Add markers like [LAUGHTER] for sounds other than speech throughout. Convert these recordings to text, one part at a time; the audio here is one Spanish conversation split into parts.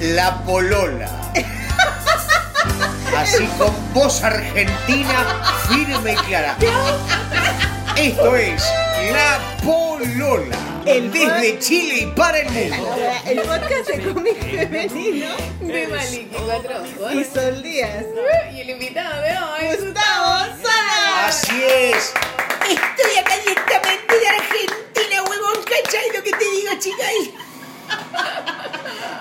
La Polola. Así con voz argentina firme y clara. Esto es La Polola. El Desde Chile y para el mundo. El podcast de cómic femenino De Maliki, cuatro ojos. y Sol Díaz. Y el invitado de hoy. ¡Gustavo Sala! Así es. Estoy acá directamente de Argentina, huevón, ¿cachai lo que te digo, chicay?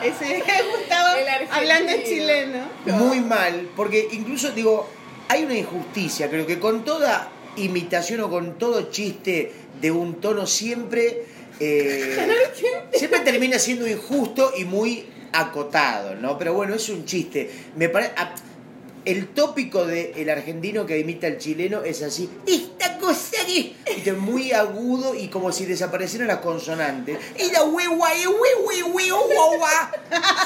Ese es Gustavo El argentino. hablando en chileno. Muy mal, porque incluso digo, hay una injusticia, creo que con toda imitación o con todo chiste de un tono siempre, eh, siempre termina siendo injusto y muy acotado, ¿no? Pero bueno, es un chiste. Me pare- a- el tópico del argentino que imita al chileno es así, esta cosa que... y te- muy agudo y como si desaparecieran las consonantes. Y la hue, guay, hue, hue, hue, hua, hua.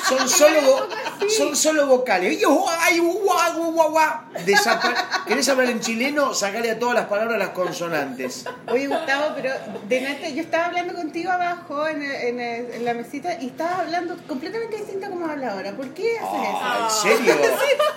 Son solo, vo- son solo vocales. Y yo, guay, gua, gu, gua, gua. Desapa- ¿Querés hablar en chileno? Sacale a todas las palabras las consonantes. Oye, Gustavo, pero de Nata, yo estaba hablando contigo abajo en, el- en el- en la mesita y estabas hablando completamente distinto como habla ahora. ¿Por qué haces Ah, eso? ¿En serio?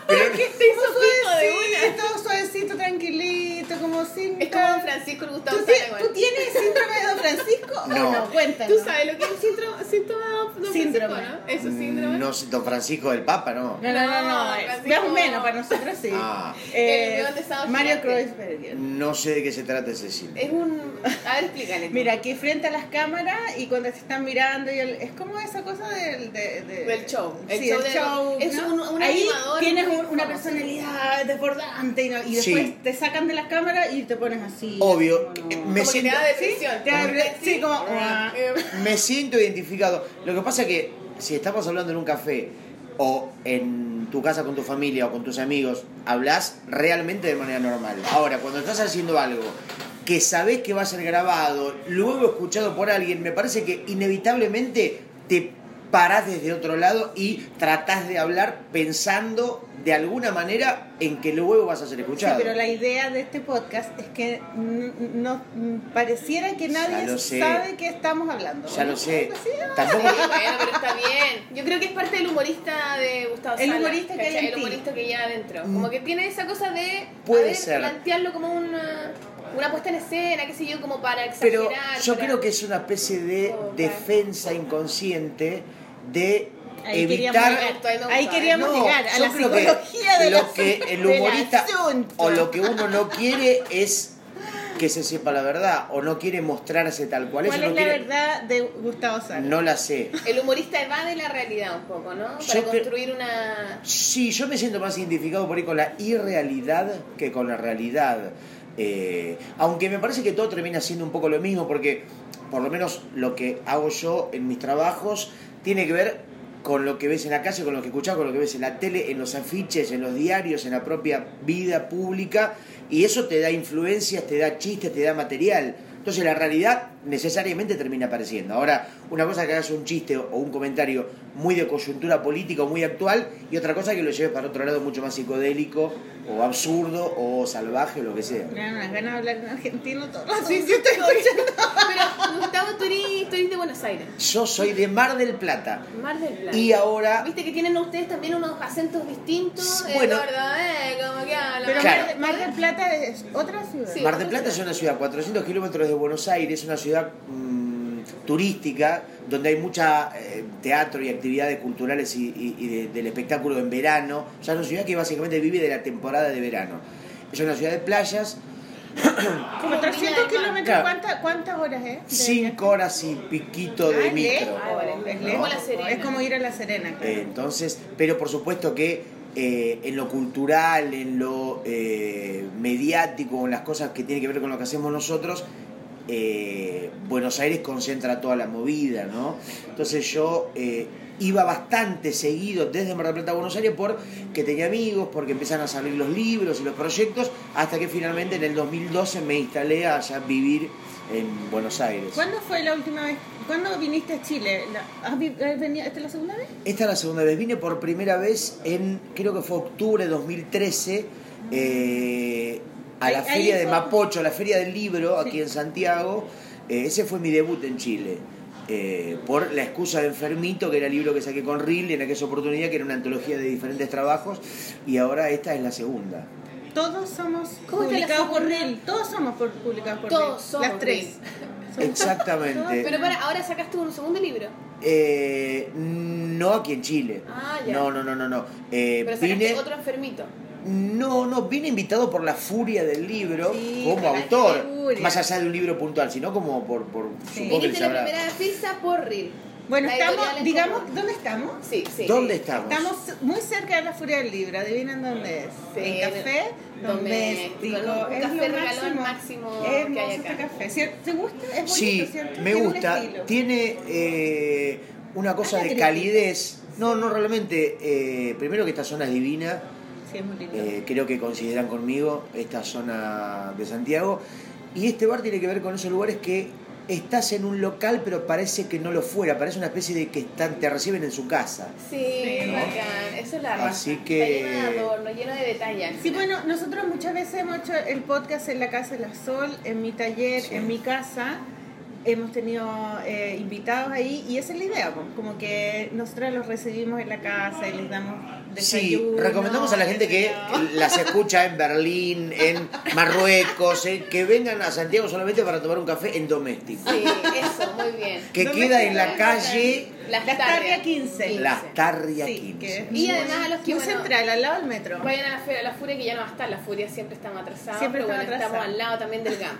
Pero- ¿Qué se hizo Como pico de una? suavecito, suavecito, tranquilito, como sin... Es como Don Francisco el Gustavo Pues, ¿Tú, ti- Sala, igual. tú tienes síndrome de Don Francisco o No. no? Cuéntanos. ¿Tú sabes lo que es el síndrome, síntoma de Don Francisco, Síndrome. no? Eso es síndrome. Mm, No, sé, don Francisco del Papa, ¿no? No, no, no, No, no. es- Francisco. Más o menos, para nosotros sí. Ah. Eh, El león de Sao Mario Gigante. Kreuzberger. No sé de qué se trata ese síndrome. Es un... A ver, explícale. tú. Mira, aquí frente a las cámaras y cuando se están mirando, y el- es como esa cosa del, de- de- Del show. El Sí, show del de- show. es ¿no? un- un Ahí animador tienes muy un- una famoso. personalidad desbordante y, no- y después Sí. te sacan de las cámaras y te pones así. Obvio. como no. Me Como que siento- te da depresión. te da depre- sí, como- ah. Eh, Me siento identificado. Lo que pasa que si estamos hablando en un café o en tu casa con tu familia o con tus amigos, hablas realmente de manera normal. Ahora, cuando estás haciendo algo que sabes que va a ser grabado, luego escuchado por alguien, me parece que inevitablemente te parás desde otro lado y tratás de hablar pensando de alguna manera en que luego vas a ser Sí, escuchado. pero la idea de este podcast es que n- no n- pareciera que Ya nadie lo sé. sabe que estamos hablando. Ya lo sé. Algo así, ¿no? Tampoco... Sí, bueno, pero está bien. Yo creo que es parte del humorista de Gustavo El Sala, humorista que hay ¿cachai? en El ti. humorista que lleva adentro. Como que tiene esa cosa de Mm. Puede a ver, ser. plantearlo como una, una puesta en escena, qué sé yo, como para exagerar. Pero yo para- creo que es una especie de Oh, defensa inconsciente de Ahí evitar... queríamos Esto ahí me llegar, ahí gusta, queríamos No, llegar a yo la creo que psicología de lo [LAUGHS] que el humorista o lo que uno no quiere es que se sepa la verdad o no quiere mostrarse tal cual, ¿Cuál Eso es no la quiere- verdad de Gustavo Sala? No la sé. El humorista evade la realidad un poco, ¿no? Para Yo creo- construir una... Sí, yo me siento más identificado por ahí con la irrealidad que con la realidad. Eh, aunque me parece que todo termina siendo un poco lo mismo, porque por lo menos lo que hago yo en mis trabajos tiene que ver con lo que ves en la calle, con lo que escuchás, con lo que ves en la tele, en los afiches, en los diarios, en la propia vida pública, y eso te da influencias, te da chistes, te da material. Entonces la realidad necesariamente termina apareciendo. Ahora, una cosa que hagas un chiste o un comentario muy de coyuntura política o muy actual y otra cosa que lo lleves para otro lado mucho más psicodélico o absurdo o salvaje o lo que sea. Me dan unas ganas de hablar en argentino todo. Sí, [LAUGHS] sí, estoy escuchando. Pero Gustavo, tú eres, tú eres de Buenos Aires. Yo soy de Mar del Plata Mar del Plata. y ahora... Viste que tienen ustedes también unos acentos distintos. eh, Bueno. gordo, eh, como que hablan. Pero Claro. Mar, Mar del Plata es otra ciudad. Sí. Mar del Plata es una ciudad a 400 kilómetros de Buenos Aires, una ciudad mm, turística donde hay mucha eh, teatro y actividades culturales y, y- y de- del espectáculo en verano. O sea, es una ciudad que básicamente vive de la temporada de verano. Es una ciudad de playas, Como 300 Viña del Mar. kilómetros. Claro. ¿cuántas, ¿Cuántas horas es? 5 horas y piquito de Ah, micro. lejos, es ¿no? lejos. La Serena. Es como ir a La Serena. claro. Eh, entonces, pero por supuesto que eh, en lo cultural, en lo eh, mediático, en las cosas que tienen que ver con lo que hacemos nosotros, eh, Buenos Aires concentra toda la movida, ¿no? Entonces yo eh, iba bastante seguido desde Mar del Plata a Buenos Aires porque tenía amigos, porque empiezan a salir los libros y los proyectos, hasta que finalmente en el 2012 me instalé a ya vivir en Buenos Aires. ¿Cuándo fue la última vez? ¿Cuándo viniste a Chile? La- ¿Has vi- has venido, ¿Esta es la segunda vez? Esta es la segunda vez. Vine por primera vez en, creo que fue octubre de 2013, eh, a la Ahí- ahí feria de fue- Mapocho, a la feria del libro Sí. aquí en Santiago. Eh, ese fue mi debut en Chile. eh, por La excusa de enfermito, que era el libro que saqué con Riley en aquella oportunidad, que era una antología de diferentes trabajos, y ahora esta es la [LAUGHS] segunda. Todos somos ¿Cómo te publicados las por ocurre? él. Todos somos por- publicados por Todos él. somos, Las tres. Exactamente. Pero para, ahora sacaste un segundo libro. Eh, no aquí en Chile. Ah, ya. No, no, no, no, no. Eh, Pero sacaste vine, otro enfermito. no, no, vine invitado por la furia del libro Sí, como por la autor, furia. más allá de un libro puntual, sino como por, por Sí. supongo que Viniste la sabrá. primera fiesta por Reel. Bueno, La editorial estamos, es digamos, como- ¿dónde estamos? Sí, sí. ¿Dónde estamos? Estamos muy cerca de la Furia del Libro, adivinen dónde es. Ah, Sí, en café doméstico, doméstico. un Es café lo regalón máximo. máximo Es que hermoso hay este acá. café. ¿Cier- ¿Te gusta? Es bonito, Sí, ¿cierto? me Tiene un gusta. estilo. Tiene eh, una cosa Hay de una crítica. calidez. No, no, realmente, eh, primero que esta zona es divina, Sí, es muy lindo. eh, creo que consideran conmigo esta zona de Santiago, y este bar tiene que ver con esos lugares que estás en un local pero parece que no lo fuera, parece una especie de que están, te reciben en su casa. Sí, Sí. bacán. Eso es la raza. Así que- Está lleno de adorno, lleno de detalles. Sí, bueno, nosotros muchas veces hemos hecho el podcast en la Casa de la Sol, en mi taller, Sí. en mi casa. Hemos tenido eh, invitados ahí y esa es la idea, pues, como que nosotros los recibimos en la casa y les damos Sí, desayuno. recomendamos a la gente [LAUGHS] que desayuno. las escucha en Berlín, en Marruecos, eh, que vengan a Santiago solamente para tomar un café en doméstico. Sí, eso, muy bien. Que Doméstico queda en es la calle Las, Las tardes. Tarria 15. Las Tarria Sí, 15. que es Y muy- además a los que, muy bueno, central, al lado del metro. Vayan a la feria, la furia que ya no va a estar, la furia siempre estamos atrasados, Siempre pero bueno, estamos estamos atrasados. al lado también [LAUGHS] del GAM.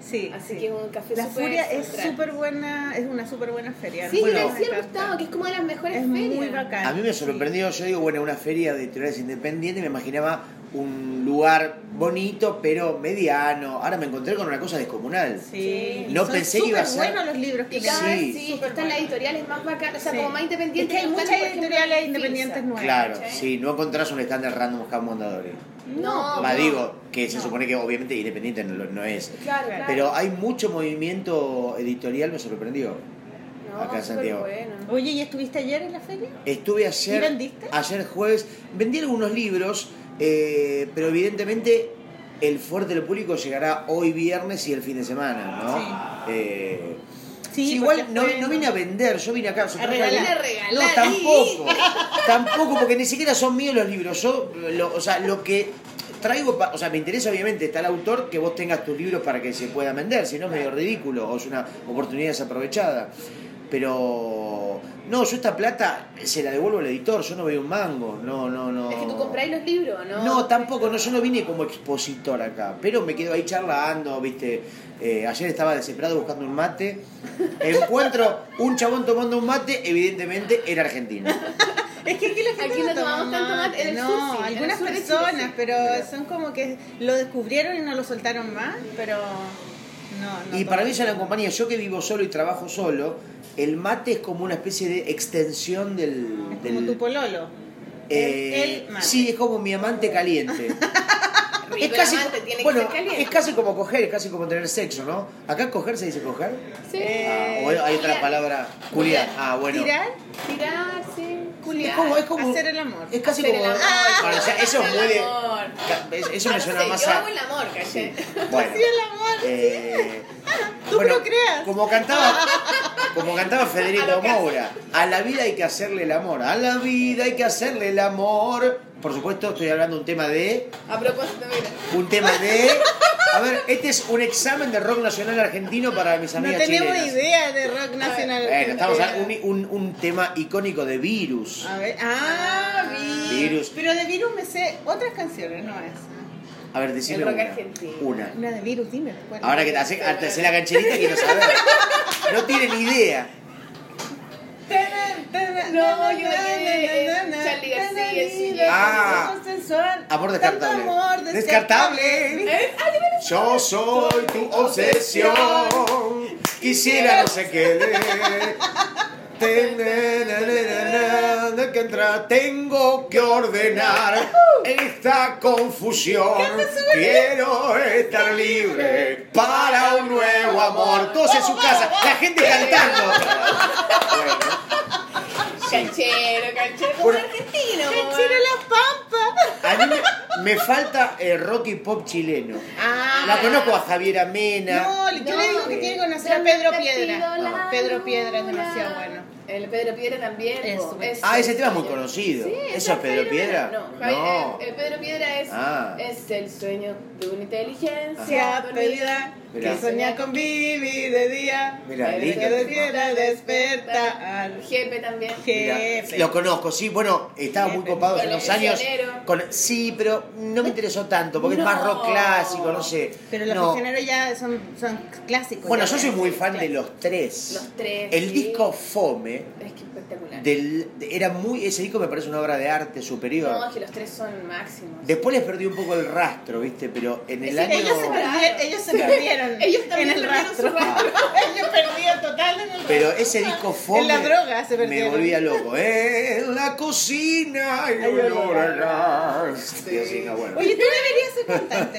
sí, Así sí. que es un café la súper Furia es central. súper buena, es una súper buena feria. Sí, Bueno. yo Nos decía al encanta. Gustavo que es como de las mejores es ferias. muy bacán. A mí me sorprendió, yo digo, bueno, una feria de editoriales independientes, me imaginaba un lugar bonito, pero mediano. Ahora me encontré con una cosa descomunal. Sí. No Son pensé que iba a ser- súper buenos los libros que Y cada Sí. leemos. vez sí, es que están las editoriales más bacanas, o sea, Sí. como más Es independientes. que hay no están, muchas por ejemplo, editoriales en independientes Filsa. nuevas. Claro, ¿cachai? sí, no encontrás un stand de random house mandadores. No, Va, no. digo, que se No. supone que obviamente independiente no, lo- no es. Claro, claro. Pero hay mucho movimiento editorial, me sorprendió. No, acá en súper Santiago. bueno. Oye, ¿y estuviste ayer en la feria? Estuve ayer. ¿Y vendiste? Ayer jueves. Vendí algunos libros, eh, pero evidentemente el fuerte del público llegará hoy viernes y el fin de semana, ¿no? Eh, sí, igual porque no, fue- no vine a vender, yo vine acá. A Vine a regalar. No, regalar. tampoco. [LAUGHS] tampoco, porque ni siquiera son míos los libros. Yo, lo- o sea, lo que traigo, pa- o sea, me interesa obviamente, está el autor, que vos tengas tus libros para que se puedan vender, si no es medio ridículo, o es una oportunidad desaprovechada. Pero, no, yo esta plata se la devuelvo al editor, yo no veo un mango, no, no, no. Es que tú compráis los libros, ¿no? No, tampoco, no, yo no vine como expositor acá, pero me quedo ahí charlando, viste. Eh, ayer estaba desesperado buscando un mate. Encuentro un chabón tomando un mate, evidentemente era argentino. Es que aquí la gente Aquí no tomamos toma tanto mate, en el no, sur sí, en el algunas sur de Chile personas, sí. pero Mira. son como que lo descubrieron y no lo soltaron más, pero no, no Y para toman. mí es una compañía, yo que vivo solo y trabajo solo, el mate es como una especie de extensión del... Es del- como tu pololo. eh, el- el mate. sí, es como mi amante caliente. Rico, el amante tiene que bueno, ser caliente. es casi como coger, es casi como tener sexo, ¿no? Acá coger se dice coger. Sí. Ah, o hay otra Culiar. palabra, culiar. Culiar. Ah, bueno. Tirar, Tirar, sí. Culiar. Es como, es como- hacer el amor. Es casi Hacer como. el amor. [LAUGHS] Bueno, o sea, eso Hacer puede. el amor. Eso me No suena sé, más Yo a. hago el amor, Sí. caché. Bueno. Así el amor, Eh, Tú no creas. Como cantaba, como [LAUGHS] cantaba Federico lo que hace. Moura, a la vida hay que hacerle el amor, a la vida hay que hacerle el amor. Por supuesto, estoy hablando de un tema de. A propósito, mira. Un tema de. A ver, este es un examen de rock nacional argentino para mis No amigas tenemos chilenas. idea de rock nacional. Bueno, estamos a argentino. un, un- un tema icónico de virus. A ver, ah, vi. Virus. Pero de virus me sé otras canciones, no esa. A ver, decime El rock una. argentino. Una. Una de virus, dime. ¿cuál? Ahora que te hace, te hace la cancherita quiero saber. No tienen idea. Taran, taran, No, na, na, yo na, de- na, na, na, Charlie na, na, García, na, sí, na, Ah. amor sensual, Amor tanto descartable. amor Descartable. ¿Eh? Ay, mira. Yo soy tu obsesión. Quisiera no sé qué leer. Ten- na- na- na- na- na- que entra. Tengo que ordenar esta confusión. Quiero estar libre para un nuevo amor. Todos en su casa, la gente cantando. Bueno. Canchero, canchero. Como Bueno. [LAUGHS] argentino. Canchero mamá. las pampas. A mí me, me falta el rock y pop chileno. Ah, La conozco a Javiera Mena. No, yo le digo que tiene que conocer a Pedro Piedra. Pedro Piedra es demasiado bueno. El Pedro Piedra también. Es po, súper- Ah, ese tema es muy conocido. ¿Eso es Pedro Piedra? No, eh, No. Javi- El, el Pedro Piedra es, Ah. es el sueño de una Ah, Se inteligencia ha perdida Mirá. que soñá con vivir de día. Mirá, lindo. Pedro Piedra despierta al Jefe también. Mira, jefe. lo conozco, sí, bueno, estaba muy copado hace Con el unos años. prisionero. Con, sí, pero no me interesó tanto, porque es más No. rock clásico, no sé. Pero los No. prisioneros ya son, son clásicos. Bueno, ya. yo soy muy fan de Claro. los tres. Los tres, El sí. disco Fome Es que espectacular. del, era muy. Ese disco me parece una obra de arte superior. No, es que los tres son máximos. Después les perdí un poco el rastro, ¿viste? Pero en el Sí, año. ellos, se perdieron, ellos se Claro. [LAUGHS] perdieron Ellos también en el perdieron rastro. [LAUGHS] su rastro. ellos perdieron total en el rastro. Pero ese disco Fome. En la droga se Me perdieron. volvía loco. En la cocina hay Hay olor olor a a gas. Y así, no, bueno. Oye, tú deberías ser [LAUGHS] cantante,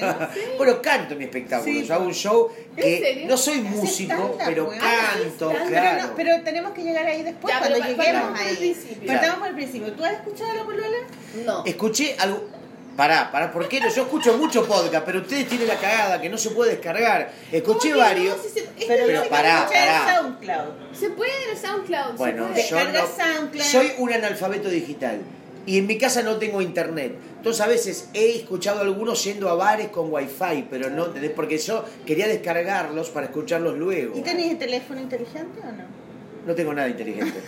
¿no? Bueno, canto en mi espectáculo. Sí. Yo hago un show que serio? no soy Haces músico, tanta pero hueá. canto, Haces tanta- Pero, claro. no, pero tenemos que llegar ahí después, Ya, cuando pero pa- lleguemos partamos por el ahí. principio. Partamos por el principio. ¿Tú has escuchado la polola? No. Escuché algo. Pará, pará, ¿por qué no? Yo escucho mucho podcast, pero ustedes tienen la cagada que no se puede descargar. Escuché ¿Cómo que varios. no? Si se, este Pero, Pero no se pará, escucha en pará. SoundCloud. se puede en el SoundCloud. se Bueno, puede. yo Descarga no, SoundCloud. soy un analfabeto digital y en mi casa no tengo internet. Entonces a veces he escuchado a algunos yendo a bares con wifi, pero no, ¿entendés? porque yo quería descargarlos para escucharlos luego. ¿Y tenés el teléfono inteligente o no? [LAUGHS] No tengo nada inteligente.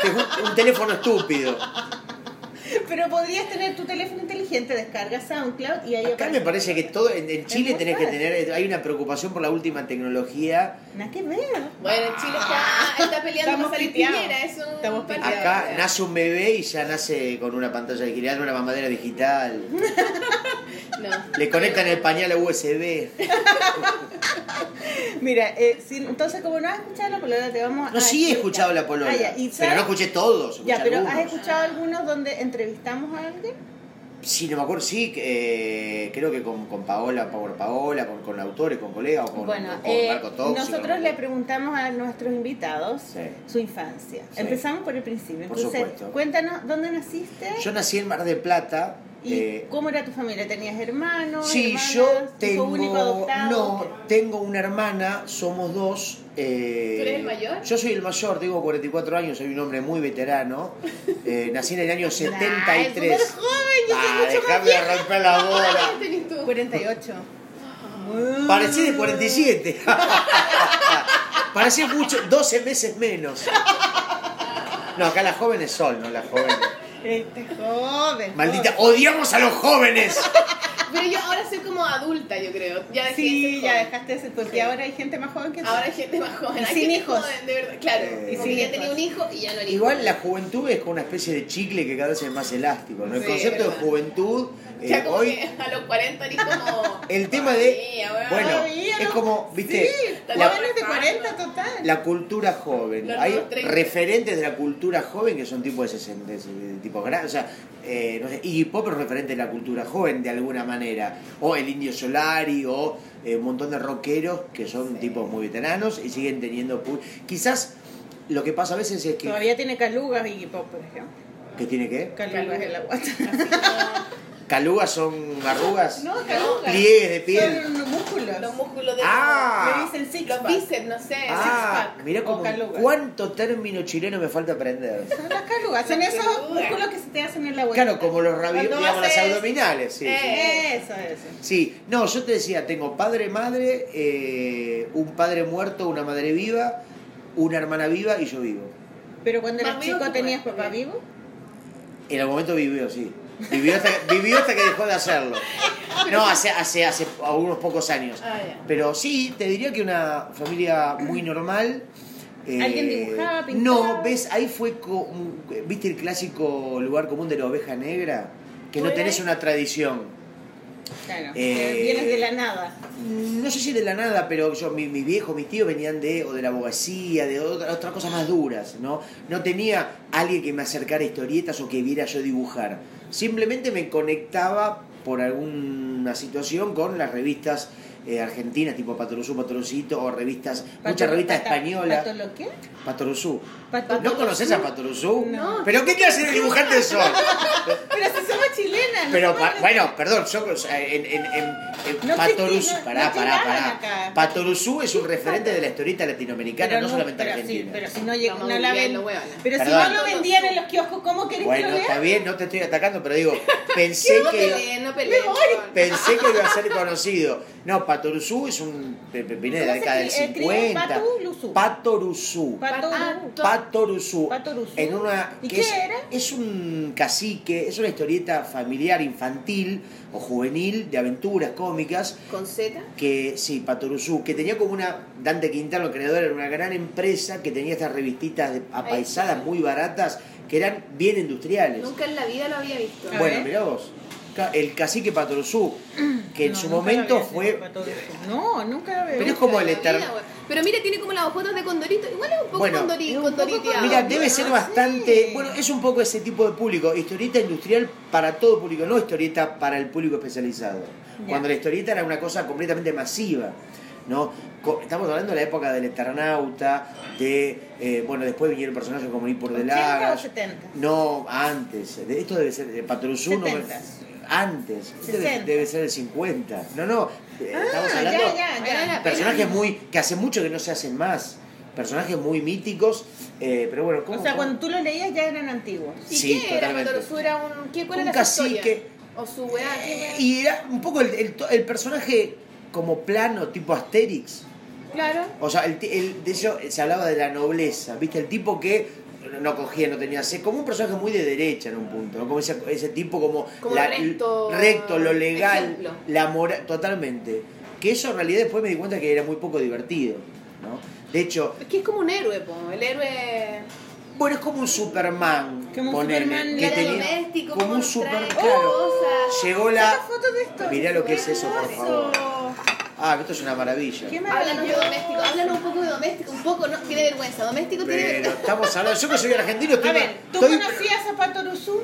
Tengo un, un teléfono estúpido. Pero podrías tener tu teléfono inteligente, descarga SoundCloud y ahí Acá me parece que todo en, en Chile muy tenés que fácil. tener hay una preocupación por la última tecnología. Nada que ver. Bueno, Chile está, está peleando Estamos con salir piteados. Piñera, es un Estamos partido, o Acá sea. nace un bebé y ya nace con una pantalla digital, una mamadera digital. No. Le conectan el pañal a USB. Mira, eh, si- entonces como no has escuchado la polola, te vamos No, a... Ah, sí he escuchado la polola polola. pero no escuché todos. Ya, escuché pero ¿has algunos. escuchado algunos donde entrevistamos a alguien? Sí, no me acuerdo, sí, que, eh, creo que con, con Paola, Power Paola, con, con autores, con colegas, o con, bueno, con eh, Marco Tóxico. nosotros le preguntamos a nuestros invitados Sí. su infancia. Sí. Empezamos por el principio. Por Entonces, supuesto. cuéntanos, ¿dónde naciste? Yo nací en Mar del Plata. ¿Y eh, cómo era tu familia? ¿Tenías hermanos? Sí, hermanas, yo hijo tengo. único adoptado? No, tengo una hermana, somos dos. eh, ¿Tú eres el mayor? Yo soy el mayor, tengo 44 años, soy un hombre muy veterano. eh, nací en el año [LAUGHS] Nah, es 73. súper joven, yo soy Ah, mucho más déjame de romper la bola. ¿Cuántos años tenías tú? 48. Parecí de [LAUGHS] 47. Parecí mucho, 12 meses menos. No, acá la joven es sol, no la joven. Este joven. Maldita, joven. odiamos a los jóvenes. Pero yo ahora soy como adulta, yo creo. Ya dejé de Sí, ser ya joven. dejaste ese. Porque Sí. ahora hay gente más joven que tú. Ahora hay gente más joven. Y Hay sin gente hijos. joven, de verdad. Claro, Eh, como y sin que ya hijos. tenía un hijo y ya no era hijo. Igual la juventud es como una especie de chicle que cada vez es más elástico. ¿no? El Sí, concepto de verdad. juventud eh, Ya como hoy. que a los 40 eres como... [LAUGHS] El tema de. Todavía, weón. Bueno, Todavía es no- como, viste, Sí, la, jóvenes de 40 total. la cultura joven. Los Hay nuevos 30. referentes de la cultura joven que son tipo de 60, de tipo grandes. O sea, eh, no sé, Iggy Pop es referente de la cultura joven de alguna manera. O el Indio Solari, o eh, un montón de rockeros que son tipos muy veteranos y siguen teniendo. pu- Quizás lo que pasa a veces es que. Todavía tiene calugas Iggy Pop, por ejemplo. ¿Qué tiene que? Calugas en la guata. ¿Calugas son arrugas? No, calugas. Pliegues de piel. Son eh, unos músculos. Los músculos de... Ah. Le dicen six Los pack. bíceps, no sé. Ah, six pack. mira o como calugas. cuánto término chileno me falta [LAUGHS] aprender. Son las calugas. Son Las esos calugas. músculos que se te hacen en la guata. Claro, como los rabi- Cuando digamos, las haces- abdominales, sí, sí. Eh. Eso, eso. Sí, no, yo te decía, tengo padre, madre, eh, un padre muerto, una madre viva, una hermana viva y yo vivo. Pero cuando Más eras vivo chico que tenías muerto, papá bien. vivo. En algún momento vivió, sí. Vivió hasta que, vivió hasta que dejó de hacerlo. No, hace, hace, hace algunos pocos años. Ah, ya. Pero sí, te diría que una familia muy normal. eh, ¿Alguien dibujaba, pintaba? No, ves, ahí fue, co- viste el clásico lugar común de la oveja negra, que no ¿Tú tenés eras? una tradición. Claro. Eh, Eh, Vienes de la nada. Mm, No sé si de la nada, pero yo, mi- mis viejos, mis tíos venían de, o de la abogacía, de otra- otras cosas más duras, ¿no? No tenía alguien que me acercara a historietas o que viera yo dibujar. Simplemente me conectaba por alguna situación con las revistas eh, argentinas, tipo Patoruzú, Patoruzito, o revistas, Pato- muchas revistas pata- españolas. ¿Pato lo qué? Patoruzú. Pato- ¿No conoces a Patoruzú? No. ¿Pero qué [LAUGHS] clase de dibujante son? Pero si somos chilenas. no Pero, somos pa- argentinas. bueno, perdón, yo, o sea, en, en, en, en No Patoruzú, existí, no- pará, no pará, llegaban pará. acá. Patoruzú es un referente de la historieta latinoamericana, no, solamente pero argentina. Sí, pero si no, lleg- Estamos no la viviendo, ven- huevona. Pero si Perdón. no lo vendían en los kioscos, ¿cómo querés que bueno, lo está vean? bien, no te estoy atacando, pero [LAUGHS] digo, pensé No que peleen, no peleen. Me voy. weón. pensé que iba a ser conocido. No, Patoruzú es un pe- pe- viene de la ¿Cómo se década del escri- escribe 50. Patoruzú? Patoruzú. Pato- Pato- Patoruzú. Patoruzú. En una, ¿Y que qué es, era? Es un cacique, es una historieta familiar, infantil o juvenil, de aventuras cómicas, Con Z. que sí, Patoruzú, que tenía como una, Dante Quintana, el creador, era una gran empresa que tenía estas revistitas de- apaisadas muy baratas que eran bien industriales. Nunca en la vida lo había visto. A Bueno, ver. mirá vos. Ca- El cacique Patoruzú, [CLEARS THROAT] que en No, su nunca momento había sido fue. Pato Russo. No, nunca había Pero es visto. como el La vida, eterno. weón. Pero mira, tiene como las ojotas de Condorito. Igual es un poco Bueno, Condorito. es un poco condoriteado, Mira, Ah, debe ¿no? ser sí. bastante. Bueno, es un poco ese tipo de público. Historieta industrial para todo público, no historieta para el público especializado. Ya. Cuando la historieta era una cosa completamente masiva. ¿no? Co- Estamos hablando de la época del Eternauta, de. eh, bueno, después vinieron personajes como Ir por 80 o Delagas. 70. No, antes. De- Esto debe ser de Patrusú. no- 70s. antes. Esto Debe, 60. debe ser el 50. No, no. eh, Estamos Ah, hablando. ya, ya, ya. Era la- Personajes muy. que hace mucho que no se hacen más. Personajes muy míticos. eh, pero bueno, ¿cómo? O sea, cómo? cuando tú lo leías ya eran antiguos. ¿Y Sí, qué era totalmente. Condorito? ¿Era un, ¿qué, ¿Cuál Un era su historia? cacique. O su weá. ¿qué weá? Y era un poco el, el to- el personaje como plano, tipo Asterix. Claro. O sea, el, ti- el- de eso se hablaba de la nobleza, ¿viste? El tipo que no cogía, no tenía sed, como un personaje muy de derecha en un punto, ¿no? Como ese, ese tipo como, Como recto, recto, lo legal, ejemplo. la moral, totalmente. Que eso en realidad después me di cuenta que era muy poco divertido, ¿no? De hecho, Es que es como un héroe, po. El héroe. bueno, es como un Superman, Como un ponele, Superman que era tenía- doméstico, Oh, como un trae Superman, cosas. claro. Llegó la... Saca fotos de esto. Mirá lo que es Qué eso, por hermoso. Ah, esto es una maravilla. Qué Háblanos de maravilloso. doméstico, háblanos un poco de doméstico, un poco, no, tiene vergüenza, doméstico tiene Pero vergüenza. [LAUGHS] estamos hablando, yo que soy argentino, estoy... A ver, ¿tú estoy- conocías a Patoruzú?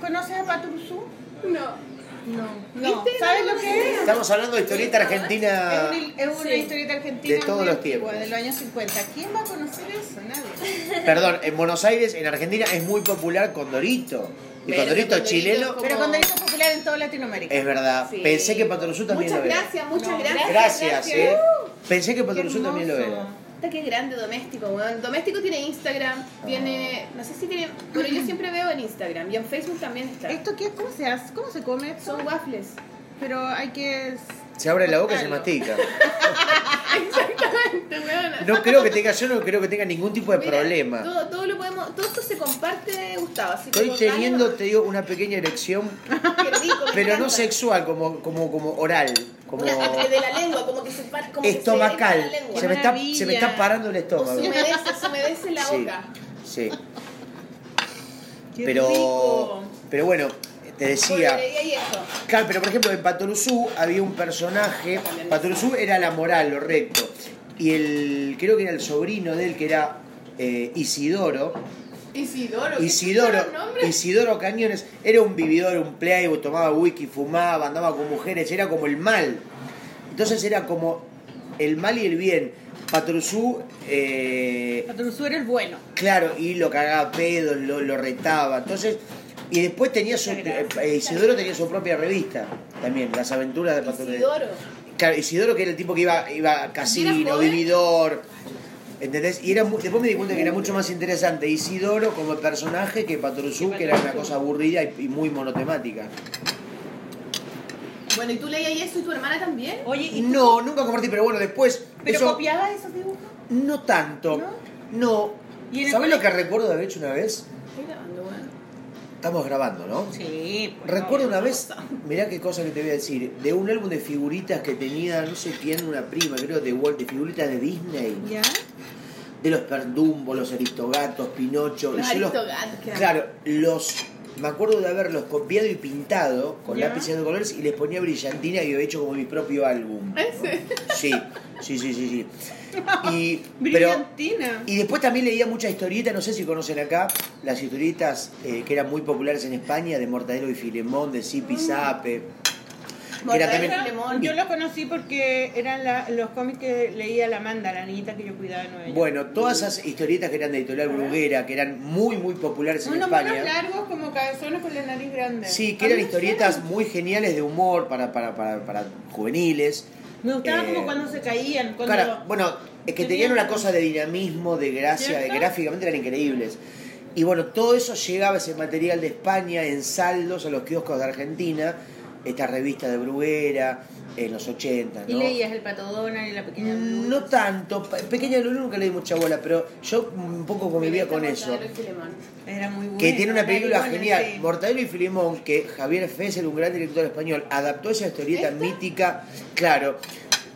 ¿Conoces a Patoruzú? No. No. no. ¿Viste? ¿Sabes lo que es? Estamos hablando de historieta argentina... Es una, es una Sí. historieta argentina De todos muy los antigua, tiempos. de los años 50. ¿Quién va a conocer eso? Nadie. Perdón, en Buenos Aires, en Argentina, es muy popular Condorito. Y Pero Condorito Condorito chileno, como- Pero cuando hizo popular en toda Latinoamérica. es verdad. Sí. Pensé que Patoruzú también Muchas lo era. gracias, muchas No, gracias. Gracias, ¿eh? Uh, Pensé que Qué Patoruzú también lo hermoso. era. puta, Qué grande doméstico, weón. Doméstico tiene Instagram, tiene. No sé si tiene. Pero yo siempre veo en Instagram y en Facebook también está. ¿Esto qué? ¿Cómo se hace? ¿Cómo se come? esto? Son waffles. Pero hay que... Se abre la boca y se Cortalo. mastica. Te weona. No creo que tenga, yo no creo que tenga ningún tipo de Mira, problema. Todo, todo lo podemos, todo esto se comparte, Gustavo. Así que Estoy cortalo, teniendo, te digo, una pequeña erección, [LAUGHS] qué rico, me pero no encanta. sexual, como, como, como oral, como Una- de la lengua, como que se par- como que se estomacal. deja la lengua. Se me, está, se me está Maravilla. parando el estómago. Se humedece, se humedece la Sí, boca. sí. Qué Pero, rico. pero bueno, te decía. Polvorería y eso. Claro, pero por ejemplo en Patoruzú había un personaje, Patoruzú era la moral, lo recto, y el, creo que era el sobrino de él, que era eh, Isidoro, Isidoro. ¿qué Isidoro, son los nombres? Isidoro Cañones, era un vividor, un playboy, tomaba whisky, fumaba, andaba con mujeres, era como el mal. Entonces era como el mal y el bien. Patoruzú, eh, Patoruzú era el bueno. Claro, y lo cagaba a pedos, lo, lo retaba. Entonces, y después tenía su. eh, eh, Isidoro tenía su propia revista también, Las Aventuras de Pato Isidoro. Claro, Isidoro que era el tipo que iba, iba a ¿Y era casino, joven? vividor. ¿Entendés? Y era, mu- después me di cuenta que era mucho más interesante Isidoro como personaje que Patruzú, que era una cosa aburrida y, y muy monotemática. Bueno, ¿y tú leías eso y tu hermana también? Oye, ¿y tú- No, nunca compartí, pero bueno, después. ¿pero eso- copiabas esos dibujos? No tanto. No. ¿Y en el ¿Sabés lo que colegio? recuerdo de haber hecho una vez? Estoy grabando, weón. Estamos grabando, ¿no? Sí. pues, Recuerdo no. una vez, mirá qué cosa que te voy a decir, de un álbum de figuritas que tenía, no sé quién, una prima, creo, de Walt, de figuritas de Disney, ¿Ya? de los Perdumbo, los Aristogatos, Pinocho. Los y yo Aristogatos, claro. Claro, los. Me acuerdo de haberlos copiado y pintado con Ya. lápices de colores y les ponía brillantina y había hecho como mi propio [LAUGHS] álbum. Ese. Sí, sí, sí, sí, sí. Y, pero, Brillantina. y después también leía muchas historietas, no sé si conocen acá, las historietas eh, que eran muy populares en España, de Mortadelo y Filemón, de Zipi Zape. Era Mortadela también. y Lemón. Yo lo conocí porque eran la- los cómics que leía la Amanda, la niñita que yo cuidaba de Nueva York. Bueno, todas esas historietas que eran de editorial bruguera, que eran muy, muy populares en Unos manos España. largos como cabezones con la nariz grande. Sí, que A mí eran me historietas muy geniales de humor para, para, para, para juveniles. Me gustaba Eh, como cuando se caían. Cuando... Cara, bueno, es que tenían Tenían- una cosa de dinamismo, de gracia, de ¿Cierto? gráficamente eran increíbles. Y bueno, todo eso llegaba, ese material de España, en saldos a los kioscos de Argentina, estas revistas de Bruguera, en los 80, ¿no? Y leías el Pato Donald y la pequeña Mm, Blue. No tanto, pe- pequeña Lulu nunca le di mucha bola, pero yo un poco convivía con Mortadela eso. y Filemón. Era muy buena. Que tiene una película Maricona, genial, sí. Mortadelo y Filemón, que Javier Fesser, un gran director español, adaptó esa historieta mítica. Claro,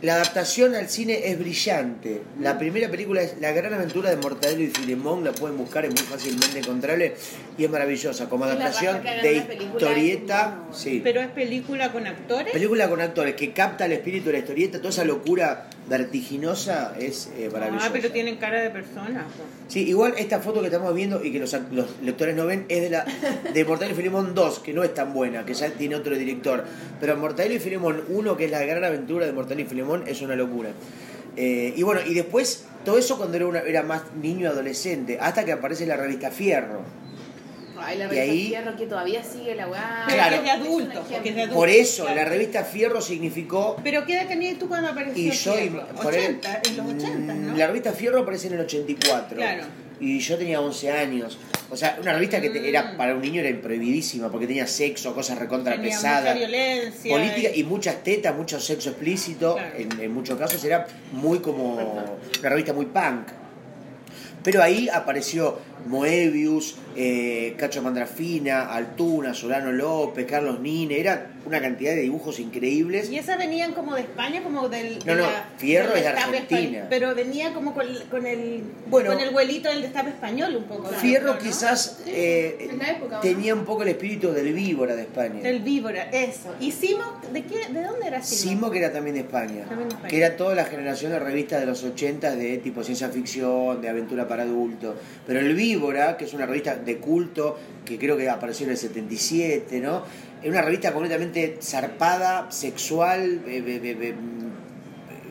la adaptación al cine es brillante. La primera película es La gran aventura de Mortadelo y Filemón, la pueden buscar, es muy fácilmente encontrable y es maravillosa. Como Y la adaptación raja que hagan de una película es historieta, muy buena. sí. Pero es película con actores. Ah, Película con actores que capta el espíritu de la historieta, toda esa locura vertiginosa es eh, maravillosa. ah, pero tienen cara de persona. Sí, igual esta foto que estamos viendo y que los, los lectores no ven es de la de Mortadelo y Filemón 2, que no es tan buena, que ya tiene otro director. Pero Mortadelo y Filemón 1, que es la gran aventura de Mortadelo y Filemón, es una locura. Eh, y bueno, y después todo eso cuando era, una- era más niño adolescente, hasta que aparece la revista Fierro. Ay, la Y revista ahí- Fierro que todavía sigue la weá. Pero Claro. Porque es de adulto. Es un Porque es de ejemplo. adulto. Por eso la claro. revista Fierro significó Pero ¿qué edad tenías tú cuando apareció? y yo y- Fierro? por el- 80, en los 80, ¿no? Mm, La revista Fierro aparece en el 84. Claro. Y yo tenía 11 años. O sea, una revista que te- era para un niño era prohibidísima porque tenía sexo, cosas recontra Mm. Tenía mucha pesadas. violencia. eh. Política y muchas tetas, mucho sexo explícito. Claro. En, en muchos casos era muy como una revista muy punk. Pero ahí apareció Moebius, eh, Cacho Mandrafina, Altuna, Solano López, Carlos Nine. Era una cantidad de dibujos increíbles. Y esas venían como de España, como del. de No, no, Fierro del es de destape Argentina. españ- Pero venía como con, con el. Bueno. con el vuelito del destape español un poco. ¿no? Fierro ¿no? quizás eh, En la época, ¿no? tenía un poco el espíritu del víbora de España. El víbora, eso. ¿Y Simo? ¿De, qué, ¿De dónde era Simo? Simo, que era también de España, También de España. que era toda la generación de revistas de los 80 de tipo ciencia ficción, de aventura para adultos. Pero El Víbora, que es una revista de culto, que creo que apareció en el 77, ¿no? Es una revista completamente zarpada, sexual, eh, eh, eh, eh,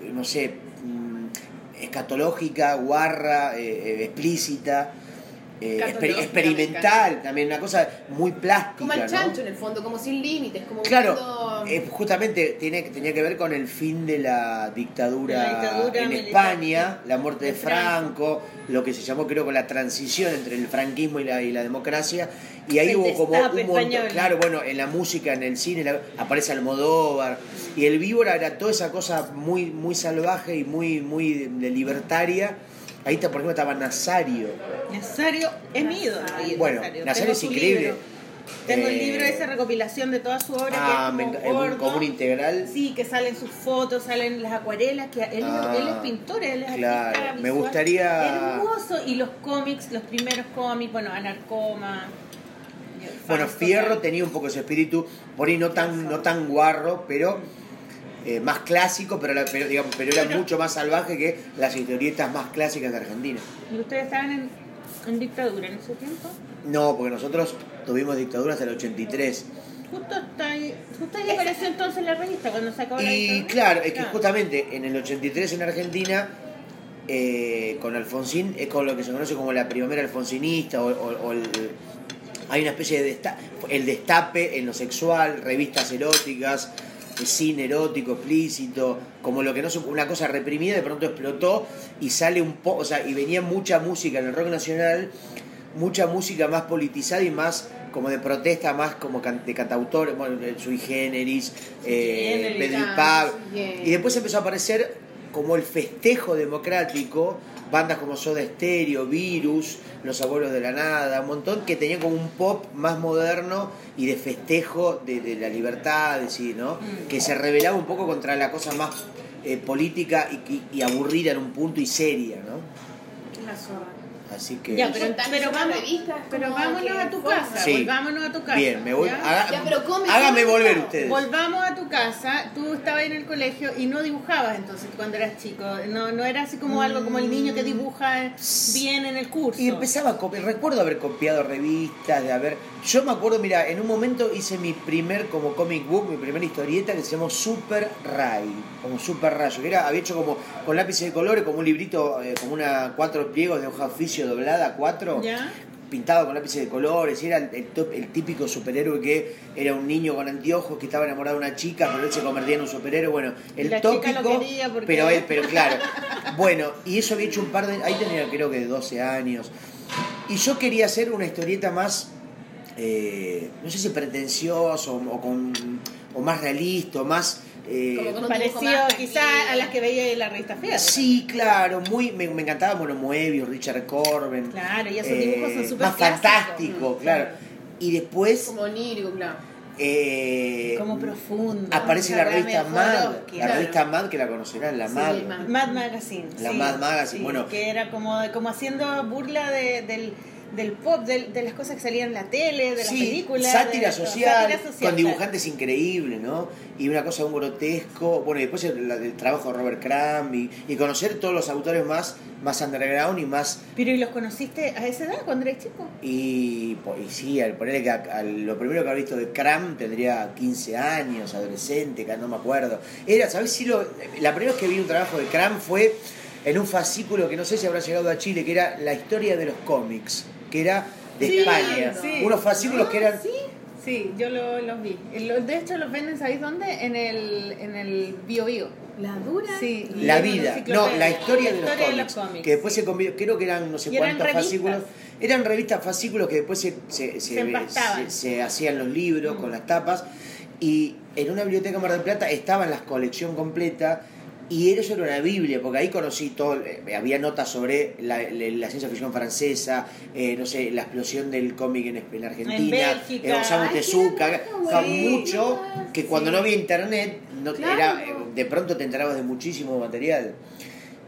eh, no sé, mm, escatológica, guarra, eh, eh, explícita. eh, exper- Escatológica, me experimental también, una cosa muy plástica. Como ¿no? el chancho en el fondo, como sin límites, como un Claro, mundo- eh, justamente tiene, tenía que ver con el fin de la dictadura, La dictadura en militar. España, la muerte de De Franco, Franco. lo que se llamó creo con la transición entre el franquismo y la, y la democracia, y ahí El hubo como destape un montón, español. claro, bueno, en la música, en el cine, la- aparece Almodóvar, y el víbora era toda esa cosa muy, muy salvaje y muy, muy de- de libertaria. Ahí está, por ejemplo estaba Nazario. Nazario es mi ídolo. Nazario. Bueno, Nazario Tengo es su increíble. libro. Tengo Eh, el libro de esa recopilación de toda su obra. Ah, que es me como, enca- un- gordo. como un integral. Sí, que salen sus fotos, salen las acuarelas, que él, Ah, él es pintor, él es claro. artista Me visual. gustaría- Hermoso, y los cómics, los primeros cómics, bueno, Anarcoma. Bueno, Fierro tenía un poco ese espíritu, por ahí no tan, no tan guarro, pero eh, más clásico, pero, la- pero, digamos, pero era mucho más salvaje que las historietas más clásicas de Argentina. ¿Y ustedes estaban en, en dictadura en ese tiempo? No, porque nosotros tuvimos dictadura hasta el 83. Justo, está ahí, justo ahí apareció entonces la revista cuando se acabó la Y dictadura. claro, es que Ah. justamente en el 83 en Argentina, eh, con Alfonsín, es con lo que se conoce como la primavera alfonsinista o, o- o el- hay una especie de destape, el destape en lo sexual, revistas eróticas, eh, cine erótico explícito, como lo que no se- una cosa reprimida de pronto explotó y sale un poco, o sea, y venía mucha música en el rock nacional, mucha música más politizada y más como de protesta, más como can- de cantautores, bueno, el sui generis, eh, generis, Pedro y ah, Pablo. sí, eh. Y después empezó a aparecer como el festejo democrático, bandas como Soda Stereo, Virus, Los Abuelos de la Nada, un montón que tenían como un pop más moderno y de festejo de, de la libertad, de sí, ¿no? Mm. Que se rebelaba un poco contra la cosa más eh, política y, y- y aburrida en un punto y seria, ¿no? Una zorra. Así que. Ya, pero, Están pero en vamos, revistas, pero como vámonos que a tu forma. casa. Sí. Volvámonos a tu casa. Bien, me voy. ¿ya? haga- Ya, pero come, hágame come, volver come. ustedes. Volvamos a tu casa. Tú estabas en el colegio y no dibujabas entonces cuando eras chico. No, no era así como algo como el niño que dibuja bien en el curso. Mm. Y empezaba a copiar. Recuerdo haber copiado revistas, de haber. Yo me acuerdo, mira, en un momento hice mi primer como comic book, mi primera historieta que se llamó Super Ray, como Super Rayo, que era, había hecho como con lápices de colores, como un librito, eh, como una cuatro pliegos de hoja oficio doblada, cuatro. ¿Ya? pintado con lápices de colores, y era el, el top- el típico superhéroe que era un niño con anteojos que estaba enamorado de una chica, pero él se convertía en un superhéroe, bueno, el Y la tópico, chica lo quería porque- pero él, pero claro. Bueno, y eso había hecho un par de, ahí tenía creo que 12 años. Y yo quería hacer una historieta más, eh, no sé si pretenciosa o, o con, o más realista, o más... eh, Como con un dibujo Parecido más quizás tranquilo. a las que veía en la revista Fierro. Sí, claro, muy me, me encantaba Mono Moebius, Richard Corben. eh, Claro, y esos dibujos son súper Más clásicos. fantástico, Mm, claro. claro. Y después Como onírico, claro. eh, Como profundo. aparece la Una revista medio Mad, Jodorowsky. la claro. revista Mad que la conocerán, la Sí, Mad. Mad. Mad Magazine. La sí, Mad Magazine, sí, bueno. Que era como, como haciendo burla de- del, del pop, del- de las cosas que salían en la tele, de las Sí, películas. sátira, de- social, sátira social, con claro. dibujantes increíbles, ¿no? Y una cosa, un grotesco. Bueno, y después el, la- el trabajo de Robert Crumb y, y conocer todos los autores más, más underground y más Pero ¿y los conociste a esa edad cuando eres chico? Y, po- y sí, al ponerle que a- al- lo primero que había visto de Cram tendría 15 años, adolescente, que no me acuerdo. Era, ¿sabes si lo, La primera vez que vi un trabajo de Cram fue en un fascículo que no sé si habrá llegado a Chile, que era La historia de los cómics, que era de Sí, España. sí. Unos fascículos que eran. Sí, sí, yo lo- los vi. Lo- De hecho, los venden, ¿sabéis dónde? En el, en el Bio Bio. La dura. Sí, y La en una vida, no, enciclopedia. la historia, de, los cómics, Que después sí. se convirtió, creo que eran no sé Y eran cuántos revistas. fascículos. Eran revistas fascículos que después se, se, se- se- empastaban. se hacían los libros Mm. con las tapas. Y en una biblioteca en Mar del Plata estaban las colección completa. Y eso era una Biblia, porque ahí conocí todo. eh, Había notas sobre la, la- la ciencia ficción francesa, eh, no sé, la explosión del cómic en, en Argentina, Bélgica. eh, Osamu Ay, qué Tezuka, loco, güey. ca- mucho Sí. que cuando no había internet, no, Claro. era, eh, de pronto te enterabas de muchísimo material.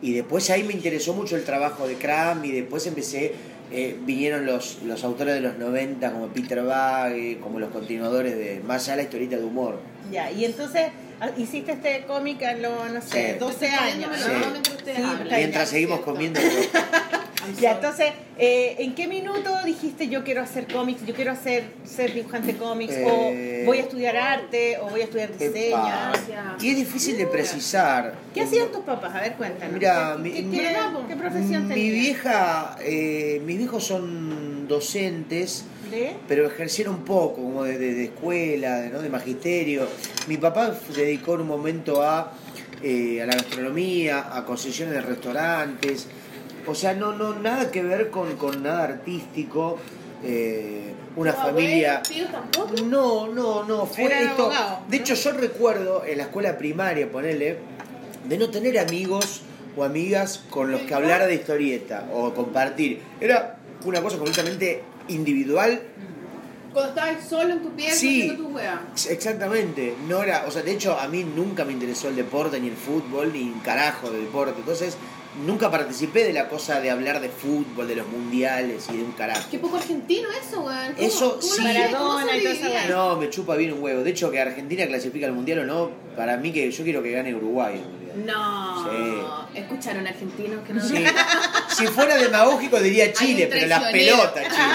Y después ahí me interesó mucho el trabajo de Cram y después empecé, eh, vinieron los, los autores de los 90 como Peter Bagge, como los continuadores de más allá la historieta de humor. Ya, y entonces ah, hiciste este cómic a los, no sé, Sí. 12 años. Sí. ¿no? Sí, Está Mientras seguimos [LAUGHS] comiendo... pero- Ya, entonces, eh, ¿en qué minuto dijiste yo quiero hacer cómics, yo quiero hacer, ser dibujante cómics, Eh. o voy a estudiar arte, o voy a estudiar diseño? Epa. Y es difícil de precisar. ¿Qué hacían tus papás? A ver, cuéntanos. Mira, ¿Qué, mi- qué- mi- qué- qué profesión mi tenías? vieja, eh, mis viejos son docentes, ¿De? pero ejercieron poco, como de, de- de escuela, de, ¿no? de magisterio. Mi papá se dedicó en un momento a, eh, a la gastronomía, a concesiones de restaurantes, o sea, no, no, nada que ver con, con nada artístico, eh, una Ah, familia... tampoco. No, no, no, fue Era esto. abogado, de ¿no? hecho, yo recuerdo en la escuela primaria, ponele, de no tener amigos o amigas con los que hablar de historieta o compartir. Era una cosa completamente individual Cuando estabas solo en tu piel Sí. haciendo tu wea. Exactamente, no era, o sea, de hecho a mí nunca me interesó el deporte, ni el fútbol, ni un carajo de deporte, entonces nunca participé de la cosa de hablar de fútbol, de los mundiales y de un carajo. Qué poco argentino eso, weón. ¿Cómo- Eso cómo sí. lo hacías? ¿Cómo Maradona y toda esa sobrevivías? No, me chupa bien un huevo, de hecho que Argentina clasifica al mundial o no, para mí que yo quiero que gane Uruguay. en realidad. No. Escucharon argentinos que no. Sí. Si fuera demagógico diría Chile, un pero las traicionero. pelotas Chile.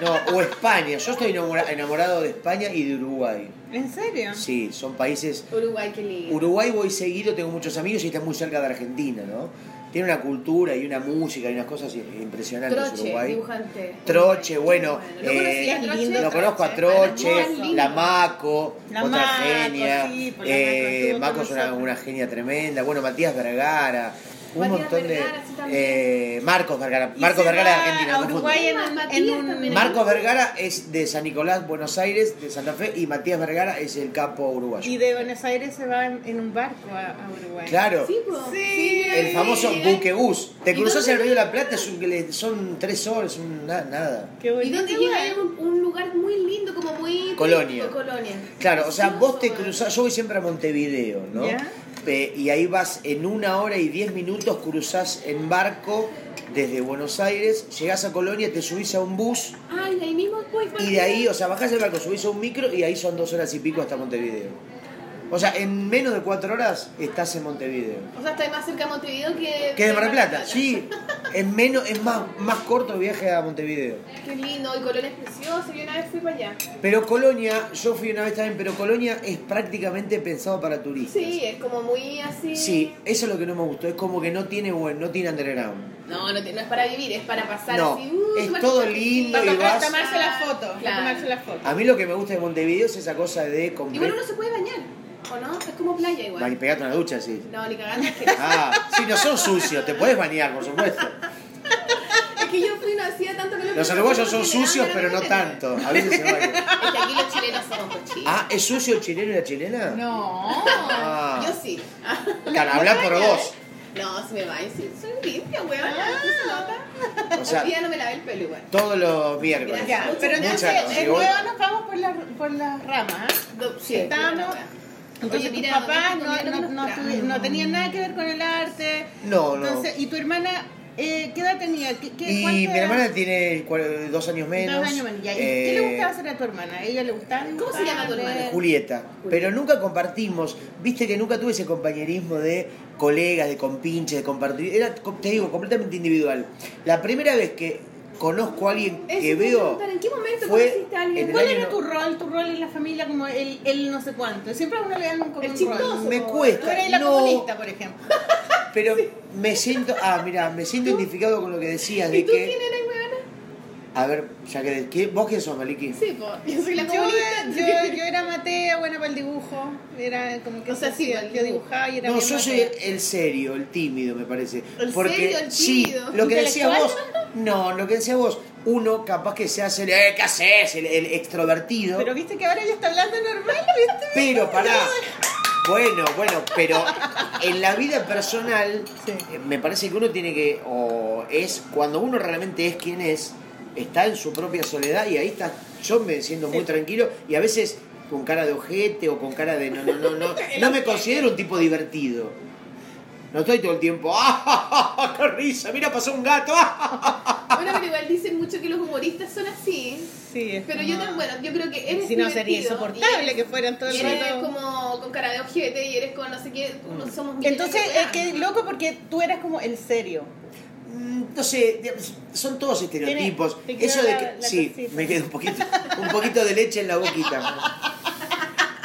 No, o España, yo estoy enamora- enamorado de España y de Uruguay. ¿En serio? Sí, son países Uruguay, qué lindo. Uruguay voy seguido, tengo muchos amigos y está muy cerca de Argentina, ¿no? Tiene una cultura y una música y unas cosas impresionantes Troche, Uruguay. dibujante. Troche, bueno, ¿Lo eh, conocías, lindo. Troche? Lo conozco a Ah, Troche, no, la lindo. Maco, La otra Maco, genia. sí, por la Maco Eh, estuvo Maco con es una, nosotros. una genia tremenda. Bueno, Matías Vergara. Un Matías montón Vergara, sí, también. de. eh, Marcos Vergara. Y Marcos se Vergara de va Argentina. A no confundo. Uruguay en, un- Matías en un- también era- Marcos Vergara es de San Nicolás, Buenos Aires, de Santa Fe, y Matías Vergara es el capo uruguayo. Y de Buenos Aires se va en, en un barco a, a Uruguay. Claro. Sí, po. Sí. El famoso buquebús. Te ¿Y cruzas dónde el río de la Plata, es un- son tres horas, un- na- nada. Qué ¿Y bonito dónde lugar. llega? Era un, un lugar muy lindo, como muy. Colonia. típico, Colonia. Claro, o sea, vos te Precioso, cruzás, yo voy siempre a Montevideo, ¿no? Ya. Eh, y ahí vas en una hora y diez minutos, cruzás en barco desde Buenos Aires, llegás a Colonia, te subís a un bus Ay, de ahí mismo voy para y de ahí, o sea, bajás del barco, subís a un micro y ahí son dos horas y pico hasta Montevideo. O sea, en menos de cuatro horas estás en Montevideo. O sea, estoy más cerca de Montevideo que... Que de Mar del Plata, sí. Es menos, es más, más corto el viaje a Montevideo. Qué lindo, y Colón es precioso, yo una vez fui para allá. Pero Colonia, yo fui una vez también, pero Colonia es prácticamente pensado para turistas. Sí, es como muy así... Sí, eso es lo que no me gustó, es como que no tiene buen, no tiene underground. No, no, te- no es para vivir, es para pasar No, así... uh, es tomar todo café. lindo Para y tomar- vas- Ah. tomarse la foto. Ah, Claro. Para tomarse la foto. A mí lo que me gusta de Montevideo es esa cosa de con- Igual uno se puede bañar, ¿o no? Es como playa igual. Vale, pegate una ducha, sí. No, ni cagando. Es que, Ah, sí, no son sucios, te puedes bañar, por supuesto. es que yo fui, no hacía tanto calor. Los que- uruguayos son que- sucios, pero no que- tanto. A veces se bañan. Es que aquí los chilenos somos cochinos. Ah, ¿es sucio el chileno y la chilena? No. Ah. Yo sí. Cara, habla por vos. No, si me baño, sí, soy limpia, weón. ¿sí se nota? O sea- Hoy día no me lavé el pelo igual. Todos los miércoles. Ya, pero Muchas entonces, gracias. de nuevo nos vamos por la, por la rama. ¿eh? Do- sí, Estamos- Entonces, Oye, mira, tus papás no- no, no, no- no estudi- no tenían nada que ver con el arte. No, no. Entonces, ¿y tu hermana eh, qué edad tenía? ¿Qué, qué, cuánto Y mi era? hermana tiene cua- dos años menos. Dos años menos. ya. ¿Y Eh, ¿Qué le gustaba hacer a tu hermana? ¿A ella le gustaba ¿Cómo se llama tu dibujar? hermana? Julieta. Pero nunca compartimos. Viste que nunca tuve ese compañerismo de colegas, de compinches, de compartir. Era, co- te digo, completamente individual. La primera vez que conozco a alguien Eso que te iba a veo. preguntar, ¿en qué momento fue conociste a alguien? en el ¿Cuál año era no- tu rol? Tu rol en la familia como el, el no sé cuánto. Siempre a uno le dan un, como El un chistoso. rol. Me Tú eres cuesta. la No, comunista, por ejemplo. pero me siento. Ah, mira, me siento identificado con lo que decías de ¿Y tú que. quién eras, weón? A ver, ya que. ¿qué- ¿Vos quién sos, Maliki? Sí, pues, yo soy [LAUGHS] la Yo, comunista. [LAUGHS] yo, yo era Matea, buena para el dibujo. Era como que O sea, sí, yo, para el yo dibujo. dibujaba y era No, bien yo soy matea. el serio, el tímido, me parece. El Porque serio, el sí, tímido. lo que decías vos, ¿Intelectual? no, lo que decías vos, uno capaz que se hace el, eh, ¿qué haces? El, el extrovertido. Pero, Pero viste que ahora ella está hablando normal, ¿viste? [LAUGHS] pará. Bueno, bueno, pero en la vida personal Sí. eh, me parece que uno tiene que o es cuando uno realmente es quien es, está en su propia soledad y ahí está yo me siento muy tranquilo y a veces con cara de ojete o con cara de no no no no no me considero un tipo divertido. No estoy todo el tiempo, [LAUGHS] ¡ah, ja, ja, ja, qué risa! Mira, pasó un gato, ¡ah! Bueno, pero igual dicen mucho que los humoristas son así. Sí, es Pero yo como- tan bueno, yo creo que eres Si no sería divertido y insoportable eres- que fueran todo Y el eres rato. como con cara de ojete y eres con no sé qué, uno somos millones de Entonces, weas. es que loco porque tú eras como el serio. Mm, No sé, digamos, son todos estereotipos. Tiene- te Eso quedó de la- que. la sí, cosita. me queda un poquito, un poquito de leche en la boquita.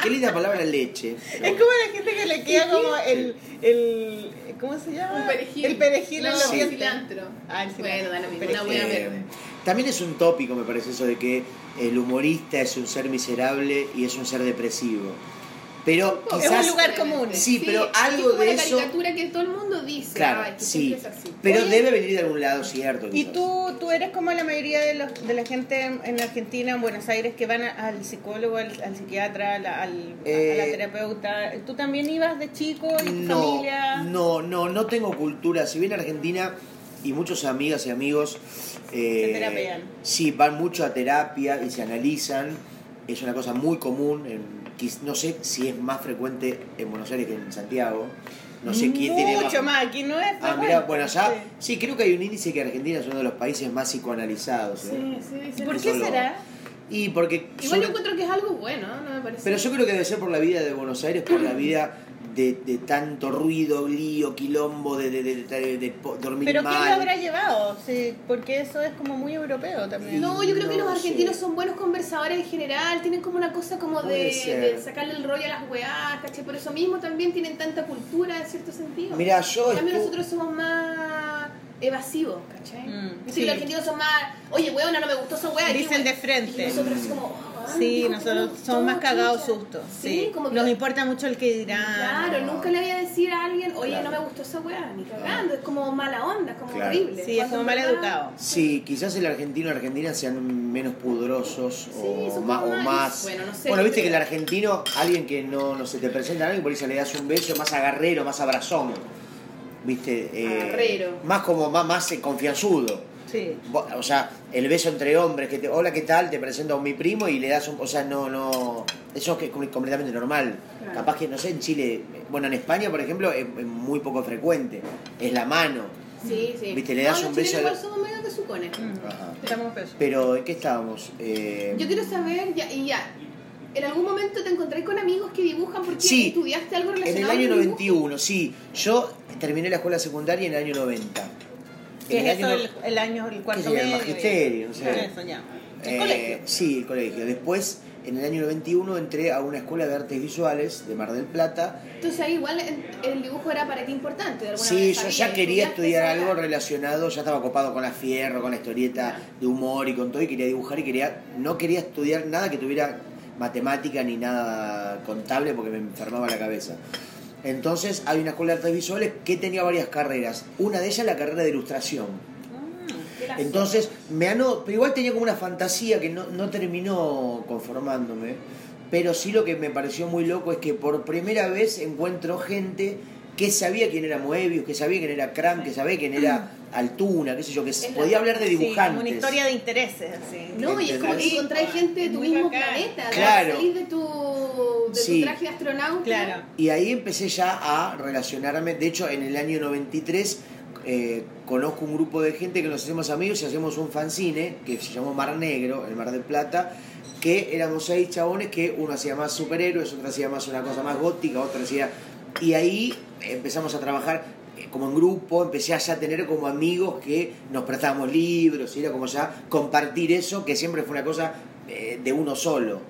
Qué linda palabra leche. Es como la gente que le queda como el, el ¿cómo se llama? Un perejil. El perejil no, en los sí. dientes. cilantro. Ah, el cilantro. Bueno, da lo mismo, Perejil. una hueá Eh, verde. también es un tópico, me parece, eso de que el humorista es un ser miserable y es un ser depresivo. Pero poco. quizás. Es un lugar común. Sí, pero es algo como de la eso- caricatura que todo el mundo dice. ay, Claro, que sí. siempre es así. Pero Oye, debe venir de algún lado, cierto. Y quizás. tú, tú eres como la mayoría de, los, de la gente en, en Argentina, en Buenos Aires, que van a- al psicólogo, al, al psiquiatra, al- al- Eh, a la terapeuta. ¿Tú también ibas de chico y tu No, familia? no, no, no tengo cultura. Si bien Argentina y muchas amigas y amigos. eh, terapean. Sí, van mucho a terapia y se analizan. Es una cosa muy común. en- quiz- no sé si es más frecuente en Buenos Aires que en Santiago. No sé quién tiene más. Mucho más, aquí no es. Ah, frecuente. mira, bueno, ya. Sí. Sí. creo que hay un índice que Argentina es uno de los países más psicoanalizados. ¿eh? Sí, sí, dicen ¿Por eso. qué Solo- será? Y porque. Igual sobre- yo encuentro que es algo bueno, no me parece. Pero yo creo que debe ser por la vida de Buenos Aires, por la vida de, de tanto ruido, lío, quilombo, de, de, de, de- de po- dormir ¿Pero mal. quién lo habrá llevado? Sí, porque eso es como muy europeo también. No, yo creo que No los argentinos sé. son buenos conversadores en general, tienen como una cosa como de, Puede ser. de sacarle el rollo a las weas, ¿cachai? Por eso mismo también tienen tanta cultura en cierto sentido. Mirá, yo. En cambio, estu- nosotros somos más evasivos, ¿cachai? Mm, Viste sí. que los argentinos son más, oye, weona, no me gustó esa wea. Dicen de frente. Y nosotros así como, "Ah, Sí, dijo que no me nosotros gustó, somos más cagados chucha". susto. Sí, Sí, como que nos importa mucho el que dirán. Claro, nunca le voy a decir a alguien, oye, Claro. no me gustó esa weá, ni cagando, es como mala onda, es como Claro. horrible. Sí, es Cuando como en mal verdad- educado. Sí, quizás el argentino y la argentina sean menos pudrosos o, son más, o como más- más. bueno, no sé, viste pero- que el argentino, alguien que no, no se te presenta, alguien por ahí se le das un beso, más agarrero, más abrazón. ¿Viste? Eh, Agarrero. Más como más, más eh, confianzudo. Sí. Bo- O sea, el beso entre hombres, que te, hola, ¿qué tal? Te presento a mi primo y le das un... O sea, no, no... Eso es que es com- completamente normal. Claro. Capaz que, no sé, en Chile... Bueno, en España, por ejemplo, es, es muy poco frecuente. Es la mano. Sí, Mm. sí. Viste, le das No, un los beso chilenos a la- igual somos medio que sucones. Ajá. Estamos presos. Pero, ¿en qué estábamos? Eh, Yo quiero saber, ya, y ya, en algún momento te encontré con amigos que dibujan porque Sí. estudiaste algo en el relacionado año con dibujo. 91, sí. Yo terminé la escuela secundaria en el año 90. Que En es eso no- el, el año, el cuarto ¿Qué sería? El medio. magisterio, no sé. Eso, ya. El Eh, colegio. Sí, el colegio. Después, en el año 91, entré a una escuela de artes visuales de Mar del Plata. Entonces ahí igual el- el dibujo era para ti importante. De alguna Sí, vez yo sabías, ya quería estudiaste estudiar esa algo área. relacionado, ya estaba copado con la fierro, con la historieta de humor y con todo, y quería dibujar y quería, no quería estudiar nada que tuviera matemática ni nada contable porque me enfermaba la cabeza. Entonces hay una escuela de artes visuales que tenía varias carreras. Una de ellas la carrera de ilustración. Gracias. Entonces, me ano, pero igual tenía como una fantasía que no, no terminó conformándome. Pero sí lo que me pareció muy loco es que por primera vez encuentro gente que sabía quién era Moebius, que sabía quién era Cram, que sabía quién era Altuna, qué sé yo, que Mm. la- podía hablar de Sí, como una dibujantes. historia de intereses, así. No, y es como que ¿Entendés? encontrás gente de tu Muy mismo bacán. planeta, Claro. de salir de tu, de Sí. tu traje de astronauta. Claro. Y ahí empecé ya a relacionarme. De hecho, en el año 93 eh, conozco un grupo de gente que nos hacemos amigos y hacemos un fanzine que se llamó Mar Negro, el Mar del Plata, que éramos seis chabones que uno hacía más superhéroes, otro hacía más una cosa más gótica, otro hacía... Y ahí empezamos a trabajar eh, como en grupo, empecé a ya tener como amigos que nos prestábamos libros, y era como ya compartir eso, que siempre fue una cosa eh, de uno solo.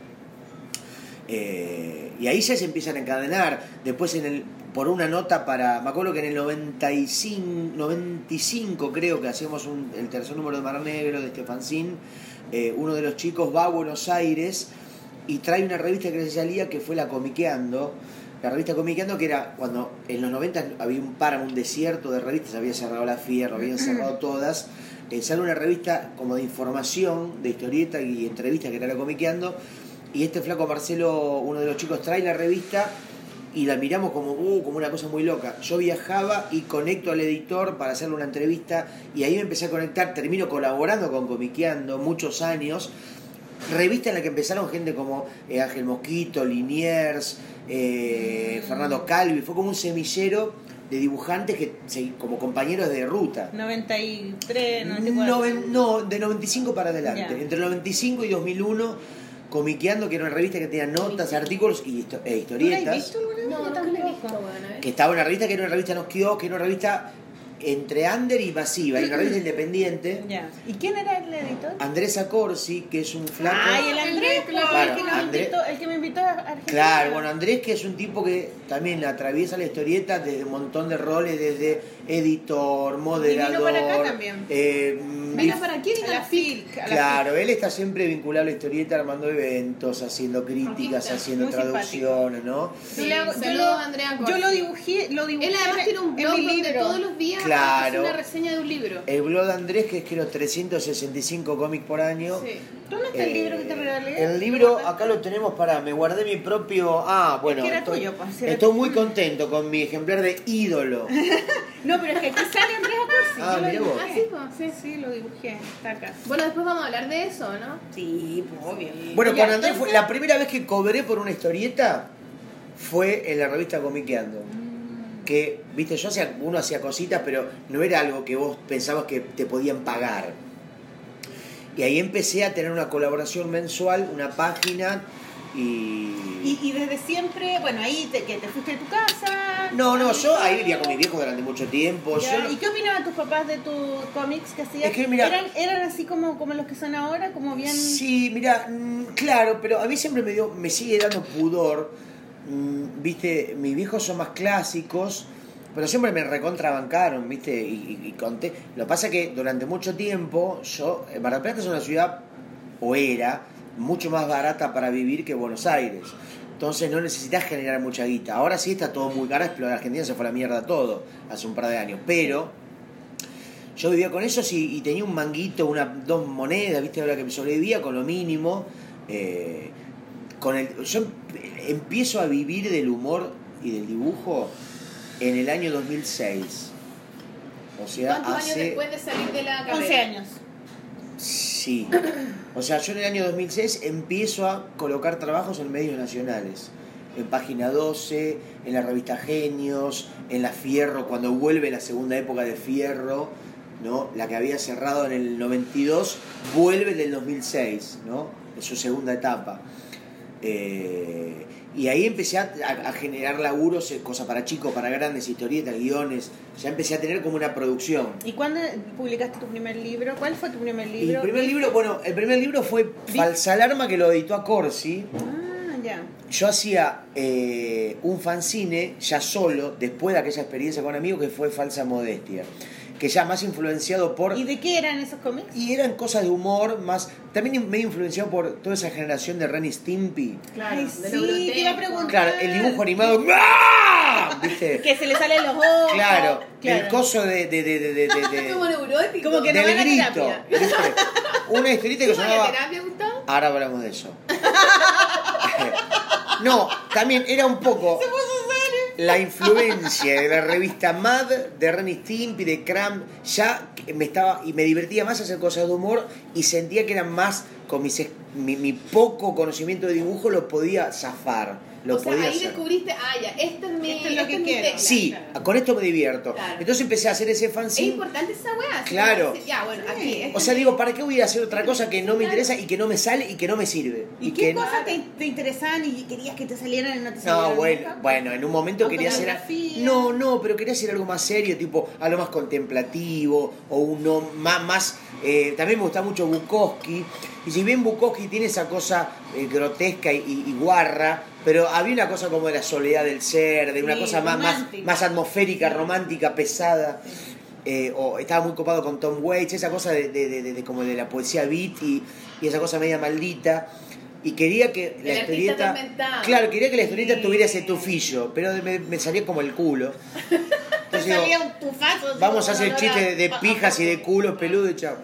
Eh, y ahí ya se empiezan a encadenar. Después en el, por una nota para. Me acuerdo que en el 95, 95 creo que hacíamos un- el tercer número de Mar Negro de Estefancín. uno de los chicos va a Buenos Aires y trae una revista que se salía que fue la Comiqueando. La revista Comiqueando que era cuando en los 90 había un páramo, un desierto de revistas, había cerrado la Fierro, habían cerrado todas. Eh, sale una revista como de información, de historieta y entrevistas que era la Comiqueando. Y este flaco Marcelo, uno de los chicos, trae la revista y la miramos como, uh, como una cosa muy loca. Yo viajaba y conecto al editor para hacerle una entrevista y ahí me empecé a conectar, termino colaborando con Comiqueando muchos años. Revista en la que empezaron gente como eh, Ángel Mosquito, Liniers, eh, Fernando Calvi, fue como un semillero de dibujantes que se- como compañeros de ruta. 93, 94. Noven- no, de 95 para adelante. Ya. Entre 95 y 2001, Comiqueando, que era una revista que tenía notas, artículos y histo- e ¿Tú la has historietas. visto alguna vez? No, Yo nunca lo he tampoco. visto, bueno, ¿eh? Que estaba una revista que era una revista kioscos, que era una revista entre under y masiva, y una [CLEARS THROAT] revista independiente. Ya. ¿Y quién era el editor? Andrés Acorsi, que es un flaco. Ay, Ah, el Andrés, Claro, po, el, que nos Andrés. invitó, el que me invitó a Argentina. Claro, bueno, Andrés que es un tipo que también atraviesa la historieta desde un montón de roles, desde editor, moderador. para acá también. eh, mm, Venga, ¿para qué? A la FILC. a la Claro, él está siempre vinculado a la historieta, armando eventos, haciendo críticas, Artista, haciendo muy traducciones, ¿no? FILC. Yo, le hago- yo Saludos, lo, Andrea yo Corsi. lo dibujé, lo dibujé Él además tiene un en blog mi donde libro. todos los días Claro. hace una reseña de un libro. El blog de Andrés, que es que los 365 cómics por año. Sí. ¿Dónde está el Eh, libro que te regalé? El libro, acá lo tenemos para. Me guardé mi propio. Ah, bueno. que era estoy, tuyo, pues, era estoy tuyo. muy contento con mi ejemplar de [LAUGHS] ídolo. No, pero es que aquí sale Andrés Acorsi. Ah, yo lo mirá vos. dibujé. Ah, sí, po, sí. Sí, lo dibujé. Está acá. Bueno, después vamos a hablar de eso, ¿no? Sí, obvio. pues, Bueno, Ya, con Andrés fue entonces- la primera vez que cobré por una historieta fue en la revista Comiqueando. Mm. Que, viste, yo hacía, uno hacía cositas, pero no era algo que vos pensabas que te podían pagar. Y ahí empecé a tener una colaboración mensual, una página y. Y, y desde siempre, bueno, ahí te, que te fuiste de tu casa. No, no, yo ahí vivía vivías con mis viejos durante mucho tiempo. yo no- ¿Y qué opinaban tus papás de tus cómics que hacías? Es que, mira- ¿Eran, eran así como, como los que son ahora, como bien... Sí, mira, mm, claro, pero a mí siempre me dio, me sigue dando pudor. mm, Viste, mis viejos son más clásicos, pero siempre me recontrabancaron, viste, y, y- y conté. Lo que pasa es que durante mucho tiempo, yo, eh, Mar del Plata es una ciudad, o era, mucho más barata para vivir que Buenos Aires. Entonces no necesitas generar mucha guita. Ahora sí está todo muy caro, pero la Argentina se fue a la mierda todo hace un par de años. Pero yo vivía con ellos y, y tenía un manguito, una, dos monedas, ¿viste? Ahora que me sobrevivía con lo mínimo. eh, con el, yo emp- empiezo a vivir del humor y del dibujo en el año 2006. O sea, ¿Cuántos hace... años después de salir de la carrera? 11 años. Sí. O sea, yo en el año 2006 empiezo a colocar trabajos en medios nacionales. en Página 12, en la revista Genios, en la Fierro, cuando vuelve la segunda época de Fierro, ¿no? La que había cerrado en el 92, vuelve en el 2006, ¿no? En su segunda etapa. Eh, y ahí empecé a, a- a generar laburos, eh, cosas para chicos, para grandes, historietas, guiones. Ya empecé a tener como una producción. ¿Y cuándo publicaste tu primer libro? ¿Cuál fue tu primer Y libro? el primer libro, bueno, el primer libro fue Falsa Alarma, que lo editó a Corsi. Ah, ya. Yo hacía eh, un fanzine ya solo, después de aquella experiencia con amigos, que fue Falsa Modestia. Que ya más influenciado por... ¿Y de qué eran esos cómics? Y eran cosas de humor, más... También medio influenciado por toda esa generación de Ren y Stimpy. Claro, Ay, de lo sí, te iba a grotesco. preguntar. Claro, el dibujo animado... ¡ah! ¿Viste? Que se le salen los ojos. Claro, claro. el coso de... de, de, de, de- de- de- Como [LAUGHS] neurótico. Como que no del van a grito. terapia. ¿viste? Una historieta que ¿Tú vas a llamaba... terapia, Gustavo? Ahora hablamos de eso. [LAUGHS] no, también era un poco la influencia de la revista Mad, de Renny Stimpy, de Cram, ya que me estaba y me divertía más hacer cosas de humor y sentía que eran más con mis es- mi, mi poco conocimiento de dibujo lo podía zafar, lo o sea, podía ahí hacer. descubriste, ah, ya, esto es mi, Esto es lo que mi quiero. tecla. Sí, Claro. con esto me divierto. Claro. Entonces empecé a hacer ese Es fanzine. importante esa weá. así Claro. como decir, Ya, bueno, aquí. este O es sea, mi- digo, ¿para qué voy a hacer otra cosa que no me interesa y que no me sale y que no me sirve? ¿Y qué que no- cosas te, te interesaban y querías que te salieran y no te salieran? No, bueno, nunca? bueno, en un momento quería hacer. Autobiografía. No, no, pero quería hacer algo más serio, tipo algo más contemplativo o uno más. más eh, también me gusta mucho Bukowski. Y si bien Bukowski tiene esa cosa eh, grotesca y, y- y guarra, pero había una cosa como de la soledad del ser, de una Sí, cosa más, más, romántica. más atmosférica, romántica, pesada. Eh, o estaba muy copado con Tom Waits, esa cosa de, de- de- de- de como de la poesía beat y, y esa cosa media maldita. Y quería que la artista historieta. atormentado. Claro, quería que la historieta Sí. tuviera ese tufillo, pero me, me salía como el [LAUGHS] culo. Te Entonces digo, salía un tufazo. así vamos a como hacer olor chistes de, de a- a- pijas y de culos peludos, y chao.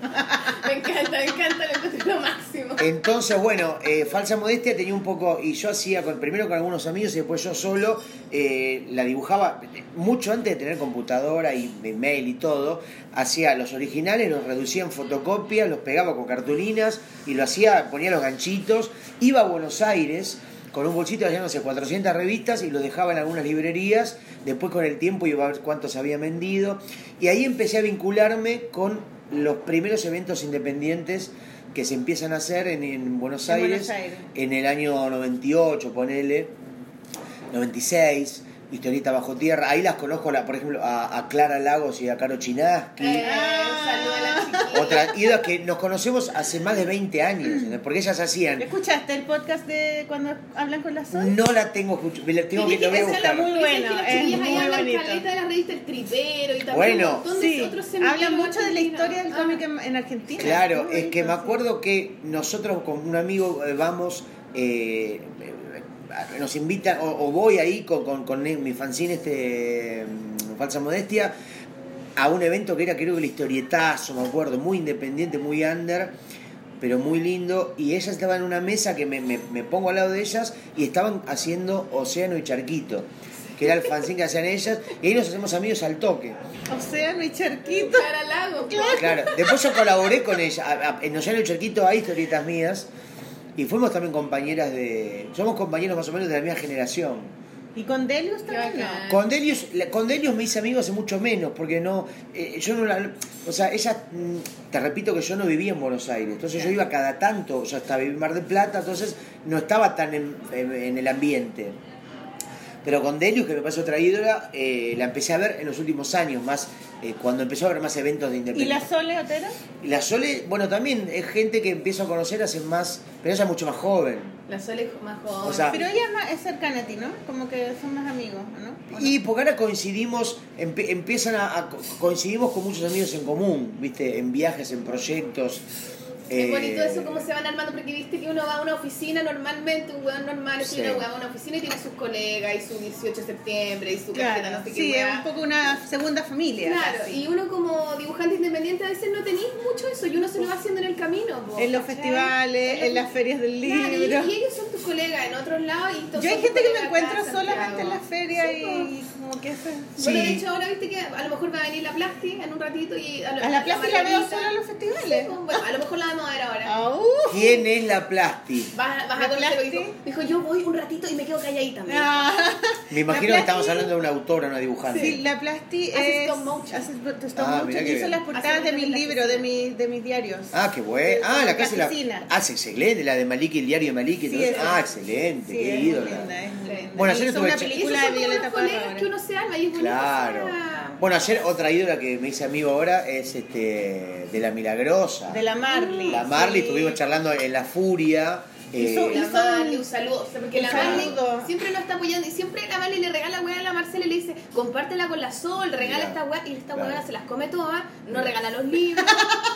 Me encanta, me encanta, lo encuentro lo máximo. Entonces, bueno, eh, falsa modestia tenía un poco, y yo hacía con, primero con algunos amigos y después yo solo, eh, la dibujaba mucho antes de tener computadora y mail y todo, hacía los originales, los reducía en fotocopias, los pegaba con cartulinas y lo hacía, ponía los ganchitos, iba a Buenos Aires con un bolsito hacía, no sé, 400 revistas y los dejaba en algunas librerías, después con el tiempo iba a ver cuántos había vendido, y ahí empecé a vincularme con los primeros eventos independientes que se empiezan a hacer en, en Buenos, En Aires, Buenos Aires. en el año 98, ponele, 96, historieta bajo tierra, ahí las conozco, la, por ejemplo, a, a Clara Lagos y a Caro Chinaski. Eh, saluda a Ah. la chiquilla. Otras idas que nos conocemos hace más de 20 años, ¿entendés? porque ellas hacían ¿Escuchaste el podcast de cuando hablan con la Sol? no la tengo escuchado. Tengo que, Dijiste te voy a que esa es la buscar. muy Dicen que bueno, las es chiquillas ahí muy hablan bonito. caleta de la revista El Tripero y también Bueno. un montón de Sí, otros seminarios hablan mucho de la argentinos. historia del Ah. cómic en, en Argentina. Claro, Muy es que me bonito, acuerdo que nosotros con un amigo eh, vamos, eh, eh, nos invitan, o, o voy ahí con, con- con mi fanzine este, mm, Falsa Modestia, a un evento que era creo que el historietazo, me acuerdo, muy independiente, muy under, pero muy lindo, y ellas estaban en una mesa que me, me- me pongo al lado de ellas y estaban haciendo Océano y Charquito, que era el fanzine que hacían ellas, y ahí nos hacemos amigos al toque. sí. Océano y Charquito. Cara al lago. Claro, después yo colaboré con ella. A- a- En Océano y Charquito hay historietas mías. Y fuimos también compañeras de. Somos compañeros más o menos de la misma generación. ¿Y con Delius también? bacán. No. Con Delius, la- con Delius me hice amigo hace mucho menos, porque no. eh, yo no la. O sea, ella. mm, Te repito que yo no vivía en Buenos Aires. Entonces yo iba cada tanto. Yo estaba en Mar del Plata, entonces no estaba tan en, en- en el ambiente. Pero con Delius, que me pasó otra ídola, eh, la empecé a ver en los últimos años, más eh, cuando empezó a haber más eventos de ¿Y independencia. la Sole Otero? Y la Sole, bueno, también es gente que empiezo a conocer hace más, pero ella es mucho más joven. La Sol es más joven. O sea, Pero ella es, más, es cercana a ti, ¿no? Como que son más amigos, ¿no? ¿O no? Y porque ahora coincidimos, empe- empiezan a, a co- coincidimos con muchos amigos en común, ¿viste? En viajes, en proyectos. Es eh, bonito eso, cómo se van armando, porque viste que uno va a una oficina normalmente, un weón normal, es Sí. una weá, va a una oficina y tiene sus colegas, y su 18 de septiembre, y su carpeta, Claro, no sé qué sí, es weá. un poco una segunda familia. Claro, y uno como dibujante independiente a veces no tenéis mucho eso, eso y uno se lo va haciendo en el camino. po, En los ¿cachai? festivales, en las ferias del Claro, y, libro. y ellos son tus colegas en otros lados. Y estos Yo hay son gente tus que me colegas encuentro acá, solamente en la Santiago. feria Sí, po. y como que se... Bueno, de Sí. hecho, ahora viste que a lo mejor va a venir la Plasti en un ratito y a, lo- A la plaza la veo Margarita. solo en los festivales. Ah, Bueno, a lo mejor la vamos a ver ahora. Au. ¿Quién es la Plasti? Vas, vas ¿La a conocer, Plasti? dijo, me dijo, yo voy un ratito y me quedo calladita. me dijo. Ah. Me imagino La que Plasti- estamos hablando de una autora, una dibujante. Sí, la Plasti Hace es... stop motion. hace stop- stop Ah, motion, mira qué hizo bien. las portadas Hace de mis la libros, de, mi, de mis diarios. Ah, qué bueno. Ah, la casa de la. Casicina. Ah, es excelente, la de Maliki, el diario de Maliki. y todo Sí, eso. es- ah, excelente, Sí, qué es muy linda, ídola. es muy linda. Bueno, ayer Hizo estuve una ch- película de Esos son como Violeta los colegas Parra. que uno se arma y es bonito. Claro. esa- Bueno, ayer otra ídola que me hice amigo ahora es este de la Milagrosa. De la Marley. La Marley, sí. estuvimos charlando en La Furia. Hizo- eh, La Marley, un saludo. o sea, porque Un la Marley saludo. siempre lo está apoyando y siempre la Marley le regala weá a la Marcela y le dice, compártela con la Sol, regala Mirá. esta weá y esta Claro. weá se las come todas, no regala [LAUGHS] los libros.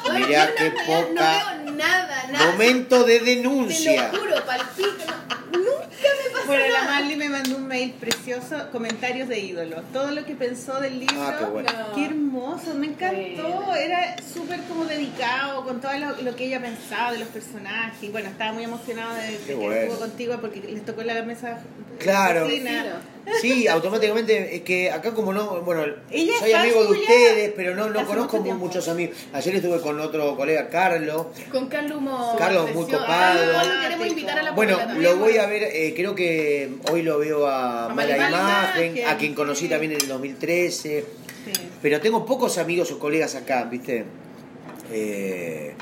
Weón, Mirá yo qué no, weá, poca- No veo nada, nada. Momento de Te lo denuncia. juro, palpito. no, nunca me pasó Bueno, la nada. Marley me mandó un mail precioso, comentarios de ídolos, todo lo que pensó del libro, Ah, qué bueno. No. qué hermoso, me encantó, Bueno. era súper como dedicado con todo lo, lo que ella pensaba de los personajes, y bueno, estaba muy emocionada de, de Qué que bueno. estuvo contigo porque les tocó la mesa Claro. de Sí, cocina. no. Sí, automáticamente es que acá como no, bueno, Ella soy es amigo de Julia ustedes, pero no, no hace conozco mucho tiempo. muchos amigos. Ayer estuve con otro colega, Carlos. Con Carlos Mo. Carlos, muy precioso. copado. Ah, lo queremos invitar a la Bueno, película lo también, voy a [LAUGHS] bueno. ver, eh, creo que hoy lo veo a, A Mala Mala Imagen, Imagen, a quien conocí sí. también en el 2013, Sí. pero tengo pocos amigos o colegas acá, ¿viste? Eh,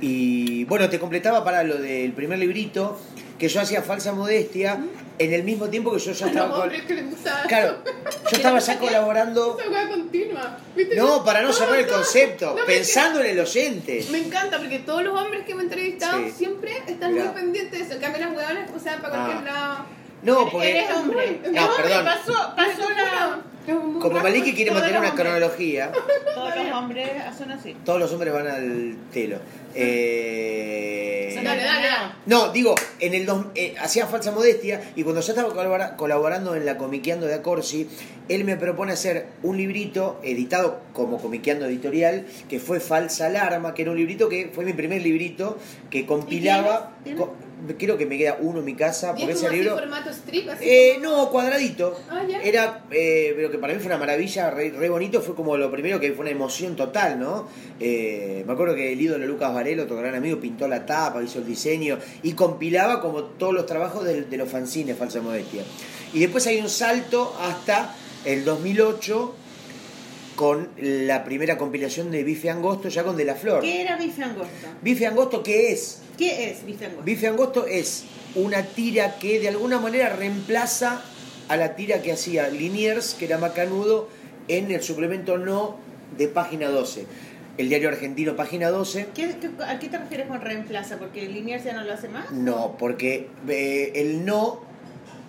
y bueno, te completaba para lo del primer librito, que yo hacía falsa modestia, en el mismo tiempo que yo ya A los estaba... [LAUGHS] col- hombres que les gusta. Claro, yo estaba ya colaborando... Esa weá continua. ¿Viste? No, para no cerrar el concepto, no, me pensando en el oyente. Me encanta porque todos los hombres que me he entrevistado Sí. siempre están Mirá. muy pendientes de eso. En cambio, las huevonas usaban para Ah. cualquier lado. No, porque... Eres [LAUGHS] hombre. No, perdón. Pasó, pasó [LAUGHS] la... Como Maliki quiere Todos mantener los una cronología... Todos los hombres hacen así. Todos los hombres van al Ah. telo. Eh, Dale, dale, dale. No, digo, en el dos- eh, hacía falsa modestia y cuando yo estaba colabora- colaborando en la Comiqueando de Acorsi, él me propone hacer un librito editado como Comiqueando Editorial, que fue Falsa Alarma, que era un librito que fue mi primer librito, que compilaba... tienes? co- creo que me queda uno en mi casa, Y es porque como ese así libro... formato strip, así Eh, como- no, cuadradito. Ah, ya. Era, eh, pero que para mí fue una maravilla, re, re bonito, fue como lo primero que fue una emoción total, ¿no? Eh, me acuerdo que el ídolo Lucas Varela, otro gran amigo, pintó la tapa, hizo el diseño y compilaba como todos los trabajos de, de los fanzines, falsa modestia. Y después hay un salto hasta el 2008 con la primera compilación de Bife Angosto, ya con De la Flor. ¿Qué era bife angosto? Bife Angosto, ¿qué es? ¿Qué es bife angosto? Bife Angosto es una tira que de alguna manera reemplaza a la tira que hacía Liniers, que era macanudo, en el suplemento No de página 12. El diario argentino, página 12. ¿Qué- qué- ¿A qué te refieres con reemplaza? ¿Porque Liniers ya no lo hace más? No, porque eh, el No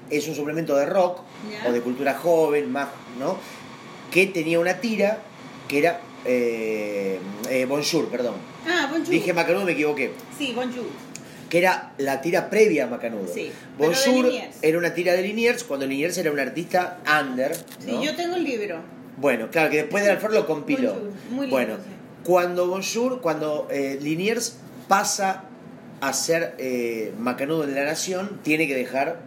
es un suplemento de rock Ya. o de cultura joven, más, ¿no? Que tenía una tira que era. Eh, eh, Bonjour, perdón. Ah, Bonjour. Dije macanudo, me equivoqué. Sí, Bonjour. que era la tira previa a Macanudo. Sí, pero de Bonjour Liniers. era una tira de Liniers cuando Liniers era un artista under. Sí, ¿no? yo tengo el libro. Bueno, claro, que después de Alfred lo compiló. Bonjour, muy lindo, bueno, sí. cuando Bonjour, cuando eh, Liniers pasa a ser eh, Macanudo de la Nación, tiene que dejar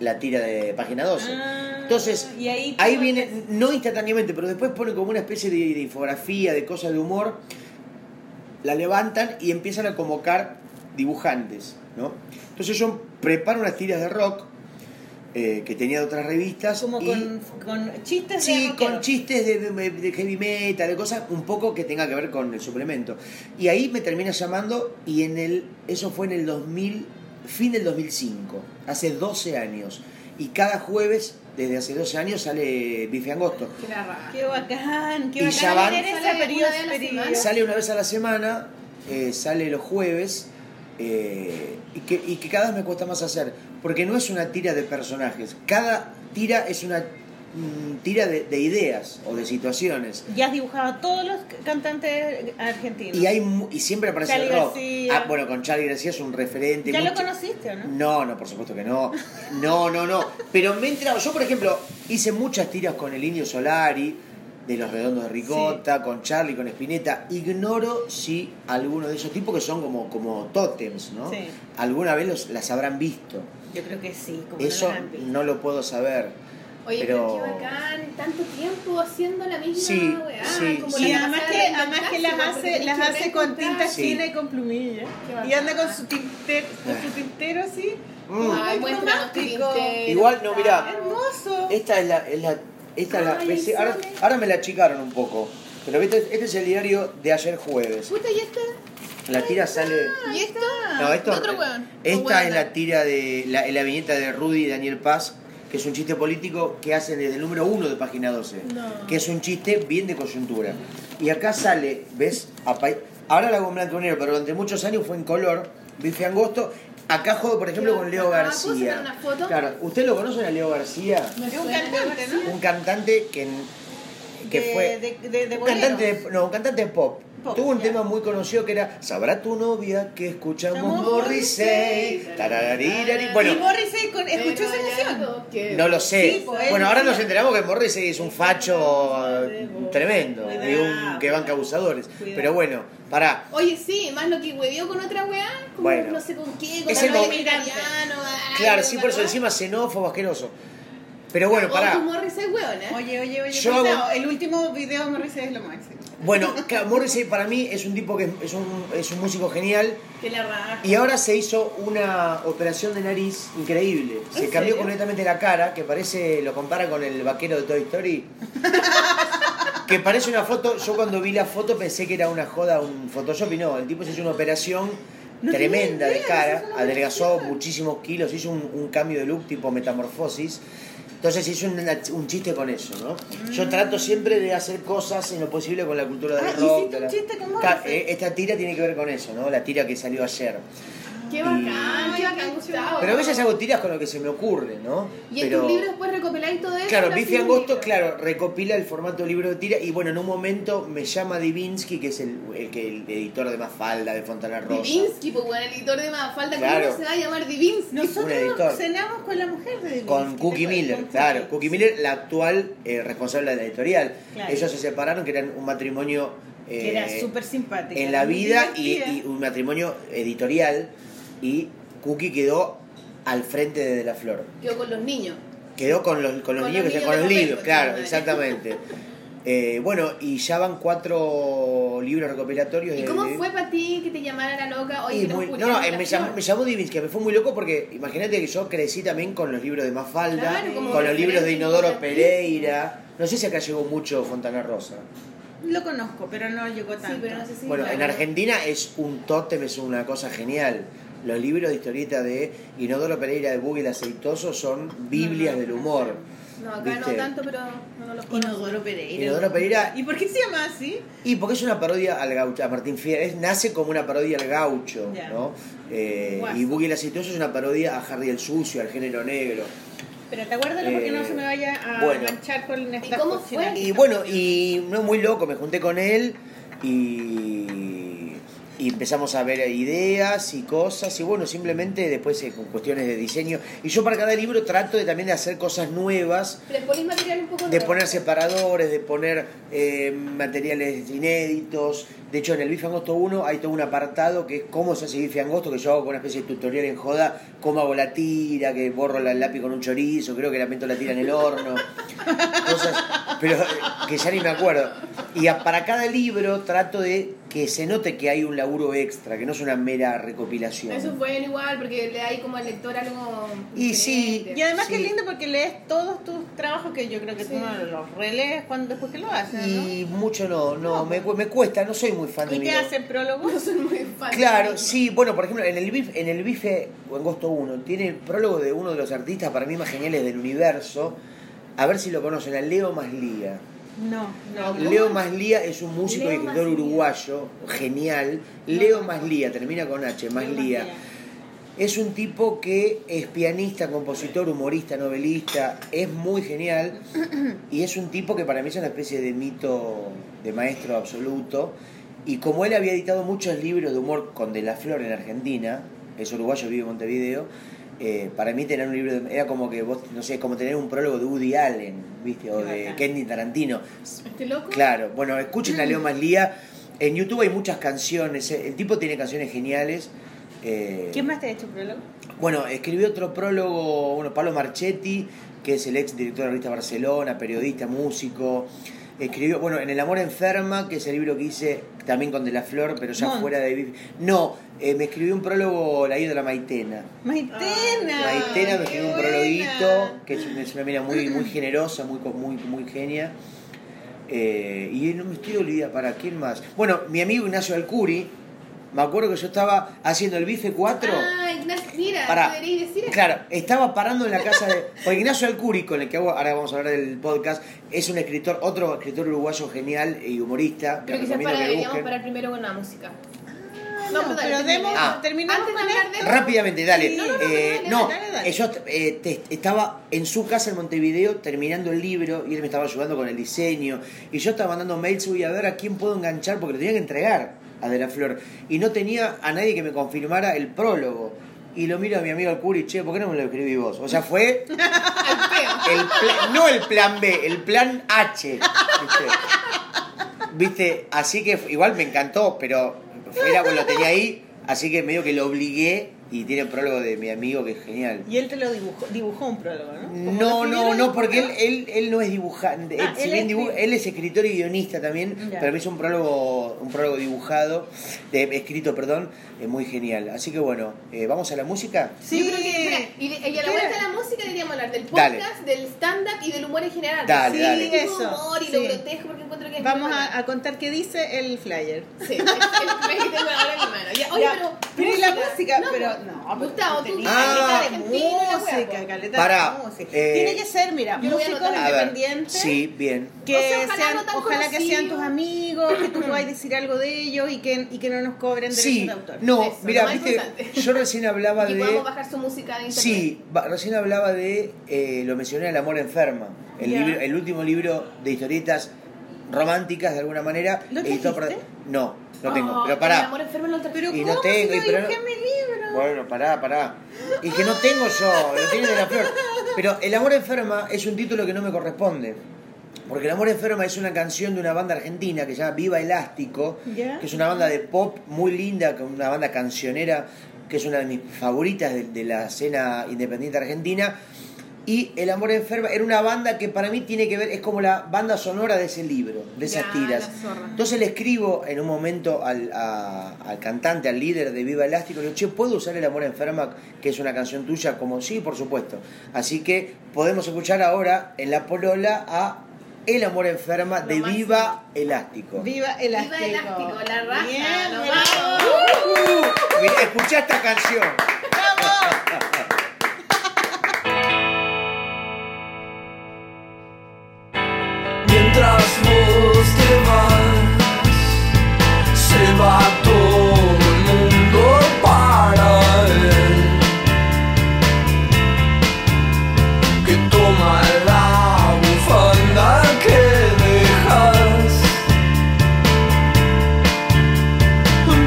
la tira de página 12. Ah, Entonces, y ahí, Ahí tú- viene, no instantáneamente, pero después pone como una especie de, de infografía, de cosas de humor, la levantan y empiezan a convocar dibujantes, ¿no? Entonces yo preparo unas tiras de rock eh, que tenía de otras revistas. Como y- con, con chistes de Sí, rockero. con chistes de, de- de heavy metal, de cosas un poco que tenga que ver con el suplemento. Y ahí me termina llamando y en el eso fue en el 2000, fin del 2005, hace 12 años. Y cada jueves, desde hace 12 años, sale Bife Angosto. Qué la raja. Qué bacán, qué Y bacán. ya van- tener ese Sale una periodo- vez a la periodo. semana. Sale una vez a la semana, eh, sale los jueves, eh, y, que, y que cada vez me cuesta más hacer, porque no es una tira de personajes, cada tira es una mm, tira de- de ideas o de situaciones. Y has dibujado a todos los cantantes argentinos. Y, hay, mu- y siempre aparece Charly el rock. García. Ah, bueno, con Charlie García es un referente. ¿Ya lo mucho- conociste o no? No, no, por supuesto que no. No, no, no. Pero me he enterado. Yo, por ejemplo, hice muchas tiras con el Indio Solari. de los redondos de Ricota, con Charlie, con Spinetta. Ignoro si alguno de esos tipos que son como, como tótems, ¿no? Sí. Alguna vez los, las habrán visto. Yo creo que sí, como Eso mm. no lo han visto. no lo puedo saber. Oye, pero- pero qué bacán, tanto tiempo haciendo la misma Sí, weá, sí, como sí. Y la además pasada que, de la además que las clase, hace, porque las tenés que hace con reencontrar- tinta Sí. fina y con plumilla. Qué Y anda con bacán. su tintero, con Ah. su tintero así. Mm. Ah. Ay, muéstranos tu Romántico. tintero, Igual, no, mirá. Hermoso. Esta es la. es la- esta es la- Ay, ves- sí, ahora, me- ahora me la achicaron un poco. Pero este, este es el diario de ayer jueves. Puta, ¿y esta? La tira sale. ¿Y esto? No, esto, Ah, Otro hueón. O Esta hueona. es la tira de la, es la viñeta de Rudy y Daniel Paz, que es un chiste político que hacen desde el número uno de página 12, No. que es un chiste bien de coyuntura. Y acá sale, ¿ves? Apa- Ahora la hago en blanco y negro, pero durante muchos años fue en color, bife angosto. Acá jodo, por ejemplo, Qué con Leo bacán. Ah, ¿puedo García. sacar una foto? Claro, ¿usted lo conocen a Leo García? Me Es un suena, cantante, ¿no? ¿no? Un cantante que, en- que de, fue. de, de, de Un bolero. cantante, de, no, un cantante de pop. Pop, Tuvo un ya. tema muy conocido que era Sabrá tu novia que escuchamos Escuchamos Morrissey. Morrissey. Tarararirari. Y y Bueno, Morrissey con, Pero escuchó esa hay canción. algo que- no lo sé. Sí, pues, bueno, él ahora decía- nos enteramos que Morrissey es un facho eh, tremendo Cuidado, y un que banca cuidado. abusadores. Cuidado. Pero bueno, pará. Oye, sí, más lo que huevió con otra weá, como Bueno. no sé con qué, con Es el la novia momento. italiano. ay, Claro, sí, ¿no? por eso encima xenófobo, asqueroso. Pero bueno, O pará. tu Morris es weón, ¿eh? Oye, oye, oye. Yo pero hago- no, el último video de Morrissey es lo máximo. Bueno, claro, Morrissey para mí es un tipo que es- es un, es un músico genial. Que la raja. Y ahora se hizo una operación de nariz increíble. Se ¿En cambió serio? completamente la cara, que parece, lo compara con el vaquero de Toy Story. que parece una foto, yo cuando vi la foto pensé que era una joda, un Photoshop, y no, el tipo se hizo una operación No tremenda tenía idea, de se cara, hizo una adelgazó operación. muchísimos kilos, hizo un, un cambio de look tipo metamorfosis. Entonces hizo un, un chiste con eso, ¿no? Yo trato siempre de hacer cosas en lo posible con la cultura del Mm. Ah, rock. hiciste de un la- chiste con Ca- Morrissey. eh, Esta tira tiene que ver con eso, ¿no? La tira que salió ayer. Qué bacán, Ay, qué qué bacán, Gustavo. Mm. Pero a veces hago tiras con lo que se me ocurre, ¿no? Y en Pero, tus libros después recopiláis todo eso. Claro, lo Bife hacís en un Angosto, libro. claro, recopila el formato libro de tira. Y bueno, en un momento me llama Divinsky, que es el, el que- el editor de Mafalda, de Fontana Rosa. Divinsky, pues weón, el editor de Mafalda, Claro. ¿cómo no se va a llamar Divinsky? editor. Nosotros cenamos con la mujer de Con Cookie Miller, claro. Cookie Miller, la actual eh, responsable de la editorial. Claro. Ellos se separaron, que eran un matrimonio. eh, Que era súper simpática. en la muy vida y, divertida. y un matrimonio editorial. Y Cookie quedó al frente de De La Flor. Yo con los niños. Quedó con los, con los Con niños, los que se- niños con de los papel, libros, con claro, tu madre. [LAUGHS] exactamente. Eh, bueno, y ya van cuatro libros recopilatorios. ¿Y de- cómo de- fue para ti que te llamara la loca? Oye, y queremos muy- no, publicar no, en eh, la me flor. llamó, me llamó Divinsky, me fue muy loco porque imagínate que yo crecí también con los libros de Mafalda, Claro, como con los libros de referente Inodoro importantísimo. Pereira. No sé si acá llegó mucho Fontana Rosa. Lo conozco, pero no llegó tanto. Sí, pero no sé si. Bueno, en claro. Argentina es un tótem, es una cosa genial. Los libros de historieta de Inodoro Pereira de Buggy el Aceitoso son Biblias No, no, del no, humor. No, acá ¿viste? no tanto, pero no los conozco. Inodoro Pereira. Inodoro Pereira. ¿Y por qué se llama así? Y porque es una parodia al gaucho, a Martín Fierro, es- nace como una parodia al gaucho, Ya. ¿no? Eh, Guaso. y Buggy el Aceitoso es una parodia a Harry el Sucio, al género negro. Pero te acuérdalo porque Eh, no se me vaya a bueno. manchar con esta ¿Y cómo cochina. fue? Y bueno, y no muy loco, me junté con él y, y empezamos a ver ideas y cosas y bueno, simplemente después eh, con cuestiones de diseño. Y yo para cada libro trato de también de hacer cosas nuevas, Les ponís material un poco de nuevo. poner separadores, de poner eh, materiales inéditos. De hecho, en el Bife Angosto 1 hay todo un apartado que es cómo se hace Bife Angosto, que yo hago con una especie de tutorial en joda, cómo hago la tira, que borro la- el lápiz con un chorizo, creo que la meto la tira en el horno, cosas, pero eh, que ya ni me acuerdo. Y a- para cada libro trato de que se note que hay un laburo extra, que no es una mera recopilación. Eso es bueno igual, porque le hay como al lector algo. Y sí, diferente. Y además Sí. que lindo porque lees todos tus trabajos que yo creo que Sí. tú no los relees cuando después que lo haces, Y mucho no, no, me, cu- me cuesta, no soy muy fan ¿no? de Y mi te laburo. hacen prólogo. No son muy fáciles. Claro, sí, bueno, por ejemplo, en el bife, en el bife o en Gosto 1 tiene el prólogo de uno de los artistas para mí más geniales del universo. A ver si lo conocen, a Leo Maslía. No, no. ¿Cómo? Leo Maslía es un músico y Leo escritor Maslía. uruguayo, genial. No, Leo no. Maslía, termina con H, Leo Maslía. Es un tipo que es pianista, compositor, humorista, novelista, es muy genial y es un tipo que para mí es una especie de mito de maestro absoluto. Y como él había editado muchos libros de humor con De la Flor en Argentina, es uruguayo, vive en Montevideo, eh, para mí tener un libro de- era como que vos, no sé, como tener un prólogo de Woody Allen, ¿viste? O Qué de bacán. Kenny Tarantino. Este loco. Claro, bueno, escuchen a Leo Maslía. En YouTube hay muchas canciones, eh, el tipo tiene canciones geniales. eh, ¿Quién más te ha hecho prólogo? bueno, escribió otro prólogo, bueno, Pablo Marchetti, que es el ex director de la revista Barcelona, periodista, músico. Escribió, bueno, en El amor enferma, que es el libro que hice también con De la Flor, pero ya Montt. fuera de... vi- No, eh, me escribió un prólogo La ídola Maitena. Maitena. Ah, Maitena me qué escribió un buena. prologuito, que es una, es una mina muy, muy generosa, muy, co- muy, muy genia. Eh, y no me estoy olvidando, ¿para quién más? Bueno, mi amigo Ignacio Alcuri, me acuerdo que yo estaba haciendo el bife 4. Ah, Ignacio, mira, Pará. deberíais decir eso. Claro, estaba parando en la casa de. [LAUGHS] Porque Ignacio Alcuri, con el que hago- ahora vamos a hablar del podcast, es un escritor, otro escritor uruguayo genial y humorista. Pero que quizás recomiendo para, que deberíamos busquen. parar primero con la música. No, Vamos, dale, pero demos, Ah. terminamos Antes de con hablar de esto. Rápidamente, dale. Sí. No, No, no, no, eh, dale, no, dale, dale. yo eh, te- estaba en su casa en Montevideo terminando el libro y él me estaba ayudando con el diseño. Y yo estaba mandando mails y a ver a quién puedo enganchar porque lo tenía que entregar a De la Flor. Y no tenía a nadie que me confirmara el prólogo. Y lo miro a mi amigo Alcuri, che, ¿por qué no me lo escribí vos? O sea, fue Al peo. El pla- no el plan B, el plan H. ¿viste? ¿Viste? Así que igual me encantó, pero era bueno, lo tenía ahí, así que medio que lo obligué y tiene el prólogo de mi amigo que es genial. Y él te lo dibujó, dibujó un prólogo, ¿no? Como No, lo no, escribieron, no, porque él, él, él no es dibujante. Ah, si él bien es dibu- escri- él es escritor y guionista también, Ya. pero me hizo un prólogo, un prólogo dibujado, de, escrito, perdón, eh, muy genial. Así que bueno, eh, ¿vamos a la música? Sí, Yo creo que, espera, y, de- y a la ¿Qué? vuelta de la música deberíamos hablar del Dale. podcast, del stand-up y del humor en general. Dale, sí, dale. tipo Eso, humor y sí. lo grotesco porque encuentro que es Vamos muy a, bacán. a contar qué dice el flyer. Sí, es el primer que tengo ahora en mi mano. Ya, oye, Ya, pero... pero ¿y la música? Pero pues, no, pero Gustavo, tú... contenido. Ah, caleta de argentino y la wea, música, pues. caleta Pará, de música. eh, Tiene que ser, mira, yo voy a músicos anotar. A ver, independientes. sí, bien. Que O sea, ojalá sean, no tan ojalá que sean tus conocidos. amigos, que tú puedas decir algo de ellos y que, y que no nos cobren derechos Sí, de autor. no, Eso, mira, lo más viste, [LAUGHS] importante. yo recién hablaba [LAUGHS] Y de... podemos bajar su música de internet. Sí, va- recién hablaba de, eh, lo mencioné, El amor enferma, el, Ya. libro- el último libro de historietas románticas de alguna manera. ¿Lo editado por- trajiste? No, no tengo, Oh, pero El pará. amor enfermo lo otra. Pero Y ¿cómo no si tengo, y pero dibujé no- mi libro? Bueno, pará, pará. Y que no tengo yo, lo tiene de la flor. Pero El amor enferma es un título que no me corresponde. Porque El amor enferma es una canción de una banda argentina que se llama Viva Elástico, Ya. que es una banda de pop muy linda, con una banda cancionera, que es una de mis favoritas de, de la escena independiente argentina. Y El amor enferma era una banda que para mí tiene que ver, es como la banda sonora de ese libro, de esas Ya, tiras. la zorra. Entonces le escribo en un momento al, a- al cantante, al líder de Viva Elástico, le digo, che, ¿puedo usar El Amor Enferma, que es una canción tuya? Como, sí, por supuesto. Así que podemos escuchar ahora en La Polola a El Amor Enferma Lo de máximo. Viva Elástico. Viva Elástico. Viva Elástico, la raja, Bien, nos bravo. vamos. Mirá, escuchá esta canción. Mientras vos te vas, se va todo el mundo para él. Que toma la bufanda que dejas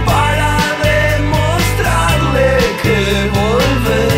para demostrarle que volvés.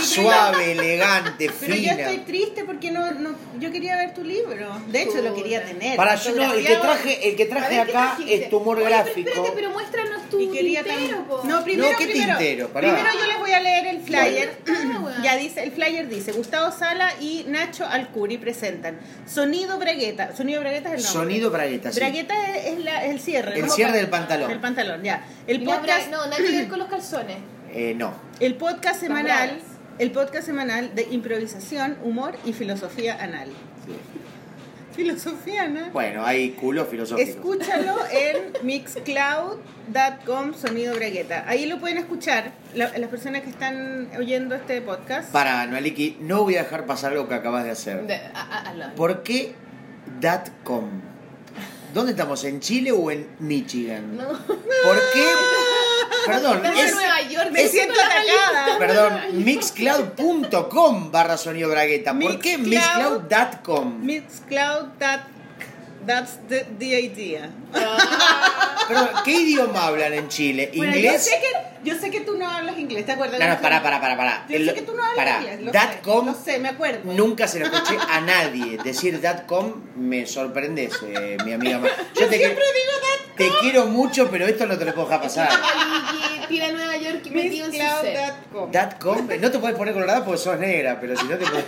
suave, elegante, Pero yo fina. estoy triste porque no, no yo quería ver tu libro. De hecho, lo quería tener. Para yo no, el que traje, el que A traje ver, ¿qué acá trajiste? es tumor Oye, pero gráfico. espérate, pero muéstranos tu Y quería tintero, po. No, primero, ¿qué primero, tintero? Pará. primero yo les voy a leer el flyer. Ah, [CLEARS THROAT] bueno. ya dice, el flyer dice, Gustavo Sala y Nacho Alcuri presentan Sonido Bragueta. Sonido Bragueta es el nombre. Sonido Bragueta, sí. Bragueta es, es la- el cierre. El ¿no? cierre del pantalón. El pantalón, ya. El Y las podcast, bra- No, nada que ver con los calzones. Eh, no. el podcast semanal, bragas. el podcast semanal de improvisación, humor y filosofía anal. Filosofía anal. Bueno, hay culo filosófico. Escúchalo en mixcloud.com sonido bragueta. Ahí lo pueden escuchar la- las personas que están oyendo este podcast. Para, Noeliki, no voy a dejar pasar lo que acabas de hacer. De- a- a- a la- ¿Por qué .com? ¿Dónde estamos? ¿En Chile o en Michigan? No. ¿Por qué? Perdón, Estamos en es- Nueva York, Me es- siento con la atacada. perdón, mixcloud.com barra sonido bragueta. ¿Por qué Mixcloud- mixcloud.com? [LAUGHS] Mixcloud. that- that's the, the idea. Perdón, ¿qué idioma hablan en Chile? Bueno, ¿Inglés? yo, sé que, yo sé que tú no hablas inglés, ¿te acuerdas? No, no, pará, pará, pará, pará. Yo sé que tú no hablas Pará. inglés. Lo Dot sé, com lo sé, me acuerdo. Nunca se lo escuché a nadie. Decir dot .com me sorprende, eh, mi amiga. [LAUGHS] Mar- Yo te, Siempre que- digo te quiero mucho, pero esto no te lo puedo dejar pasar. [LAUGHS] [LAUGHS] Alguien que tira a Nueva York y metido en su that. set. Mixcloud.com. Dot .com, eh, no te puedes poner colorada porque sos negra, pero si no te puedes...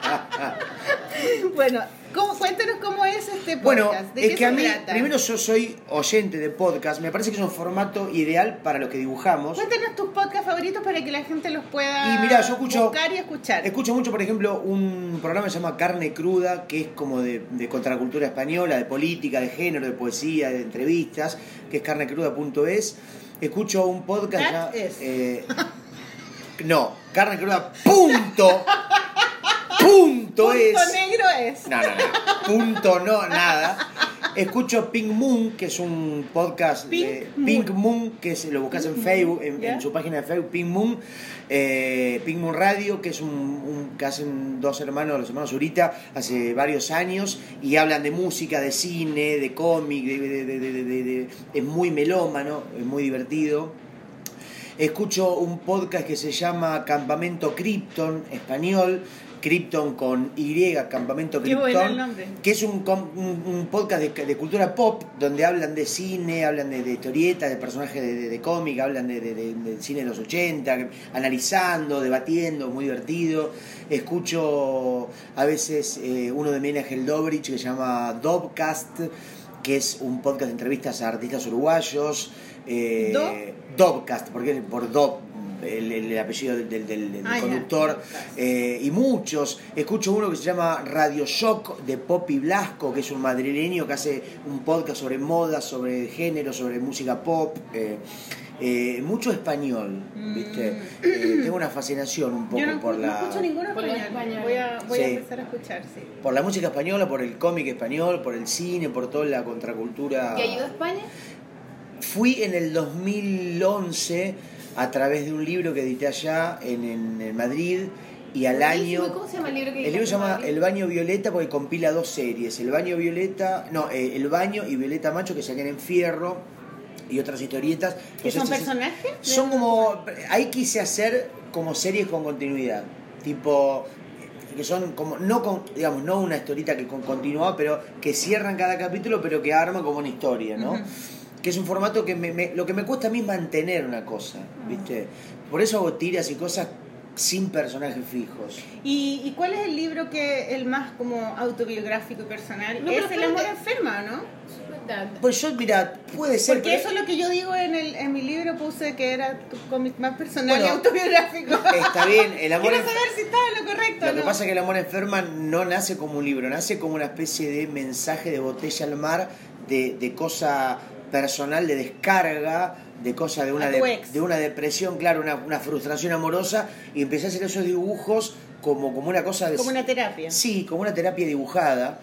[LAUGHS] Bueno, ¿cómo, cuéntanos cómo es este podcast. Bueno, ¿De es qué que a se mí, trata? primero yo soy oyente de podcast, me parece que es un formato ideal para los que dibujamos. Cuéntanos tus podcasts favoritos para que la gente los pueda Y mirá, yo escucho- buscar y escuchar. Escucho mucho, por ejemplo, un programa que se llama Carne Cruda, que es como de, de contracultura española, de política, de género, de poesía, de entrevistas, que es carnecruda.es. Escucho un podcast That ya- is. eh, no, carnecruda [LAUGHS] punto, punto Punto es. negro es. No, no, no. Punto no, nada. Escucho Pink Moon, que es un podcast de Pink Pink Moon, que se lo buscas en Facebook, en, ¿ya? en su página de Facebook, Pink Moon, eh, Pink Moon Radio, que es un, un- que hacen dos hermanos, los hermanos Zurita, hace varios años, y hablan de música, de cine, de cómic, de- de- de- de- de- de- de- es muy melómano, es muy divertido. Escucho un podcast que se llama Campamento Krypton español, Krypton con Y, Campamento Qué bueno el Krypton, nombre. que es un, com- un- un podcast de, de cultura pop donde hablan de cine, hablan de, de historietas, de personajes de, de- de cómic, hablan de, de- de- del cine de los 80, que- analizando, debatiendo, muy divertido. Escucho a veces eh, uno de Menagel Dobrich que se llama Dobcast, que es un podcast de entrevistas a artistas uruguayos. eh, ¿Dob? Dobcast, porque es por Dob, el, el apellido del, del- del- del Ah, ya. conductor, eh, y muchos. Escucho uno que se llama Radio Shock de Poppy Blasco, que es un madrileño que hace un podcast sobre moda, sobre género, sobre música pop. eh, eh, mucho español, ¿viste? Eh, tengo una fascinación un poco Mm. Yo no, por no la escucho ninguno por la español. española. Voy, a, voy a Sí. empezar a escuchar, sí. por la música española, por el cómic español, por el cine, por toda la contracultura. ¿Te ayudó España? Fui en el 2011 a través de un libro que edité allá en, en- en Madrid y al Buenísimo. año... ¿Cómo se llama el libro que El libro se llama El baño violeta porque compila dos series, El baño violeta, no, eh, El baño y Violeta Macho que salían en Fierro y otras historietas. ¿Que son Entonces, es- personajes? Son como, ahí quise hacer como series con continuidad, tipo que son como no con, digamos no una historita que con, continúa pero que cierran cada capítulo pero que arma como una historia no que es un formato que me, me- lo que me cuesta a mí es mantener una cosa viste Ah. por eso hago tiras y cosas sin personajes fijos ¿Y, y cuál es el libro que el más como autobiográfico y personal? No, pero es El amor espérate. enferma, ¿no? Pues yo, mira, puede ser. Porque eso es lo que yo digo en, el, en mi libro, puse que era tu cómic más personal y Bueno, autobiográfico. [LAUGHS] Está bien, el amor. Quiero enf- saber si estaba en lo correcto. Lo que ¿no? pasa es que el amor enferma no nace como un libro, nace como una especie de mensaje de botella al mar, de, de cosa personal, de descarga, de cosa de una, A tu de, ex. de una depresión, claro, una, una frustración amorosa, y empecé a hacer esos dibujos como, como una cosa de. Como una terapia. Sí, como una terapia dibujada.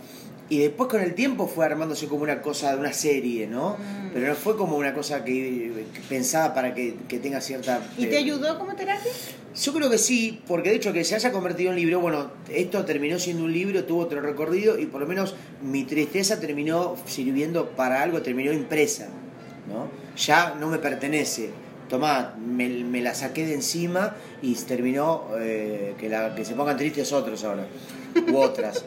Y después con el tiempo fue armándose como una cosa de una serie, ¿no? Mm. Pero no fue como una cosa que, que pensaba para que, que tenga cierta... ¿Y eh, te ayudó como terapia? Yo creo que sí, porque de hecho que se haya convertido en libro, bueno, esto terminó siendo un libro, tuvo otro recorrido y por lo menos mi tristeza terminó sirviendo para algo, terminó impresa, ¿no? Ya no me pertenece, tomá, me, me la saqué de encima y terminó eh, que, la, que se pongan tristes otros ahora, u otras.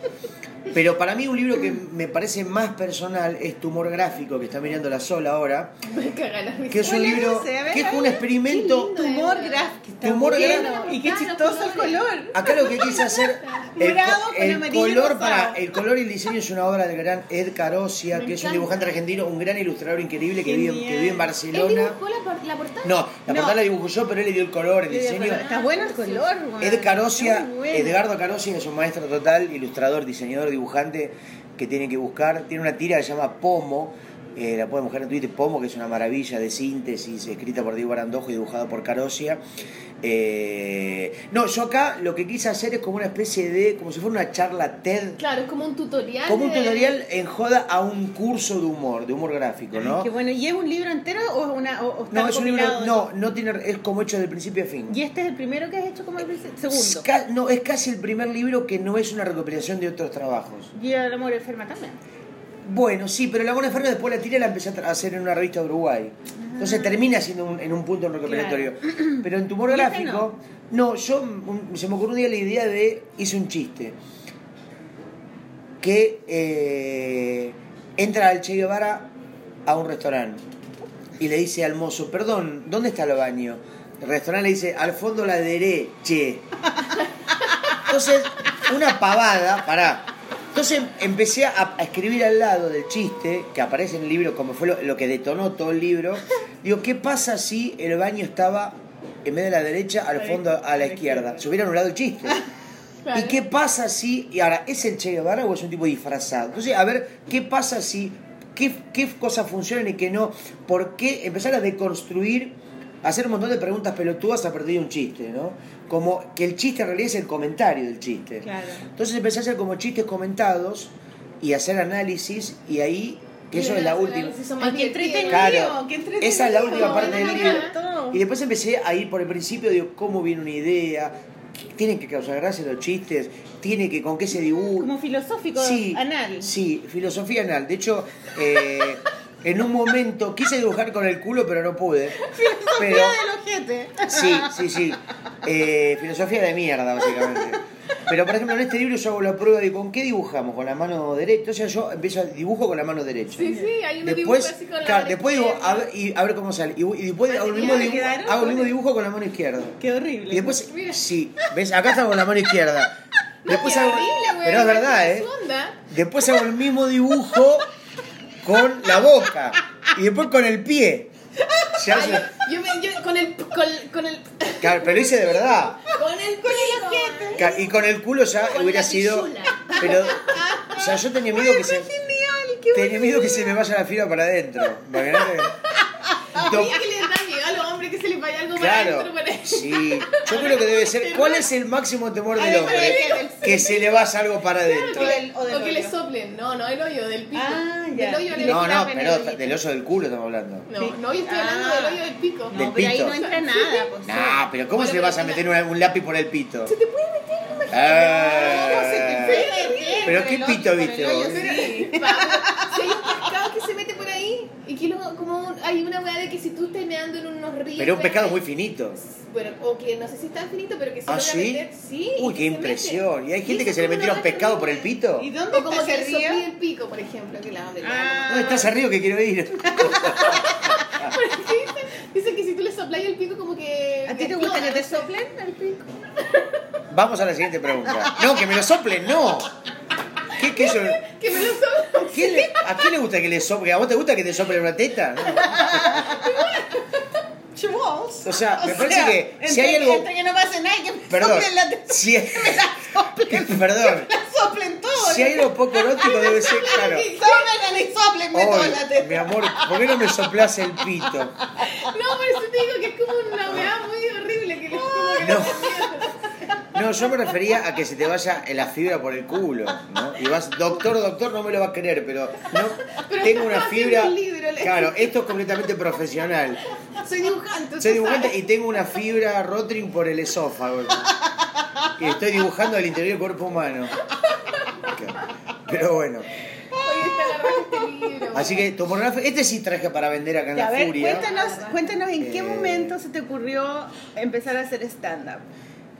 Pero para mí un libro que me parece más personal es Tumor Gráfico, que está mirando la sola ahora, Me caga la risa. que es un ¿Cuál es libro Pues ese? A ver, que es a un ver, experimento... lindo. Tumor gráfico. que está Tumor muy bien. gráfico. Y qué chistoso el color. Acá lo que quise hacer el, co- Morado con el amarillo y color rosado. para el color y el diseño es una obra del gran Ed Carosia, Me que es un encanta. dibujante argentino, un gran ilustrador increíble que vive, en- que Genial. vive en Él Barcelona. dibujó la, por- la portada. No, la No. portada la dibujó yo, pero él le dio el color, el diseño. Está bueno el color, weón. Ed Carosia, Muy bueno. Edgardo Carosia es un maestro total, ilustrador, diseñador, dibujante que tiene que buscar. Tiene una tira que se llama Pomo, eh, la pueden buscar en Twitter, Pomo, que es una maravilla de síntesis, escrita por Diego Arandojo y dibujada por Carosia. Eh, no, yo acá lo que quise hacer es como una especie de, como si fuera una charla TED, Claro, es como un tutorial. como un de- tutorial en joda a un curso de humor, de humor gráfico, ¿no? Qué bueno. ¿Y es un libro entero o es una.? O, o está No, es un libro, recopilado? no, no tiene, es como hecho de principio a fin. ¿Y este es el primero que has hecho como el primer- Es segundo? ca- no, es casi el primer libro que no es una recopilación de otros trabajos. Y el amor enferma también. Bueno, sí, pero La Mona Enferma después la tiré y la empecé a tra- a hacer en una revista de Uruguay. Entonces termina siendo un- en un punto un recopilatorio. [CLEARS THROAT] Pero en Tumor Ah. ¿Y este esta Gráfico, no, yo un- se me ocurrió un día la idea de, hice un chiste, que eh, entra el Che Guevara a un restaurante y le dice al mozo, perdón, ¿dónde está el baño? El restaurante le dice, al fondo a la derecha. Entonces, una pavada, pará. Entonces empecé a, a escribir al lado del chiste, que aparece en el libro, como fue lo, lo que detonó todo el libro. Digo, ¿qué pasa si el baño estaba en vez de la derecha, al fondo a la izquierda? Se hubiera anulado el chiste. ¿Y qué pasa si.? Y ahora, ¿es el Che Guevara o es un tipo disfrazado? Entonces, a ver, ¿qué pasa si.? ¿Qué, qué cosas funcionan y qué no? ¿Por qué empezar a deconstruir, a hacer un montón de preguntas pelotudas a partir de un chiste, ¿no? Como que el chiste en realidad es el comentario del chiste. Claro. Entonces empecé a hacer como chistes comentados y hacer análisis y ahí, que eso es la Los última. análisis son más Ay, qué divertidos. entretenido. Claro, qué entretenido. esa es la última No, parte del no, libro. no. Y después empecé a ir por el principio, digo, cómo viene una idea, tienen que causar gracia los chistes, tiene que, con qué se dibuja. Como filosófico Sí, anal. Sí, filosofía anal. De hecho, eh, en un momento quise dibujar con el culo, pero no pude. Pero, Filosofía del ojete. sí, sí, sí. Eh, filosofía de mierda, básicamente. Pero, por ejemplo, en este libro yo hago la prueba de con qué dibujamos, con la mano derecha. Entonces yo empiezo, dibujo con la mano derecha. Sí, sí, hay uno dibujo Después, así con la claro, mano después digo, izquierda. a ver, y a ver cómo sale. Y, y después hago el, mismo Quedaron dibujo, con hago el el- mismo dibujo con la mano izquierda. Qué horrible. Y después, [LAUGHS] Mira. sí, ¿ves? Acá está con la mano izquierda. Después Qué hago- horrible, güey, pero es qué verdad, ¿eh? onda. Después hago el mismo dibujo con la boca. Y después con el pie. Se hace- Ay, yo me, yo, con el, con, con el, Claro, pero lo hice de verdad. con el, con el ojete. Ca- Y con el culo ya Con hubiera la sido. pichula. Pero. O sea, yo tenía miedo que se. Genial, qué Tenía bueno. miedo que se me vaya la fibra para adentro. Imagínate. [LAUGHS] Do- Oye, que le da miedo a los hombres que se les vaya algo Claro. para adentro. Para... [LAUGHS] Sí. Yo creo que debe ser. ¿Cuál es el máximo temor del Adentro hombre? del pene, Que se le vaya algo para O adentro. que- del- o del o que le hoyo. soplen. No, no, el hoyo, del pico. Ah, ya. Del hoyo que No, del no, claven pero el hoyito. del oso del culo estamos hablando. No, no, yo estoy hablando Ah. del hoyo del pico. No, Del pero ahí pito. no entra nada. Pues, Nah, pero ¿cómo Bueno, se le pero vas a mira. meter un, un lápiz por el pito? Se te puede meter, imagínate. Eh, Pero pero por qué el pito hoyo, viste por el vos. hoyo, sí. Pablo, Si hay un pescado que se mete por ahí y que luego como un- hay una weá de que si tú estás meando en unos ríos. Pero un weá, pescado muy finito. Bueno, o que no sé si es tan finito, pero que se ¿Ah, logra sí? meter, sí. y Uy, que qué se mete. impresión. ¿Y hay gente Y que eso se le es como metieron una pescado por el horrible. pito? ¿Y O dónde como está que ese le soplí río? el pico, por ejemplo, que la hombre. [LAUGHS] Ah. ¿Dónde está ese río que quiero ir? Dicen que si tú le soplas el pico, como que. ¿A ti te gusta que te soplen el pico? Vamos a la siguiente pregunta. No, que me lo soplen, no. ¿Qué, qué eso? Que me lo soplas. [LAUGHS] ¿Qué le- ¿A quién le gusta que le sople? ¿A vos te gusta que te sople una teta? Chivos. O sea, me parece que si hay algo- Entre que no pase nada, que me Perdón. soplen la te- Si, me la soplen. perdón. Me la [LAUGHS] soplen todo. Si hay algo poco erótico debe ser, claro. Sómenla y soplenme toda la Hoy, teta. mi amor, ¿por qué no me soplás el pito? No, por eso te digo que es como una weá muy horrible. Que le como que No. No, yo me refería a que se te vaya la fibra por el culo, ¿no? Y vas, doctor, doctor, no me lo va a querer, pero no Pero tengo una estaba fibra. haciendo un libro, le- Claro, esto es completamente profesional. Soy dibujante. Soy usted dibujante sabe. y tengo una fibra rotring por el esófago. Y estoy dibujando el interior del cuerpo humano. Pero bueno, Oye, está la raja este libro. Así que topornafre, este sí traje para vender acá en Ya, a la ver, Furia. cuéntanos, cuéntanos en qué Eh, momento se te ocurrió empezar a hacer stand-up.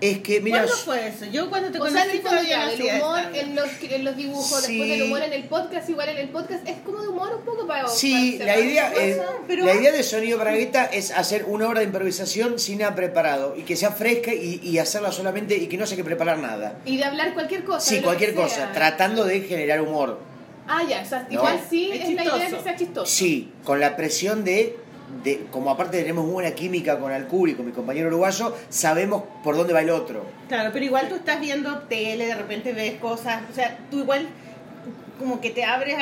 Es que, mira, ¿Cuándo fue eso? Yo cuando te O conocí sea, en el fondo todavía no ya, el hacía humor stand-up. en los, en los dibujos, Sí. después el humor en el podcast, igual en el podcast, es como de humor un poco para sí, para la cerrar idea, una eh, cosa. pero- la idea de Sonido Bragueta es hacer una obra de improvisación sin nada preparado y que sea fresca y, y hacerla solamente y que no haya que preparar nada. Y de hablar cualquier cosa. Sí, de lo cualquier que sea. cosa, tratando de generar humor. Ah, ya, o sea, No. igual sí Es es, la idea chistoso. que sea chistoso. Sí, con la presión de, de- como aparte tenemos buena química con Alcuri, con mi compañero uruguayo, sabemos por dónde va el otro. Claro, pero igual tú estás viendo tele, de repente ves cosas, o sea, tú igual como que te abres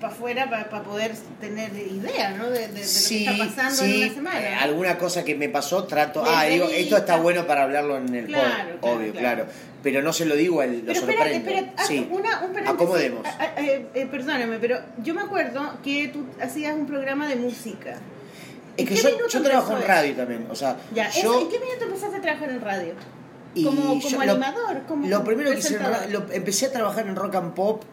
para afuera para poder tener ideas, ¿no? De, de- de lo que está pasando en una semana. eh, alguna cosa que me pasó trato, De ah, digo, esto entrevista. está bueno para hablarlo en el Claro, pod, claro, obvio, claro. claro. pero no se lo digo al lo Pero espérate, sorprendo. espérate, haz sí. una, un paréntesis. Acomodemos. Ah, ah, eh, eh, perdóname, pero yo me acuerdo que tú hacías un programa de música. ¿en Es que qué yo, minuto yo trabajo en empezó radio también, o sea, Ya, eso, yo ¿En qué minuto empezaste a trabajar en radio? y yo- como como lo- animador, como Lo primero que hice en presentador. ra- lo- empecé a trabajar en Rock and Pop.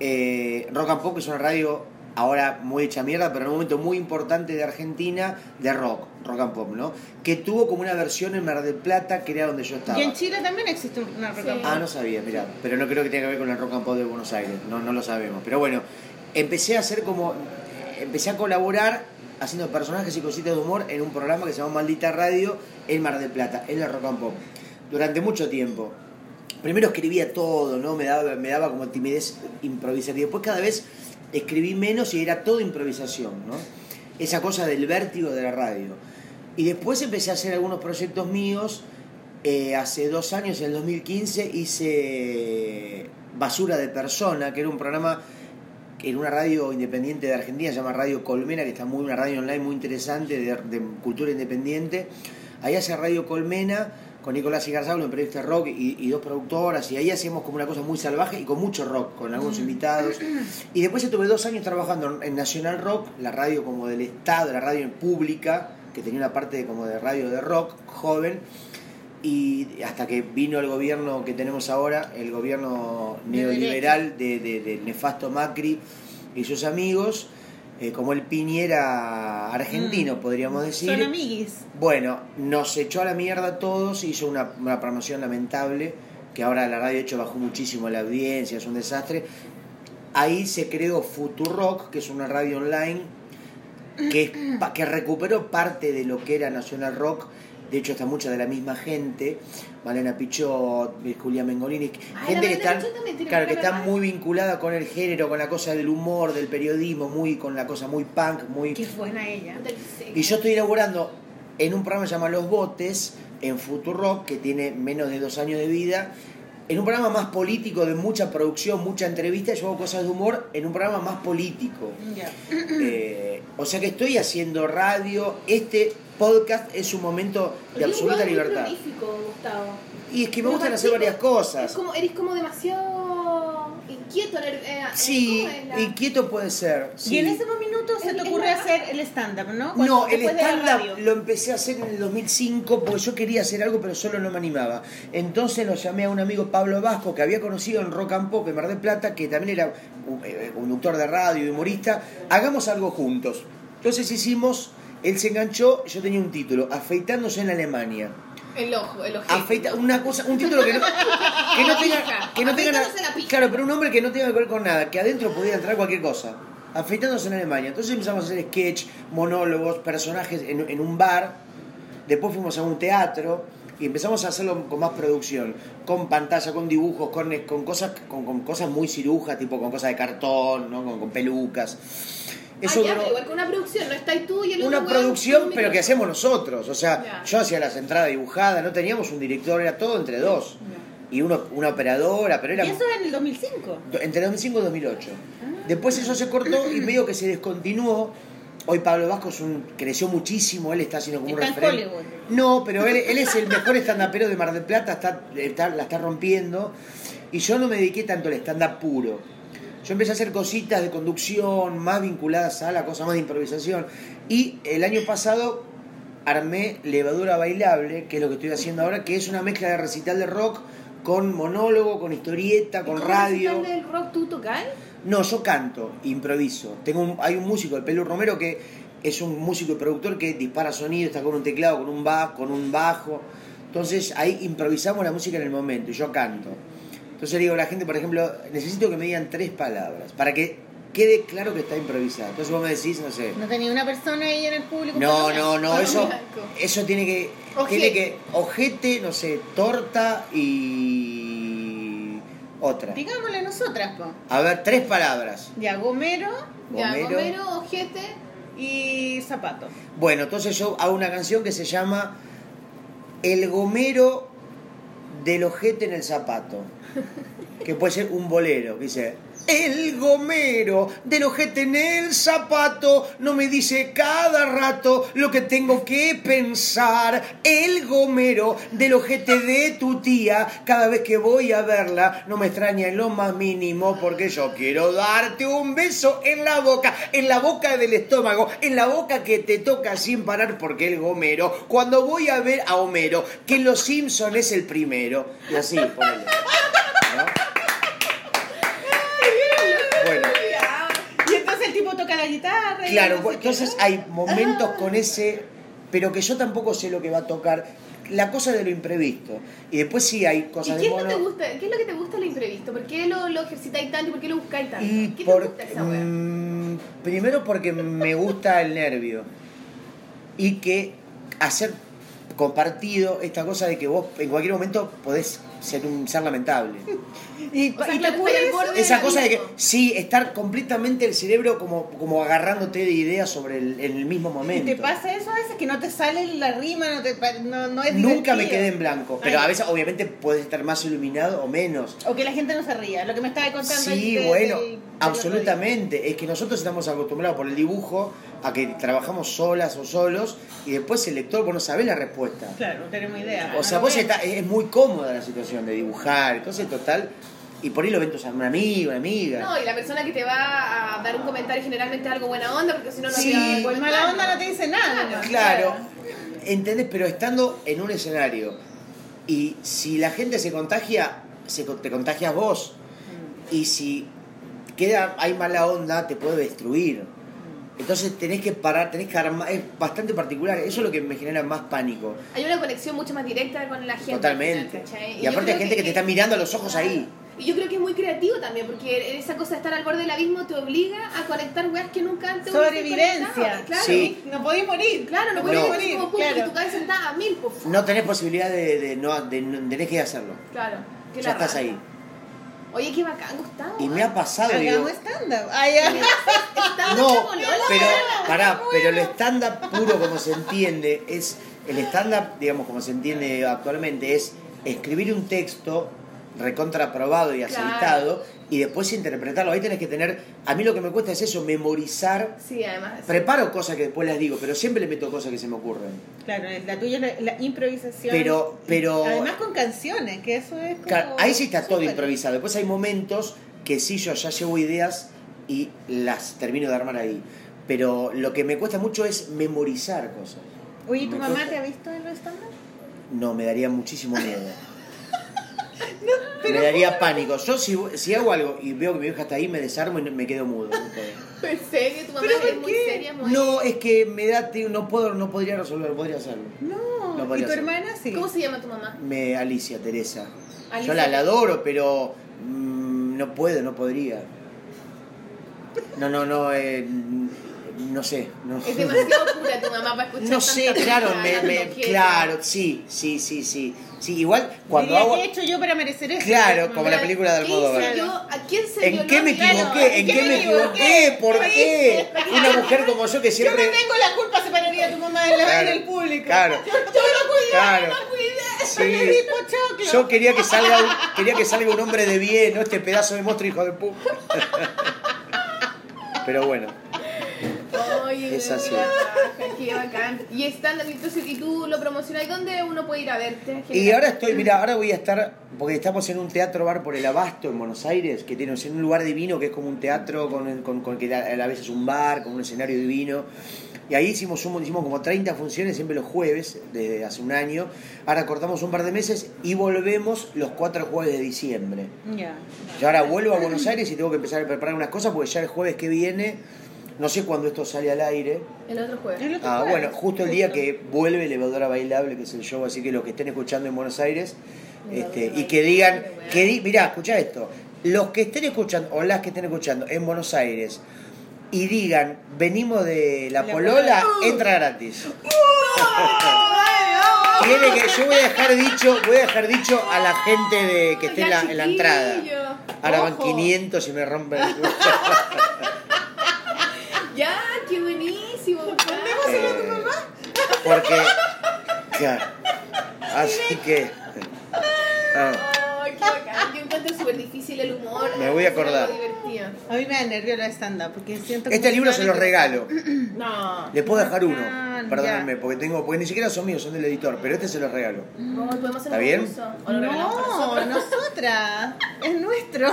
eh, rock and Pop es una radio ahora muy hecha mierda, pero en un momento muy importante de Argentina de rock, Rock and Pop, ¿no? Que tuvo como una versión en Mar del Plata, que era donde yo estaba. Y en Chile también existe una rock and Sí. pop. Ah, no sabía, mira, pero no creo que tenga que ver con el Rock and Pop de Buenos Aires, no, no lo sabemos. Pero bueno, empecé a hacer como, empecé a colaborar haciendo personajes y cositas de humor en un programa que se llama Maldita Radio en Mar del Plata, en la Rock and Pop, durante mucho tiempo. Primero escribía todo, ¿no? Me daba, me daba como timidez improvisar y después cada vez escribí menos y era todo improvisación, ¿no? Esa cosa del vértigo de la radio. Y después empecé a hacer algunos proyectos míos. Eh, hace dos años, en el 2015, hice Basura de Persona, que era un programa en una radio independiente de Argentina, se llama Radio Colmena, que está muy una radio online muy interesante de, de cultura independiente. Ahí hace Radio Colmena con Nicolás Igarzablo, un periodista rock y, y dos productoras, y ahí hacíamos como una cosa muy salvaje y con mucho rock, con algunos invitados. Y después estuve dos años trabajando en- en Nacional Rock, la radio como del Estado, la radio en pública, que tenía una parte de- como de radio de rock joven, y hasta que vino el gobierno que tenemos ahora, el gobierno De neoliberal de, de- del nefasto Macri y sus amigos, eh, como el Piñera argentino, podríamos decir. Son amiguis. Bueno, nos echó a la mierda a todos, hizo una, una promoción lamentable, que ahora la radio de hecho bajó muchísimo la audiencia, es un desastre. Ahí se creó Futurock, que es una radio online, que, es pa- que recuperó parte de lo que era Nacional Rock, de hecho está mucha de la misma gente, Malena Pichot, Julián Mengolini, gente Ah, la que Malena está, Pichot también tiene claro, que una está gran- muy vinculada con el género, con la cosa del humor, del periodismo, muy con la cosa muy punk, muy... Qué buena ella. Y yo estoy inaugurando en un programa que se llama Los Botes, en Futurock, que tiene menos de dos años de vida, en un programa más político, de mucha producción, mucha entrevista, yo hago cosas de humor, en un programa más [CLEARS THROAT] político. Ya. Eh, o sea que estoy haciendo radio, este podcast es un momento de Eres un absoluta huevón muy libertad. prolífico, Gustavo. Y es que me Pero gustan hacer Martín, varias Es cosas. como, eres como demasiado inquieto. ner- eh, Sí, ¿cómo es la- inquieto puede ser. sí. Y en ese momento se Es- te es ocurre la- hacer el stand-up, ¿no? Cuando- No, el después de la stand-up radio. lo empecé a hacer en el 2005 porque yo quería hacer algo, pero solo no me animaba. Entonces lo llamé a un amigo Pablo Vasco que había conocido en Rock and Pop en Mar del Plata, que también era un- eh, conductor de radio y humorista. Hagamos algo juntos. Entonces hicimos, él se enganchó, yo tenía un título, Afeitándose en Alemania. El ojo, el ojo. Afeita, una cosa, un título que no, que [LAUGHS] no tenga, Pija. que no tenga nada- Afeitándose la pija. claro, pero un hombre que no tenga que ver con nada, que adentro pudiera entrar cualquier cosa. Afeitándose en Alemania. Entonces empezamos a hacer sketch, monólogos, personajes en, en un bar. Después fuimos a un teatro y empezamos a hacerlo con más producción, con pantalla, con dibujos, con, con cosas, con, con cosas muy cirujas, tipo con cosas de cartón, ¿no? con, con pelucas. Eso ah, ya, duró- pero igual con una producción, no estáis tú y el otro una huevón producción, con un pero que micrófono. hacemos nosotros. O sea, Ya. yo hacía las entradas dibujadas, no teníamos un director, era todo entre dos. Y uno, una operadora, pero era Y eso en el 2005. entre 2005 y 2008. Después eso se cortó y medio que se descontinuó. Hoy Pablo Vasco es un- creció muchísimo, él está haciendo como un Está en referente. Hollywood. No, pero él, él es el mejor stand-upero de Mar del Plata, está, está- la está rompiendo. Y yo no me dediqué tanto al stand-up puro. Yo empecé a hacer cositas de conducción, más vinculadas a la cosa más de improvisación. Y el año pasado armé Levadura Bailable, que es lo que estoy haciendo ahora, que es una mezcla de recital de rock con monólogo, con historieta, ¿Y con cómo radio. recital del rock tú tocáis? No, yo canto, improviso. Tengo un- hay un músico, el Pelu Romero, que es un músico y productor que dispara sonido, está con un teclado, con un bajo, con un bajo. Entonces ahí improvisamos la música en el momento y yo canto. Entonces le digo a la gente, por ejemplo, necesito que me digan tres palabras para que quede claro que está improvisado. Entonces vos me decís, no sé. No tenía una persona ahí en el público. No, para no, hablar. no, Palo eso, blanco. eso tiene que, tiene Ojete. que, ojete, no sé, torta y otra. Digámosle nosotras, po. A ver, tres palabras. Ya, gomero Ya, Gomero. Gomero, ojete. y zapato. Bueno, entonces yo hago una canción que se llama El gomero del ojete en el zapato. Que puede ser un bolero, que dice. El gomero del ojete en el zapato no me dice cada rato lo que tengo que pensar. El gomero del ojete de tu tía, cada vez que voy a verla, no me extraña en lo más mínimo porque yo quiero darte un beso en la boca, en la boca del estómago, en la boca que te toca sin parar porque el gomero, cuando voy a ver a Homero, que en Los Simpson es el primero. Y así, ponele. ¿No? [LAUGHS] Bueno, Y entonces el tipo toca la guitarra. y no claro, pues, sé bueno, qué. entonces hay momentos con ese, pero que yo tampoco sé lo que va a tocar. La cosa de lo imprevisto. Y después sí hay ¿Y cosas qué de es, lo que te mono. gusta, qué es lo que te gusta de lo imprevisto? ¿Por qué lo, lo ejercitáis tanto y por qué lo buscáis tanto? Y ¿Qué por, te gusta esa wea? mm, primero porque me gusta el nervio. Y que hacer compartido esta cosa de que vos en cualquier momento podés ser un ser [LAUGHS] lamentable. Y, O sea, y- claro, estoy al borde del Esa cosa de que, abismo. sí, estar completamente el cerebro como, como agarrándote de ideas sobre el, en el mismo ¿Y momento. te pasa eso a veces que no te sale la rima, no, te, pa- no, no es Nunca me divertido? quedé en blanco, pero Ay. a veces obviamente puedes estar más iluminado o menos. O que la gente no se ría, lo que me estaba contando. ahí Sí, de- bueno, del- del otro día. absolutamente. Es que nosotros estamos acostumbrados por el dibujo a que trabajamos solas o solos y después el lector, vos no sabés la respuesta. Claro, no tenemos idea. O sea, No vos ves. está- es es muy cómoda la situación de dibujar, entonces total, y por ahí lo ven tus am- un amigo, una amiga. No, y la persona que te va a dar un comentario generalmente es algo buena onda, porque si no, no Sí. te va a Pues devolver. mala onda no te dice nada. ¿no? Claro, ¿entendés? Pero estando en un escenario y si la gente se contagia, se, con- te contagias vos. Y si queda, hay mala onda, te puede destruir. Entonces tenés que parar, tenés que armar, es bastante particular, eso es lo que me genera más pánico. Hay una conexión mucho más directa con la gente. Totalmente. ¿cachai? Y, ¿eh? yo aparte creo hay gente que, te está mirando a los ojos ahí. Y yo creo que es muy creativo también, porque esa cosa de estar al borde del abismo te obliga a conectar weas que nunca antes hubiese Sobrevivencia. conectado. Claro, Sí. No podéis morir. claro, no puedes No. morir como puta, claro. y tu cabeza está a mil, por favor. No tenés posibilidad de, de no, de no- tenés que hacerlo. Claro, que Ya la estás raja. ahí. Oye, qué bacán, Gustavo. Y me ha pasado, digo, Hagamos stand-up. Ah, ya. Estaba No, mucha polola. pero pará, pero el stand-up puro como se entiende es el stand-up, digamos, como se entiende actualmente es escribir un texto recontraprobado y Claro. aceitado y después interpretarlo. Ahí tenés que tener, a mí lo que me cuesta es eso, memorizar. Sí, además. Preparo cosas que después las digo, pero siempre le meto cosas que se me ocurren. Claro, la tuya es la, la improvisación. Pero- pero- Además con canciones, que eso es como... Claro, ahí sí está todo súper. improvisado. Después hay momentos que sí yo ya llevo ideas y las termino de armar ahí. Pero lo que me cuesta mucho es memorizar cosas. Oye, ¿tu Me mamá cuesta. te ha visto en los stand-up? No, me daría muchísimo miedo. me daría pánico. Yo si, si hago algo y veo que mi hija está ahí, me desarmo y no- me quedo mudo. No, puedo. ¿En serio? ¿Tu mamá ¿Pero es por muy qué? seria? Muy... No, es que me da, te- no puedo, no podría resolver, podría hacerlo. No. No ¿Y podría tu ser. hermana sí? ¿Cómo se llama [LAUGHS] tu mamá? Me Alicia, Teresa. Alicia. Yo la, la adoro, pero mm, no puedo, no podría. No, no, no, eh, mm, no sé. No, [LAUGHS] Es demasiado pura tu mamá para escuchar No sé, tanta claro, cosa, me- me- tanto que- claro, sí, sí, sí, sí. Sí, igual cuando Diría, hago... ¿qué he hecho yo para merecer esto? Claro, como la Claro, película de ¿qué Almodóvar. hice yo? ¿A quién se ¿En violó qué me mi galo? equivoqué? ¿En qué me equivoqué? ¿Por ¿Qué qué? hice? Una mujer como yo que Yo no siempre... tengo la culpa, se pararía tu mamá en, la, Claro, en el público. claro. Yo, yo lo cuidé, Claro. lo cuidé. Sí. Yo le di pochoclo. Yo quería que salga un, quería que salga un hombre de bien, no [LAUGHS] este pedazo de monstruo hijo de puta. Pero bueno, Oh, Oye, [LAUGHS] Es así. mira, qué bacán. Y están, entonces, y tú lo promocionas, ¿dónde uno puede ir a verte? Y ahora estoy, mira, ahora voy a estar, porque estamos en un teatro bar por el Abasto en Buenos Aires, que tiene o sea, un lugar divino que es como un teatro con, con, con que a la vez es un bar, con un escenario divino. Y ahí hicimos, un, hicimos como 30 funciones siempre los jueves, desde hace un año. Ahora cortamos un par de meses y volvemos los cuatro jueves de diciembre. Ya. Y ahora vuelvo a Buenos Aires y tengo que empezar a preparar unas cosas porque ya el jueves que viene, no sé cuándo esto sale al aire. El otro jueves. El otro [LAUGHS] Ah, jueves. bueno, justo el día que vuelve Levadura Bailable, que es el show, así que los que estén escuchando en Buenos Aires, este, y que digan, que di- mirá, escucha esto, los que estén escuchando, o las que estén escuchando en Buenos Aires, y digan, venimos de La La Polola, Polola. Oh. entra gratis. Tiene que, yo voy a dejar dicho, voy a dejar dicho a la gente de, que esté en la, en la entrada. Ahora van Ojo. 500 y me rompen el Ya, [LAUGHS] qué buenísimo. bacán. Eh, Porque. Claro. Así que. ah, Ay, qué bacán. Yo encuentro súper difícil el humor. Me voy a hacer acordar. algo divertido. A mí me da nervio la stand-up porque siento Este libro se lo regalo. No. Les puedo dejar uno. Ah, Bacán, Perdónenme, porque tengo. Porque ni siquiera son míos, son del editor. Pero este se lo regalo. No, podemos hacer ¿Está bien? un concurso. O lo regalamos para No, nosotros. nosotras. [LAUGHS] Es nuestro.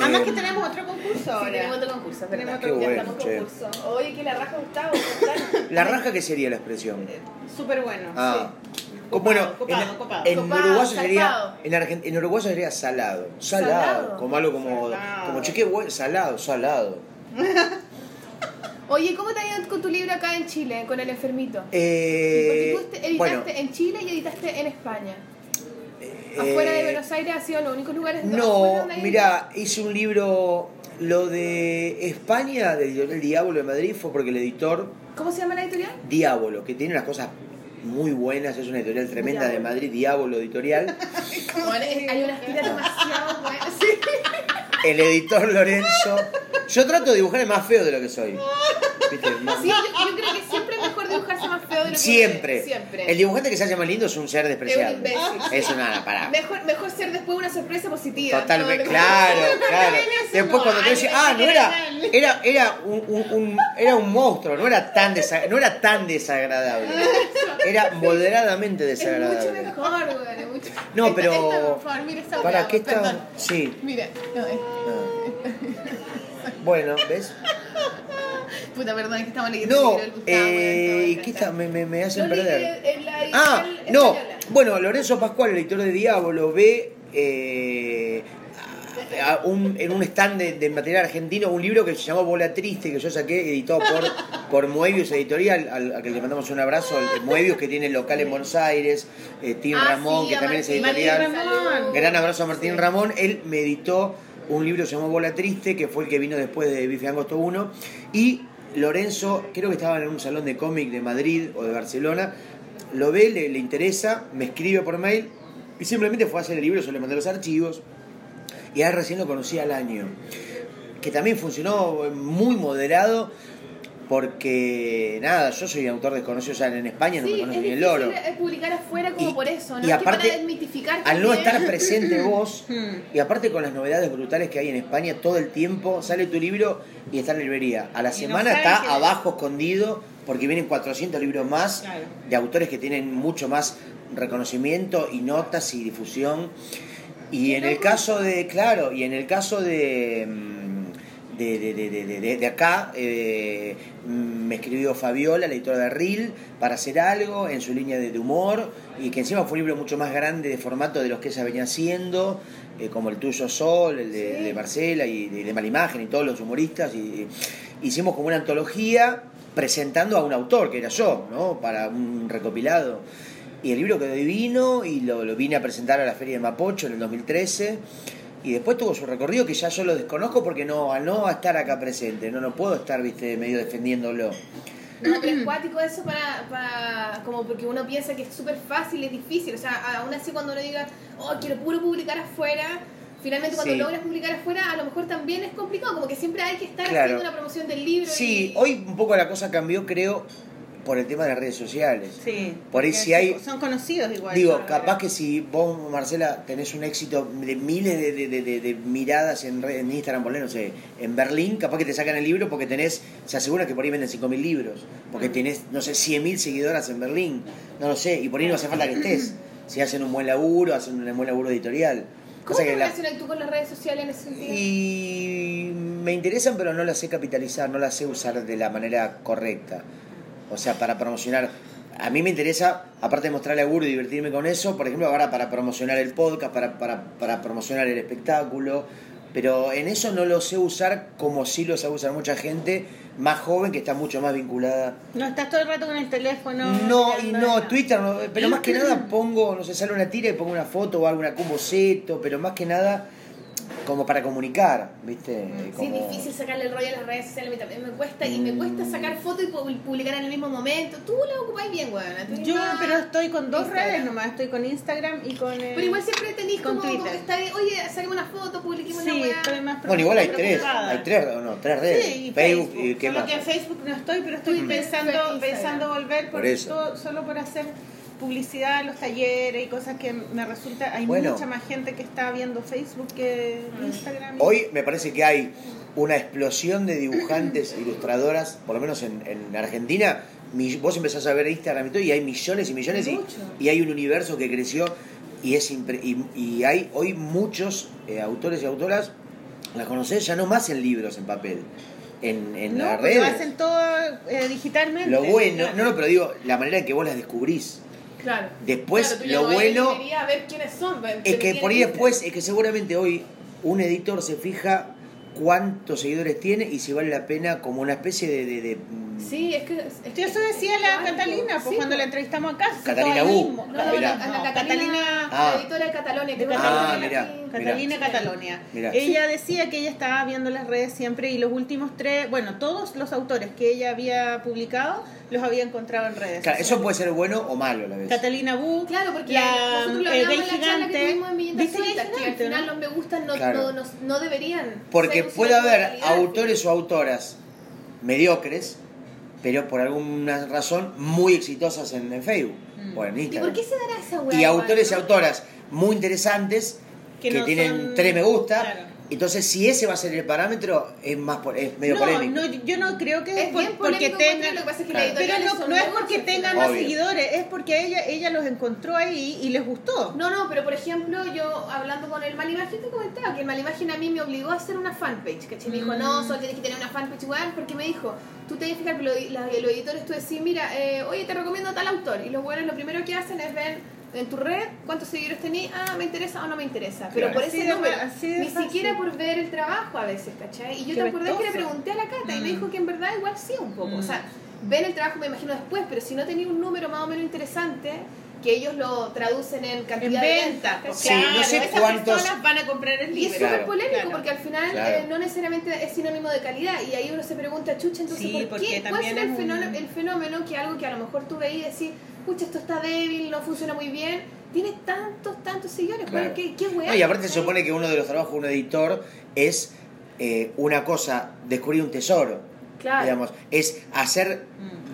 Además Eh. que tenemos otro concurso Sí, tenemos ahora. otro concurso, es verdad. Tenemos otro Qué bueno, Estamos che. concurso. Oye, que la raja Gustavo. ¿verdad? ¿La raja qué sería la expresión? Súper bueno. Ah. Copado, bueno, copado, en, copado. en Copado, uruguayo sería. zarpado. En, Argen- en uruguayo sería salado. Salado. Salado. Como algo como. Salado. Como cheque bueno. Salado, salado. Oye, ¿cómo te ha ido con tu libro acá en Chile, con el enfermito? Eh, Porque tú editaste bueno, en Chile y editaste en España. Afuera de eh, Buenos Aires ha sido los únicos lugares afuera No, donde hay- mira, hice un libro, lo de España, del editorial Diablo de Madrid, fue porque el editor ¿Cómo se llama la editorial? Diablo, que tiene unas cosas muy buenas, es una editorial tremenda de Diablo. Madrid, Diablo Editorial, Hay unas tiras demasiado buenas. [LAUGHS] Sí. el editor Lorenzo. Yo trato de dibujar el más feo de lo que soy. ¿Viste? Sí, yo, yo creo que siempre es mejor dibujarse más feo de lo que Siempre. Siempre. El dibujante que se hace más lindo es un ser Es despreciable. un imbécil. Es una parada. Mejor, mejor ser después una sorpresa positiva. Totalmente, No, no, claro, [LAUGHS] claro. También es Después cuando te humor, decís, ay, ah, me no quedé era, [LAUGHS] mal". era, era un, un- un- era un monstruo, no era tan desa- no era tan [LAUGHS] desagradable. Era moderadamente Es mucho desagradable. mejor, güey. es mucho- No, Esta, esta, por pero. favor, mira esta ¿Para brava, qué está? perdón. Sí. [LAUGHS] Mira, no, eh, es- ah. Bueno, ¿ves? puta, perdón, es que estamos leyendo el No, libro del Gustavo, eh, entonces, ¿y qué está? Me, me- me Yo hacen leí perder. en la Ah, editorial no. española. Bueno, Lorenzo Pascual, el editor de Diablo, ve eh, a- a un- en un stand de, de material argentino un libro que se llamó Bola Triste, que yo saqué, editado por, por Moebius Editorial, al, a que le mandamos un abrazo. al- Moebius, que tiene local en Buenos Aires, eh, Tim Ah, Ramón, sí, que a también es Martín. editorial. Martín Ramón. Saludos. Gran abrazo a Martín Sí. Ramón. Él me editó un libro que se llamó Bola Triste, que fue el que vino después de Bife Angosto 1. Y Lorenzo, creo que estaba en un salón de cómic de Madrid o de Barcelona, lo ve, le, le interesa, me escribe por mail y simplemente fue a hacer el libro, yo le mandé los archivos y ahora recién lo conocí al año. Que también funcionó muy moderado porque, nada, yo soy autor desconocido, o sea, en España no me Sí, conoce es ni el difícil, loro. eh, publicar afuera como Y- por eso, y ¿no? Es que aparte, para desmitificar Al no también. estar [LAUGHS] presente vos, Hmm. y aparte con las novedades brutales que hay en España todo el tiempo, sale tu libro y está en la librería. A la no semana saben está que- abajo escondido porque vienen 400 libros más Claro. de autores que tienen mucho más reconocimiento y notas y difusión. Y en el caso de, claro, y en el caso de... mm, De, de- de- de- de- de- de acá eh, mm, me escribió Fabiola, la editora de Reel, para hacer algo en su línea de, de humor y que encima fue un libro mucho más grande de formato de los que ella venía haciendo, eh, como el tuyo Sol, el de, Sí. de Marcela y de, de Malimagen y todos los humoristas. Y, y hicimos como una antología presentando a un autor, que era yo, ¿no? para un recopilado. Y el libro quedó divino y lo, lo vine a presentar a la Feria de Mapocho en el 2013. Y después tuvo su recorrido que ya yo lo desconozco porque no, al no estar acá presente, no, no puedo estar, viste, medio defendiéndolo. No, pero es cuático eso para, para. Como porque uno piensa que es súper fácil, es difícil. O sea, aún así cuando uno diga, oh, quiero puro publicar afuera. Finalmente, cuando Sí. logras publicar afuera, a lo mejor también es complicado. Como que siempre hay que estar Claro. haciendo una promoción del libro. Sí, y- hoy un poco la cosa cambió, creo, por el tema de las redes sociales. Sí. Por ahí porque si hay- Son conocidos igual. Digo, ¿sabes? capaz que si vos, Marcela, tenés un éxito de miles de, de- de- de- de miradas en, red- en Instagram, ponle, no sé, en Berlín, capaz que te sacan el libro porque tenés, se asegura que por ahí venden 5.000 libros, porque tenés, no sé, 100.000 seguidoras en Berlín, no lo sé, y por ahí no hace falta que estés, si hacen un buen laburo, hacen un buen laburo editorial. ¿Cómo Cosa te que la- relacionas tú con las redes sociales en ese sentido? y me interesan, pero no las sé capitalizar, no las sé usar de la manera correcta. O sea, para promocionar. A mí me interesa, aparte de mostrarle a Guru y divertirme con eso, por ejemplo, ahora para promocionar el podcast, para, para, para promocionar el espectáculo. Pero en eso no lo sé usar como sí lo sabe usar mucha gente más joven que está mucho más vinculada. No estás todo el rato con el teléfono. No, y mirando no, nada. Twitter no, pero más que nada pongo, no sé, sale una tira y pongo una foto o alguna como boceto, pero más que nada como para comunicar, ¿viste? Mm. Sí, Como- Mm. es difícil sacarle el rollo a las redes sociales, a mí también me cuesta, y me cuesta sacar fotos y pu- publicar en el mismo momento. Tú la ocupáis bien, weona. tú Yo, misma- pero estoy con dos Ah, Instagram. redes nomás. Estoy con Instagram y con. eh, Pero igual siempre tenés Con como, como Twitter. que está ahí, oye, saquemos una foto, publiquemos una Sí, weá. estoy más Bueno, igual hay tres, preocupada. hay tres, o no, tres redes. Sí, y Facebook, Facebook. y qué solo más. que en Facebook no estoy, pero estoy Mm. pensando, Facebook, pensando volver Por por eso. todo- solo por hacer publicidad a los talleres y cosas que me resulta hay Bueno. mucha más gente que está viendo Facebook que Instagram. y- Hoy me parece que hay una explosión de dibujantes, [CLEARS THROAT] ilustradoras, por lo menos en, en Argentina. Mi- vos empezás a ver Instagram y todo, y hay millones y millones, y, Mucho. y hay un universo que creció, y, es impre- y, y hay hoy muchos eh, autores y autoras, las conocés ya no más en libros, en papel, en, en no, las porque lo redes. hacen todo eh, digitalmente. Lo bueno, no, no, pero digo, la manera en que vos las descubrís. Claro. Después, Claro, tú ya lo no vas a la bueno- librería a ver quiénes son. ve- te Es que metí por en ahí Instagram. después, es que seguramente hoy un editor se fija cuántos seguidores tiene y si vale la pena como una especie de... de- de- mm, Sí, es que. es que- Eso decía la Claro, Catalina, pues sí, cuando la entrevistamos acá. sí, Catalina todo ahí Bu. mismo. No, no, Mirá. la, a la Catalina- Catalina, Ah. la editora de Catalonia. que De es una Catalonia. Ah, editora mirá, que- mirá. Catalina Catalonia. Mirá. Ella decía que ella estaba viendo las redes siempre y los últimos tres, bueno, todos los autores que ella había publicado los había encontrado en redes. Claro, sociales. eso puede ser bueno o malo a la vez. Catalina Bu, Claro, porque la, nosotros lo eh, hablamos Gay en la charla que Gigante. tuvimos en Viñeta ¿Viste Gay Suelta, que al Gigante, final no? los me gustan no, Claro. no, no, no deberían. Porque ser un puede sinónimo de haber calidad. autores o autoras mediocres, pero por alguna razón muy exitosas en, en Facebook Mm. o en ¿Y Instagram. por qué se dará esa weá? Y autores y ¿no? autoras muy interesantes que, Que no tienen son- tres me gusta. Claro. Entonces, si ese va a ser el parámetro, es más po- es medio no, polémico. no, yo no creo que Es por- bien porque polémico tengan. Lo que pasa es que Claro. la Pero editorial no, no es porque tengan más Obvio. seguidores, es porque ella ella los encontró ahí y les gustó. No, no, pero por ejemplo, yo hablando con el Malimagen te comentaba que el Malimagen a mí me obligó a hacer una fanpage. Que me dijo, Mm. no, solo tienes que tener una fanpage igual, porque me dijo, tú te tienes que fijar, pero los, los editores tú decís, mira, eh, oye, te recomiendo tal autor. Y los buenos lo primero que hacen es ver en tu red cuántos seguidores tenés, ah, me interesa o no me interesa. Pero Claro. por Así ese de- número, así de ni fácil. siquiera por ver el trabajo a veces, ¿cachai? Y yo Qué te acordás que le vestoso. pregunté a la Cata y me dijo que en verdad igual sí un poco. O Mm. sea, ven el trabajo, me imagino después, pero si no tenía un número más o menos interesante, que ellos lo traducen en En cantidad de venta. ventas. Sí, ¿cachai? no sé esas cuántos- personas van a comprar el Y es libro. Claro. súper polémico Claro. porque al final Claro. eh, no necesariamente es sinónimo de calidad y ahí uno se pregunta, chucha, entonces Sí, ¿por porque qué? ¿Cuál también será el es un- fenómeno, el fenómeno que algo que a lo mejor tú veías y decís, pucha, esto está débil, no funciona muy bien, tiene tantos, tantos seguidores? Claro. ¿Qué, qué weá? No, y aparte se ¿cachai? supone que uno de los trabajos de un editor es eh, una cosa, descubrir un tesoro. Claro. Mm. Digamos, es hacer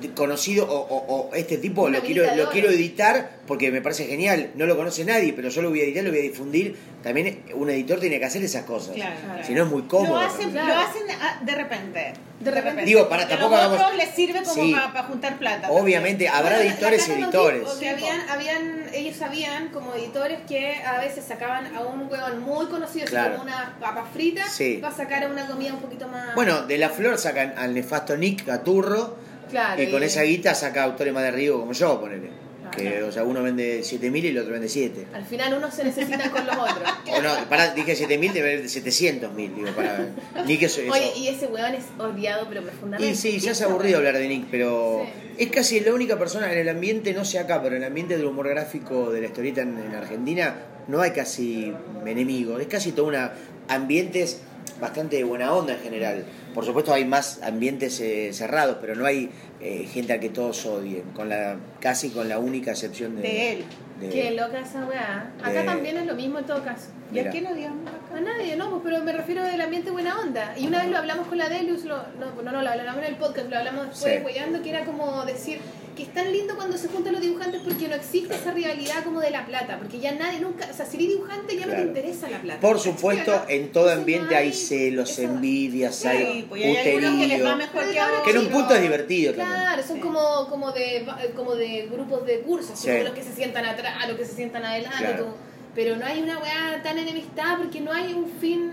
de- conocido o, o- o este tipo Un lo quiero, lo habilitador. quiero editar porque me parece genial, no lo conoce nadie, pero yo lo voy a editar, lo voy a difundir. También un editor tiene que hacer esas cosas. Claro, claro. Si no es muy cómodo. Lo hacen, también. Claro. lo hacen ah, de repente. De repente. Digo, para Porque a tampoco los hagamos- otros les sirve como Sí. para, juntar plata. Obviamente habrá Bueno, la- editores la y Cata nos editores. dijo que habían, habían, ellos sabían como editores que a veces sacaban a un huevón muy conocido, así Claro. como una papa frita, Sí. para sacar a una comida un poquito más... Bueno, de la flor sacan al nefasto Nick Gaturro Claro, y con y- esa guita saca autores más de riego como yo, ponele. Ah, Claro. Que, o sea, uno vende 7.000 y el otro vende 7. Al final uno se necesita con los [LAUGHS] otros. O no, pará, dije 7000, debe haber 700.000, digo, para. Nick es. es- Oye, y ese weón es odiado pero profundamente. y sí, ya es aburrido hablar de Nick, pero Sí. es casi la única persona en el ambiente, no sé acá, pero en el ambiente del humor gráfico de la historieta en, en Argentina, no hay casi enemigo, es casi todo una ambientes bastante de buena onda en general. Por supuesto hay más ambientes eh, cerrados, pero no hay eh, gente a que todos odien, con la casi con la única excepción de, De él. de- Qué loca esa weá. Acá Eh. también es lo mismo en todo caso. ¿Y Mira. a quién odiamos acá? A nadie, no, pues, pero me refiero del ambiente buena onda. Y una vez lo hablamos con la Delius, lo- no, no, no, lo hablamos en el podcast, lo hablamos después, Sí. hueveando, que era como decir que es tan lindo cuando se juntan los dibujantes porque no existe esa rivalidad como de la plata, porque ya nadie nunca, o sea, si eres dibujante ya no Claro. te interesa la plata. Por supuesto, Claro. en todo Entonces, ambiente no hay celos, esa- envidias, Sí, hay pues hay algunos que les va puterío. mejor que Pero a otros. Que en un punto es divertido también. Claro, son Sí. como, como, de, como de grupos de cursos, Sí. como los que se sientan atrás, los que se sientan adelante. Claro. como- pero no hay una weá tan enemistad porque no hay un fin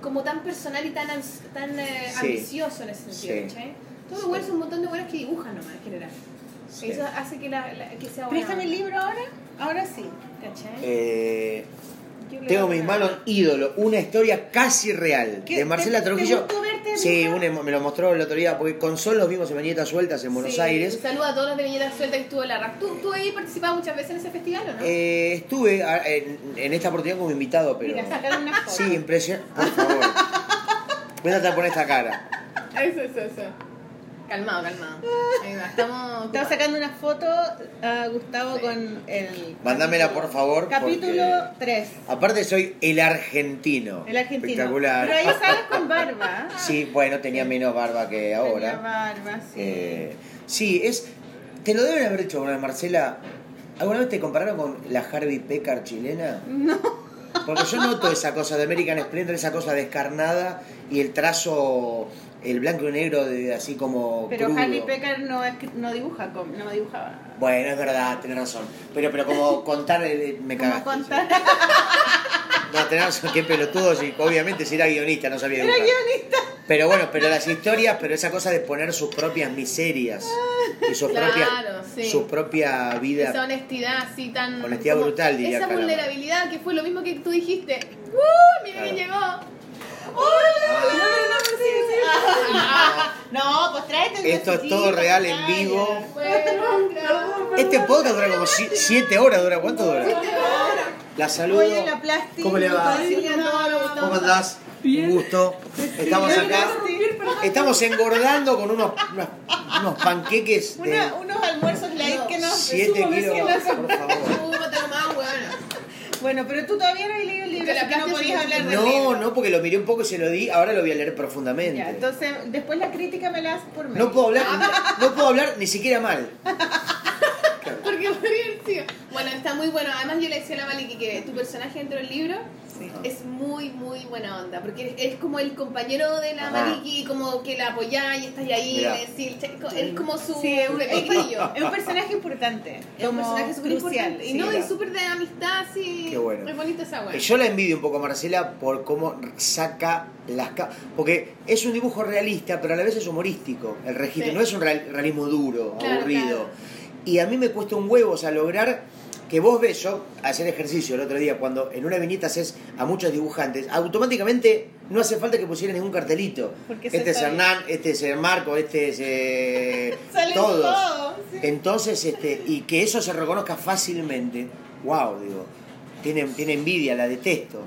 como tan personal y tan, ans- tan eh, Sí. ambicioso en ese sentido. Sí. ¿cachai? Todos Sí. los weones son un montón de weones que dibujan nomás en general. Sí. Eso hace que, la, la- que sea buena. ¿Préstame el libro ahora? Ahora sí. ¿cachai? Eh, Yo creo tengo que mis no. manos ídolo, una historia casi real ¿Qué? de Marcela ¿Te- te Trujillo. gustó verte sí, dibujar? una emo- me lo mostró la autoridad porque con Sol los vimos en Viñetas Sueltas en Buenos Sí, Aires. Un saludo a todos los de Viñetas Suelta que estuvo en la RAC. ¿Tú, ¿Tú ahí participabas muchas veces en ese festival o no? Eh, estuve a- en, en esta oportunidad como invitado, pero Mira, sacaron una foto. sí, impresionante. Por [LAUGHS] favor, voy a tratar con esta cara. Ah, Eso, eso, eso. [LAUGHS] Calmado, calmado. Ahí va. Estamos. Estaba sacando una foto a Gustavo con el. Mándamela, capítulo. por favor, Capítulo porque- 3. Aparte soy el argentino. El argentino. Espectacular. Ah, Pero ahí sales [LAUGHS] con barba. Sí, bueno, tenía menos barba que ahora. Tenía barba, sí. Eh, sí, es. Te lo deben haber dicho alguna vez, Marcela. ¿Alguna vez te compararon con la Harvey Pekar chilena? No. Porque yo noto esa cosa de American Splendor, esa cosa descarnada y el trazo, el blanco y negro, de, así como. Pero crudo. Harry Pecker no, es- no dibuja, con- no dibujaba. Bueno, es verdad, tenés razón. Pero, pero como contar, el- me Como cagaste. contar. No, tenés razón, qué pelotudo. sí, obviamente, si era guionista, no sabía dibujar. guionista. Pero bueno, pero las historias, pero esa cosa de poner sus propias miserias y sus Claro, propias- sí. su propia vida. Esa honestidad así tan. Honestidad como brutal, diría Esa Calamar. vulnerabilidad que fue lo mismo que tú dijiste. ¡Uh! Mira Claro. que llegó. Ah, No, pues tráete el Esto es vestidito, todo real Natalia. en vivo. Bueno, Este podcast dura como 7 horas, dura cuánto dura? La saludo. Voy en la plástica. ¿Cómo le va? ¿Cómo andás? Un gusto. Estamos acá. Estamos engordando con unos, unos, unos panqueques de Una, unos almuerzos light que nos 7 sumamente kilos, nos- por [LAUGHS] favor. Chúpate nomás, weona. Bueno, pero tú todavía no has leído el libro, Te la así que no plástica podías es hablar de No, no, porque lo miré un poco y se lo di, ahora lo voy a leer profundamente. Ya, entonces, después la crítica me la haces por mí. No puedo hablar, no puedo hablar ni siquiera mal. Porque fue divertido. Bueno, está muy bueno. Además, yo le decía a la Maliki que tu personaje dentro del libro es muy, muy buena onda. Porque es como el compañero de la Ajá. Maliki, y como que la apoyás y estás ahí. Mirá. le decís, che, es como su. Sí, es un, el grillo. es un personaje importante. Es un como personaje súper crucial. importante. Y sí. no, y claro. súper de amistad, sí. Qué bueno. Es bonito esa weá. Que Yo la envidio un poco a Marcela por cómo saca las ca- Porque es un dibujo realista, pero a la vez es humorístico. El registro Sí. no es un real- realismo duro, Claro, aburrido. claro. Y a mí me cuesta un huevo, o sea, lograr que vos ves, yo hacer ejercicio el otro día, cuando en una viñeta haces a muchos dibujantes, automáticamente no hace falta que pusieran ningún cartelito. Porque se Este es sabe. Hernán, este es eh, Marco, este es... eh, Salen todos. todos, sí. Entonces, este, y que eso se reconozca fácilmente, wow, digo, tiene, tiene envidia, la detesto.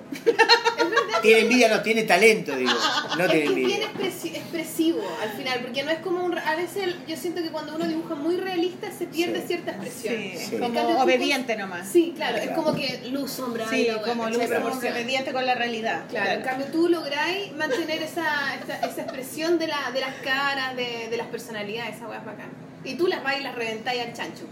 tiene envidia, no, tiene talento, digo. No [LAUGHS] tiene es que es bien envidia. expresi- expresivo al final, porque no es como un. A veces yo siento que cuando uno dibuja muy realista se pierde Sí. cierta expresión. Sí, Sí. En cambio, tú Como obediente cons- nomás. Sí, claro, es Claro. como que luz, sombra. Sí, y la weá, como ¿cachai? luz, Esa como porción. obediente con la realidad. Claro, en cambio tú lográis mantener esa, esa, esa expresión de, la, de las caras, de, de las personalidades, esa weá es bacán. Y tú las vas y las reventáis al chancho.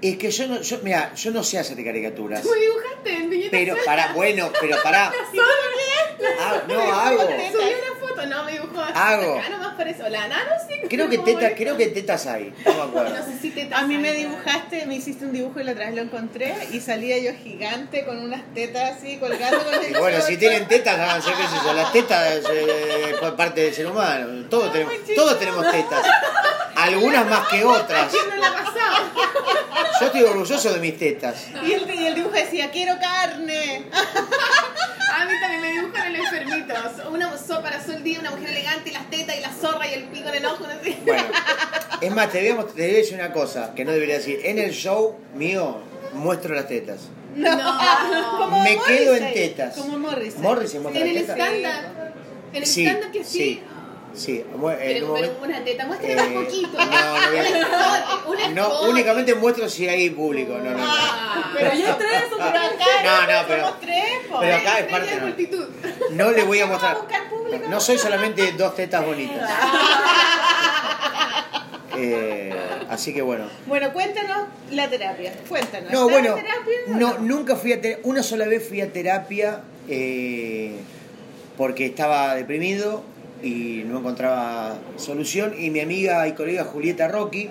Es que yo no, yo, mira, yo no sé hacer caricaturas. ¿Cómo dibujaste en billetes? Pero, [LAUGHS] para, bueno, pero para. ah, no, hago. Subí una foto, no, me dibujó así. ah, Hago. Acá nomás parece. O la nano, sí. Creo que como tetas, bonita. creo que tetas hay. No me No acuerdo. sé si tetas A mí me hay, dibujaste, me hiciste un dibujo y la otra vez lo encontré y salía yo gigante con unas tetas así colgando con el Y bueno, si short. tienen tetas, háganse qué sé yo. Las tetas eh, son parte del ser humano. Todos tenemos, todos tenemos tetas. Algunas más que [LAUGHS] otras. ¿Quién no la ha pasado? Yo estoy orgulloso de mis tetas. Y el, y el dibujo decía, quiero carne. Ah, A mí también me dibujan el enfermito. Una sopa para sol día, una mujer elegante y las tetas y la zorra y el pico en el ojo, no sé. Bueno, es más, te voy, a, te voy a decir una cosa que no debería decir. En el show mío muestro las tetas. No. Como Me Morrissey, quedo en tetas. Como Morrissey. Morrissey muestra [LAUGHS] En el las tetas. estándar. En el Sí, estándar que sí. sí. Sí, mu- en Pero, un pero momento- una teta, muéstrame un eh, poquito. no, no voy a- Un escote, un no, escote. únicamente muestro si hay público. No, no, no. Ah, Pero yo tres, pero acá No, no, pero- somos tres, po. pero acá es Estrella parte, de no. multitud. No le voy a Vamos a mostrar. buscar público. complicado. No soy solamente dos tetas bonitas. Eh, así que bueno. Bueno, cuéntanos la terapia. Cuéntanos. No, ¿Estás en bueno, terapia o no, nunca fui a terapia. Una sola vez fui a terapia eh, porque estaba deprimido y no encontraba solución. Y mi amiga y colega Julieta Rocky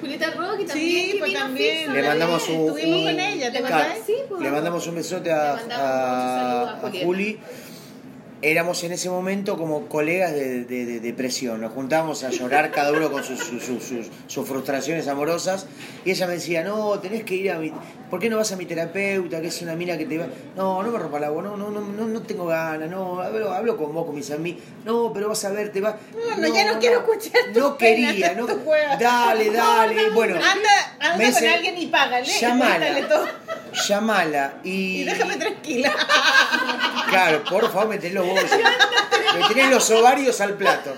Julieta Rocky también. Sí, que pues vino también. le Bien, Fixo también. mandamos un. estuvimos un- con ella, ¿te claro, acordás? Sí, pues. Le mandamos un besote a, Le mandamos un a- saludo a a Julieta. Juli. Éramos en ese momento como colegas de, de- de depresión. Nos juntábamos a llorar cada uno con sus, sus- sus- sus- sus frustraciones amorosas. Y ella me decía, no, tenés que ir a mi... ¿Por qué no vas a mi terapeuta? Que es una mina que te va... No, no me rompa la bola, no, no, no, no, no tengo ganas, no, hablo, hablo con vos, con mis amigos. No, pero vas a ver, te va... No, no, ya no quiero escuchar tu No pena, quería, no... tu juego. Dale, dale, No, no, bueno. Anda, anda me con dice, alguien y págale. cuéntale todo. Llamala. Llamala y. Y déjame tranquila. Claro, por favor, metés los huevos. Me tenés los ovarios al plato.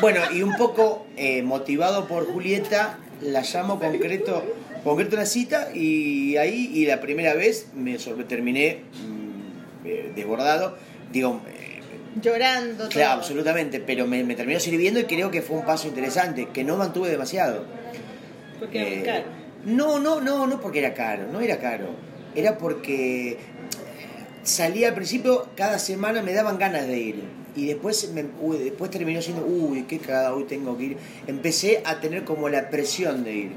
Bueno, y un poco eh, motivado por Julieta, la llamo concreto, concreto una cita y ahí, y la primera vez me sorpre- terminé mm, eh, desbordado. Digo, eh, [LAUGHS] Llorando. claro, todo. absolutamente, pero me, me terminó sirviendo y creo que fue un paso interesante, que no mantuve demasiado. Porque era muy Eh, caro. No, no, no, no porque era caro, no era caro. Era porque salía al principio, cada semana me daban ganas de ir. Y después, me- uy, después terminó siendo, uy, qué cagada, hoy tengo que ir. Empecé a tener como la presión de ir.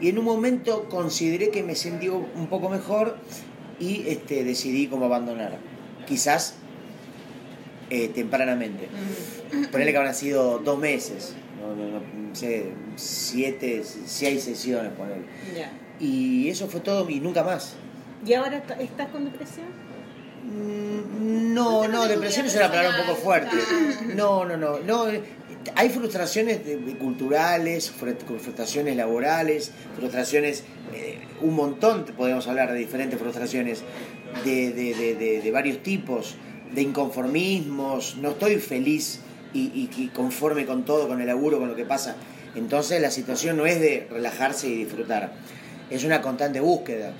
Y en un momento consideré que me sentí un poco mejor y este, decidí como abandonar. Quizás eh, tempranamente. Mm. Ponerle que habrán sido dos meses, no, no, no, no sé, siete, seis sesiones, ponerle. Ya. Y eso fue todo y nunca más. ¿Y ahora est- estás con depresión? Mm, No, Nunca no, te depresión tuvieras es una palabra un poco personal, fuerte. No, no, no, no. eh, Hay frustraciones de- de culturales, fre- frustraciones laborales, frustraciones, eh, un montón, te podemos hablar de diferentes frustraciones de, de- de- de- de varios tipos, de inconformismos, no estoy feliz y, y- y conforme con todo, con el laburo, con lo que pasa. Entonces la situación no es de relajarse y disfrutar, es una constante búsqueda.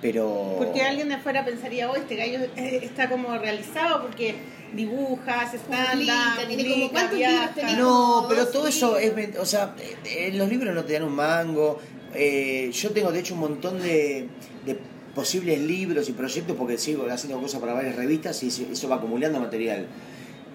Pero... Porque alguien de afuera pensaría, oh, este gallo eh, está como realizado porque dibuja, hace stand-up, Publica, tiene como publica, cuántos libros viaja. tenés. No, Dos pero todo eso libros. es. ment- O sea, eh, eh, los libros no te dan un mango. Eh, yo tengo, de hecho, un montón de, de posibles libros y proyectos porque sigo haciendo cosas para varias revistas y eso- eso va acumulando material.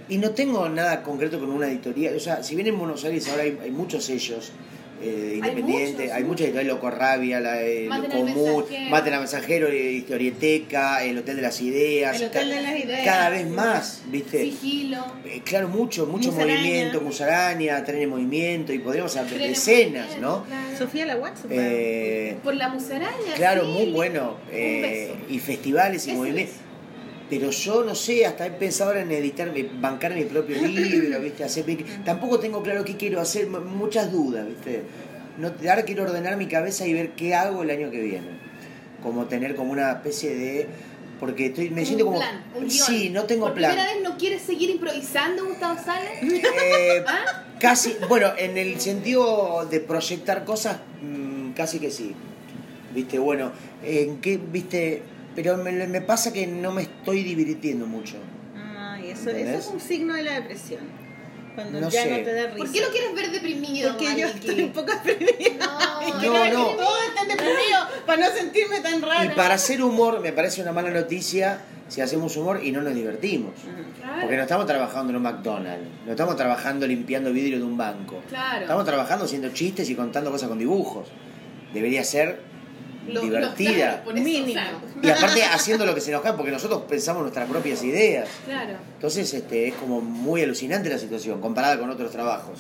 Y no tengo nada concreto con una editorial. O sea, si bien en Buenos Aires ahora hay, hay muchos sellos eh, independientes, muchos, hay ¿no? muchas editoriales, Locorrabia, la, eh, Maten al Común, Mensajero. Maten al Mensajero, eh, Historieteca, El Hotel de las Ideas. El Hotel de las Ideas. Cada vez más, ¿viste? Sigilo. Eh, Claro, mucho, mucho Musaraña. movimiento, musaraña, tren en movimiento, y podríamos hablar de Tren en escenas, ¿no? Claro. Sofía la Watson. Eh, Por la musaraña. claro, sí. muy bueno. eh, beso. y festivales y Eso movimientos. Pero yo no sé, hasta he pensado ahora en editar, mi- bancar mi propio libro, ¿viste? Hacer mi- tampoco tengo claro qué quiero hacer, m- muchas dudas, ¿viste? No, ahora quiero ordenar mi cabeza y ver qué hago el año que viene. Como tener como una especie de. Porque estoy, me Un siento como. plan, un guión. sí, no tengo Por plan. primera vez no quieres seguir improvisando, Gustavo Sales? Eh, ¿Ah? Casi, bueno, en el sentido de proyectar cosas, mm, casi que sí. Viste, bueno, en qué, viste, pero me, me pasa que no me estoy divirtiendo mucho. Ay, eso, eso ¿Entendés? es un signo de la depresión. Cuando No ya sé. no te da risa. ¿Por qué lo quieres ver deprimido? Porque yo Maliki? estoy un poco deprimida. [LAUGHS] No, No, Quiero no. que Todos están deprimidos para no sentirme tan rara. Y para hacer humor, me parece una mala noticia si hacemos humor y no nos divertimos. Claro. Porque no estamos trabajando en un McDonald's, no estamos trabajando limpiando vidrio de un banco. Claro. Estamos trabajando haciendo chistes y contando cosas con dibujos. Debería ser Lo- lo- divertida. claro, por eso, Mínimo. claro. Y aparte haciendo lo que se nos cae, porque nosotros pensamos nuestras propias ideas. Claro. Entonces este, es como muy alucinante la situación comparada con otros trabajos.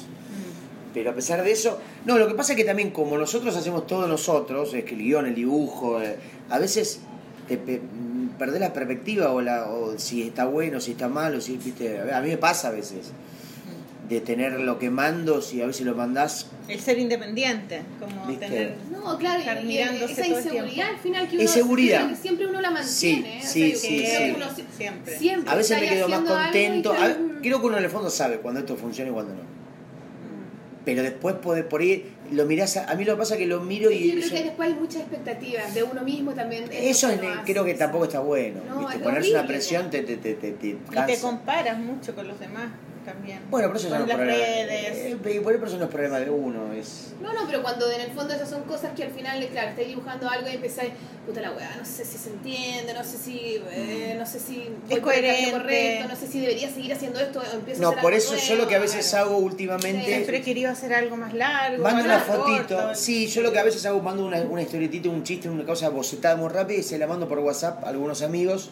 Pero a pesar de eso, no, lo que pasa es que también como nosotros hacemos todo nosotros, es que el guión, el dibujo, eh, a veces te pe- mm, perdés la perspectiva o, la, o si está bueno, si está malo, si, viste, a mí me pasa a veces de tener lo que mando, si a veces lo mandás [LAUGHS] El ser independiente, como Viste. tener... No, claro, Estar y- y, mirándose todo esa el tiempo. inseguridad al final que uno Inseguridad. siempre- siempre uno la mantiene. ¿eh? Sí, o sea, sí, yo creo sí. que uno si- Siempre. siempre A veces está me ahí quedo más haciendo algo y contento. tal. A- creo que uno en el fondo sabe cuando esto funciona y cuando no. pero después poder por ahí lo mirás, a, a mí lo que pasa es que lo miro y... yo creo eso- que después hay muchas expectativas de uno mismo también. de eso lo es- uno hace. creo que tampoco está bueno. No, ¿viste? es Ponerse una horrible. presión te, te, te, te, te Y te cansa. comparas mucho con los demás también. Bueno, pero eso ya con no es las problema. redes. Eh, eh, bueno, pero eso no es problema de uno. Es... No, no, pero cuando en el fondo esas son cosas que al final, claro, estáis dibujando algo y empezáis, puta la weá, no sé si se entiende, no sé si, eh, no sé si voy por el camino coherente. correcto, no sé si debería seguir haciendo esto o empiezo a No, hacer por algo eso yo nuevo, lo que a veces claro. hago últimamente... Siempre he querido hacer algo más largo. Mando más una corto. fotito. Sí, yo lo que a veces hago, mando una, una historietita, un chiste, una cosa bocetada muy rápida y se la mando por WhatsApp a algunos amigos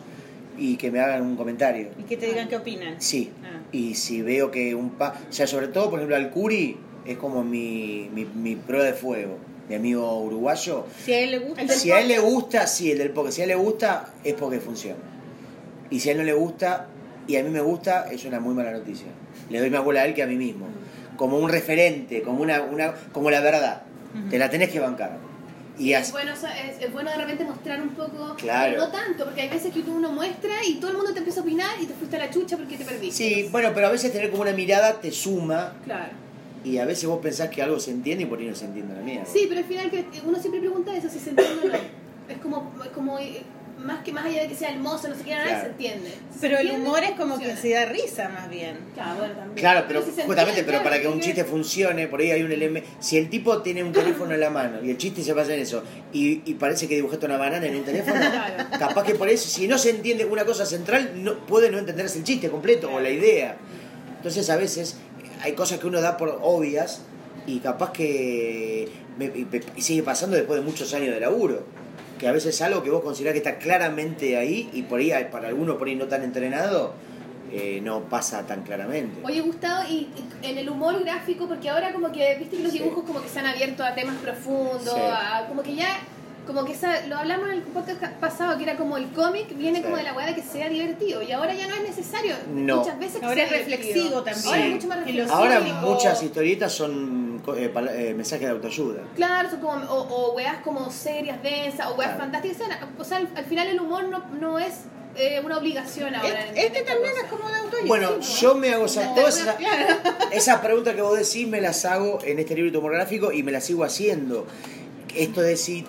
y que me hagan un comentario. Y que te digan qué opinan. Sí. Ah. Y si veo que un pa... O sea, sobre todo, por ejemplo, al Curi es como mi, mi, mi prueba de fuego. Mi amigo uruguayo. Si a él le gusta. Si a él le gusta, sí, el del porque Si a él le gusta, es porque funciona. Y si a él no le gusta, y a mí me gusta, es una muy mala noticia. Le doy más bola a él que a mí mismo. Como un referente, como una, una como la verdad. Ujú. Te la tenés que bancar. Y Es así. bueno, o sea, es, es bueno de repente mostrar un poco, Claro. pero no tanto, porque hay veces que uno muestra y todo el mundo te empieza a opinar y te fuiste a la chucha porque te perdiste. Sí, bueno, pero a veces tener como una mirada te suma Claro. y a veces vos pensás que algo se entiende y por ahí no se entiende la mierda. Sí, pero al final que uno siempre pregunta eso, si se entiende o no. Es como, es como eh, más que más allá de que sea hermoso, no sé qué, nada, Claro. se entiende. Si se Pero el entiende, humor es como que funciona. se da risa más bien. Claro, bueno, también. Claro, pero si se justamente, entiende, pero claro, para que un porque- chiste funcione, por ahí hay un elemento. Si el tipo tiene un teléfono en la mano y el chiste se basa en eso, y, y parece que dibujaste una banana en un teléfono, [LAUGHS] Claro. capaz que por eso, si no se entiende una cosa central, no, puede no entenderse el chiste completo o la idea. Entonces a veces hay cosas que uno da por obvias y capaz que me- me- y sigue pasando después de muchos años de laburo. Que a veces algo que vos considerás que está claramente ahí y por ahí, para alguno por ahí no tan entrenado, eh, no pasa tan claramente. Oye, Gustavo, y, y en el humor gráfico, porque ahora como que, viste que los Sí. dibujos como que se han abierto a temas profundos, Sí. a- como que ya, como que esa- lo hablamos en el podcast pasado, que era como el cómic viene Sí. como de la weá de que sea divertido, y ahora ya no es necesario. No. Muchas veces que Ahora sea es reflexivo divertido. también. Ahora es mucho más Y lo reflexivo. Ahora cívico. muchas historietas son co- eh, pala- eh, mensajes de autoayuda. Claro, son como, o, o weas como serias, densas, o weas Claro. fantásticas. O sea, na- o sea, al, al final el humor no, no es eh, una obligación ahora. en- Este, este en esta también cosa. es como de autoayuda. Bueno, Sí, yo me hago esas, No, todas esas, Claro. [LAUGHS] esas preguntas que vos decís me las hago en este libro tomográfico y me las sigo haciendo. Esto de decir,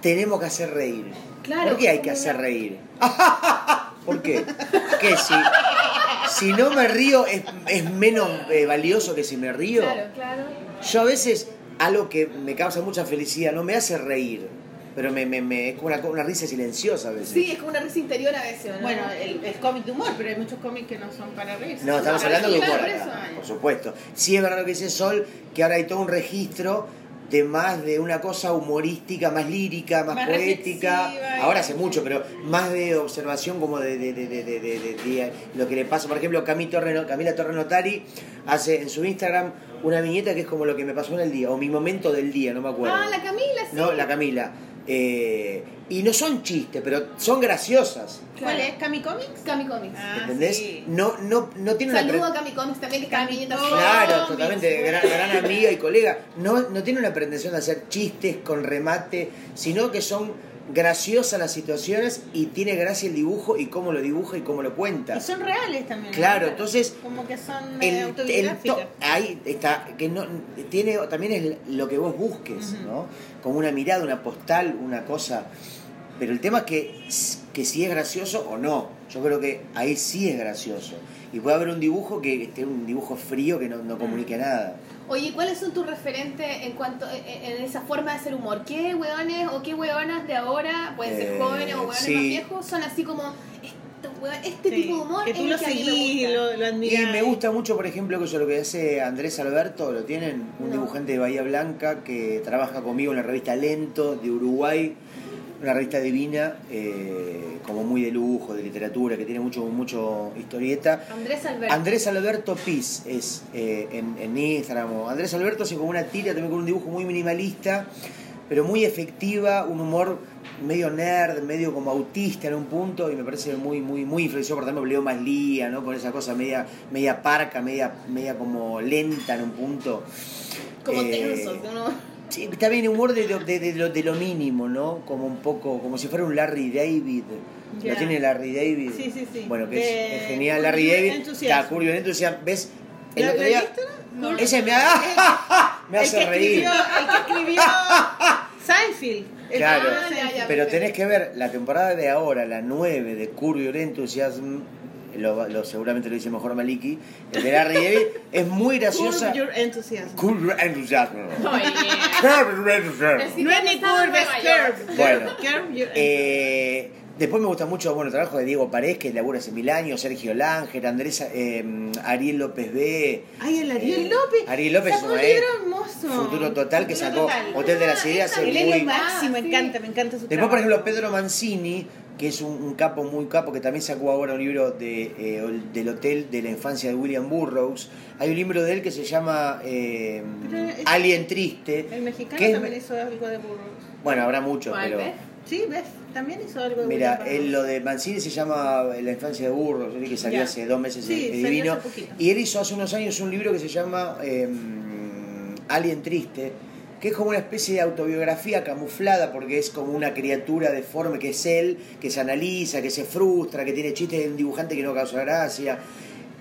tenemos que hacer reír. Claro, ¿Por qué hay que como hacer una- reír? [LAUGHS] ¿Por qué? Que si, si no me río es, es menos eh, valioso que si me río. Claro, claro. Yo a veces, algo que me causa mucha felicidad, no me hace reír, pero me, me- me- es como una, co- una risa silenciosa a veces. Sí, es como una risa interior a veces, ¿o ¿no? Bueno, el, el cómic de humor, pero hay muchos cómics que no son para reírse. No, estamos Ah, hablando de claro, humor por acá, eso. por supuesto. Sí es verdad lo que dice Sol, que ahora hay todo un registro de más de una cosa humorística, más lírica, más, Más poética. reflexiva y- Ahora hace mucho, pero más de observación como de, de- de- de- de- de- de- de lo que le pasa. Por ejemplo, Cami Torre- Camila Torrenotari hace en su Instagram una viñeta que es como lo que me pasó en el día, o mi momento del día, no me acuerdo. Ah, la Camila, sí. No, la Camila. Eh, y no son chistes, pero son graciosas. ¿Cuál es? ¿Cami Comics? Cami Comics. Ah, ¿Entendés? sí. No, no, no tiene una... Saludo pre- a Cami Comics también, que está Oh. Cami viñeta Comics. Claro, Cómics, totalmente, bueno. gran, gran amiga y colega. No, no tiene una pretensión de hacer chistes con remate, sino que son graciosas las situaciones y tiene gracia el dibujo y cómo lo dibuja y cómo lo cuenta. Y son reales también. ¿no? Claro, entonces, Como que son El- medio el autobiográficas. to- ahí está, que no tiene también es lo que vos busques, Ujú. ¿no? Como una mirada, una postal, una cosa. Pero el tema es que, que si es gracioso o no. Yo creo que ahí sí es gracioso. Y puede haber un dibujo que esté un dibujo frío que no, no comunique nada. Oye, ¿cuáles son tus referentes en cuanto en, en esa forma de hacer humor? ¿Qué hueones o qué hueonas de ahora, pueden ser Eh, jóvenes o hueones sí. más viejos, son así como estos hueones- este Sí, tipo de humor Que es tú el lo que a mí me seguís, gusta? lo, lo Y admirás. me gusta mucho, por ejemplo, que eso lo que hace Andrés Alberto, lo tienen, un No. dibujante de Bahía Blanca que trabaja conmigo en la revista Lento de Uruguay, una revista divina, eh, como muy de lujo, de literatura, que tiene mucho, mucho historieta. Andrés Alberto. [LAUGHS] Andrés Alberto Piz es eh, en, en Instagram. o Andrés Alberto hace como una tira también con un dibujo muy minimalista, pero muy efectiva, un humor medio nerd, medio como autista en un punto, y me parece muy, muy, muy influenciado por también por Leo Maslía, ¿no? Con esa cosa media, media parca, media, media como lenta en un punto. como Eh, tensos, ¿no? Sí, está bien, humor de, lo- de- de lo, de lo mínimo, ¿no? Como un poco, como si fuera un Larry David. Ya. ¿Lo tiene Larry David? Sí, sí, sí. Bueno, que es- De es, genial. Curb Larry Your David. Enthusiasm. Está, Curb Your Enthusiasm. ¿Ves? El ¿La otro día revista? No. Ese me, ha- me el que hace reír. escribió, el que escribió Seinfeld. El Claro. que escribió Ah, ya, ya. Seinfeld. Pero tenés que ver la temporada de ahora, la 9 de Curio Enthusiasm, lo, lo- seguramente lo dice mejor Maliki, el de Larry David, es [LAUGHS] muy graciosa. Curb your enthusiasm. Curio Enthusiasm. Oye. Curio Enthusiasm. No es ni curve, es curve. Bueno. Curb your Eh, después me gusta mucho bueno, el trabajo de Diego Paredes, que labura hace mil años, Sergio Langer, Andrés eh, Ariel López B. Ay, el Ariel eh, López. Ariel López Sacó un es libro hermoso. Futuro Total, que Futuro sacó Total. Hotel de las Ah, Ideas. esa, es Él es muy- lo máximo, me Ah, sí. encanta, me encanta su Después, por trabajo. ejemplo, Pedro Mancini, que es un, un capo muy capo, que también sacó ahora un libro de, eh, el- del hotel de la infancia de William Burroughs. Hay un libro de él que se llama eh, Pero es- Alien Triste. El mexicano que es- también hizo algo de burro. Bueno, habrá muchos, ¿Cuál, pero... ves? Sí, ves, también hizo algo de Mira, burro. él, lo de Mancini se llama La infancia de Burroughs, ¿sí? que salió Ya. hace dos meses, Sí, es salió divino. hace poquito. Y él hizo hace unos años un libro que se llama eh, Alien Triste, que es como una especie de autobiografía camuflada, porque es como una criatura deforme que es él, que se analiza, que se frustra, que tiene chistes de un dibujante que no causa gracia.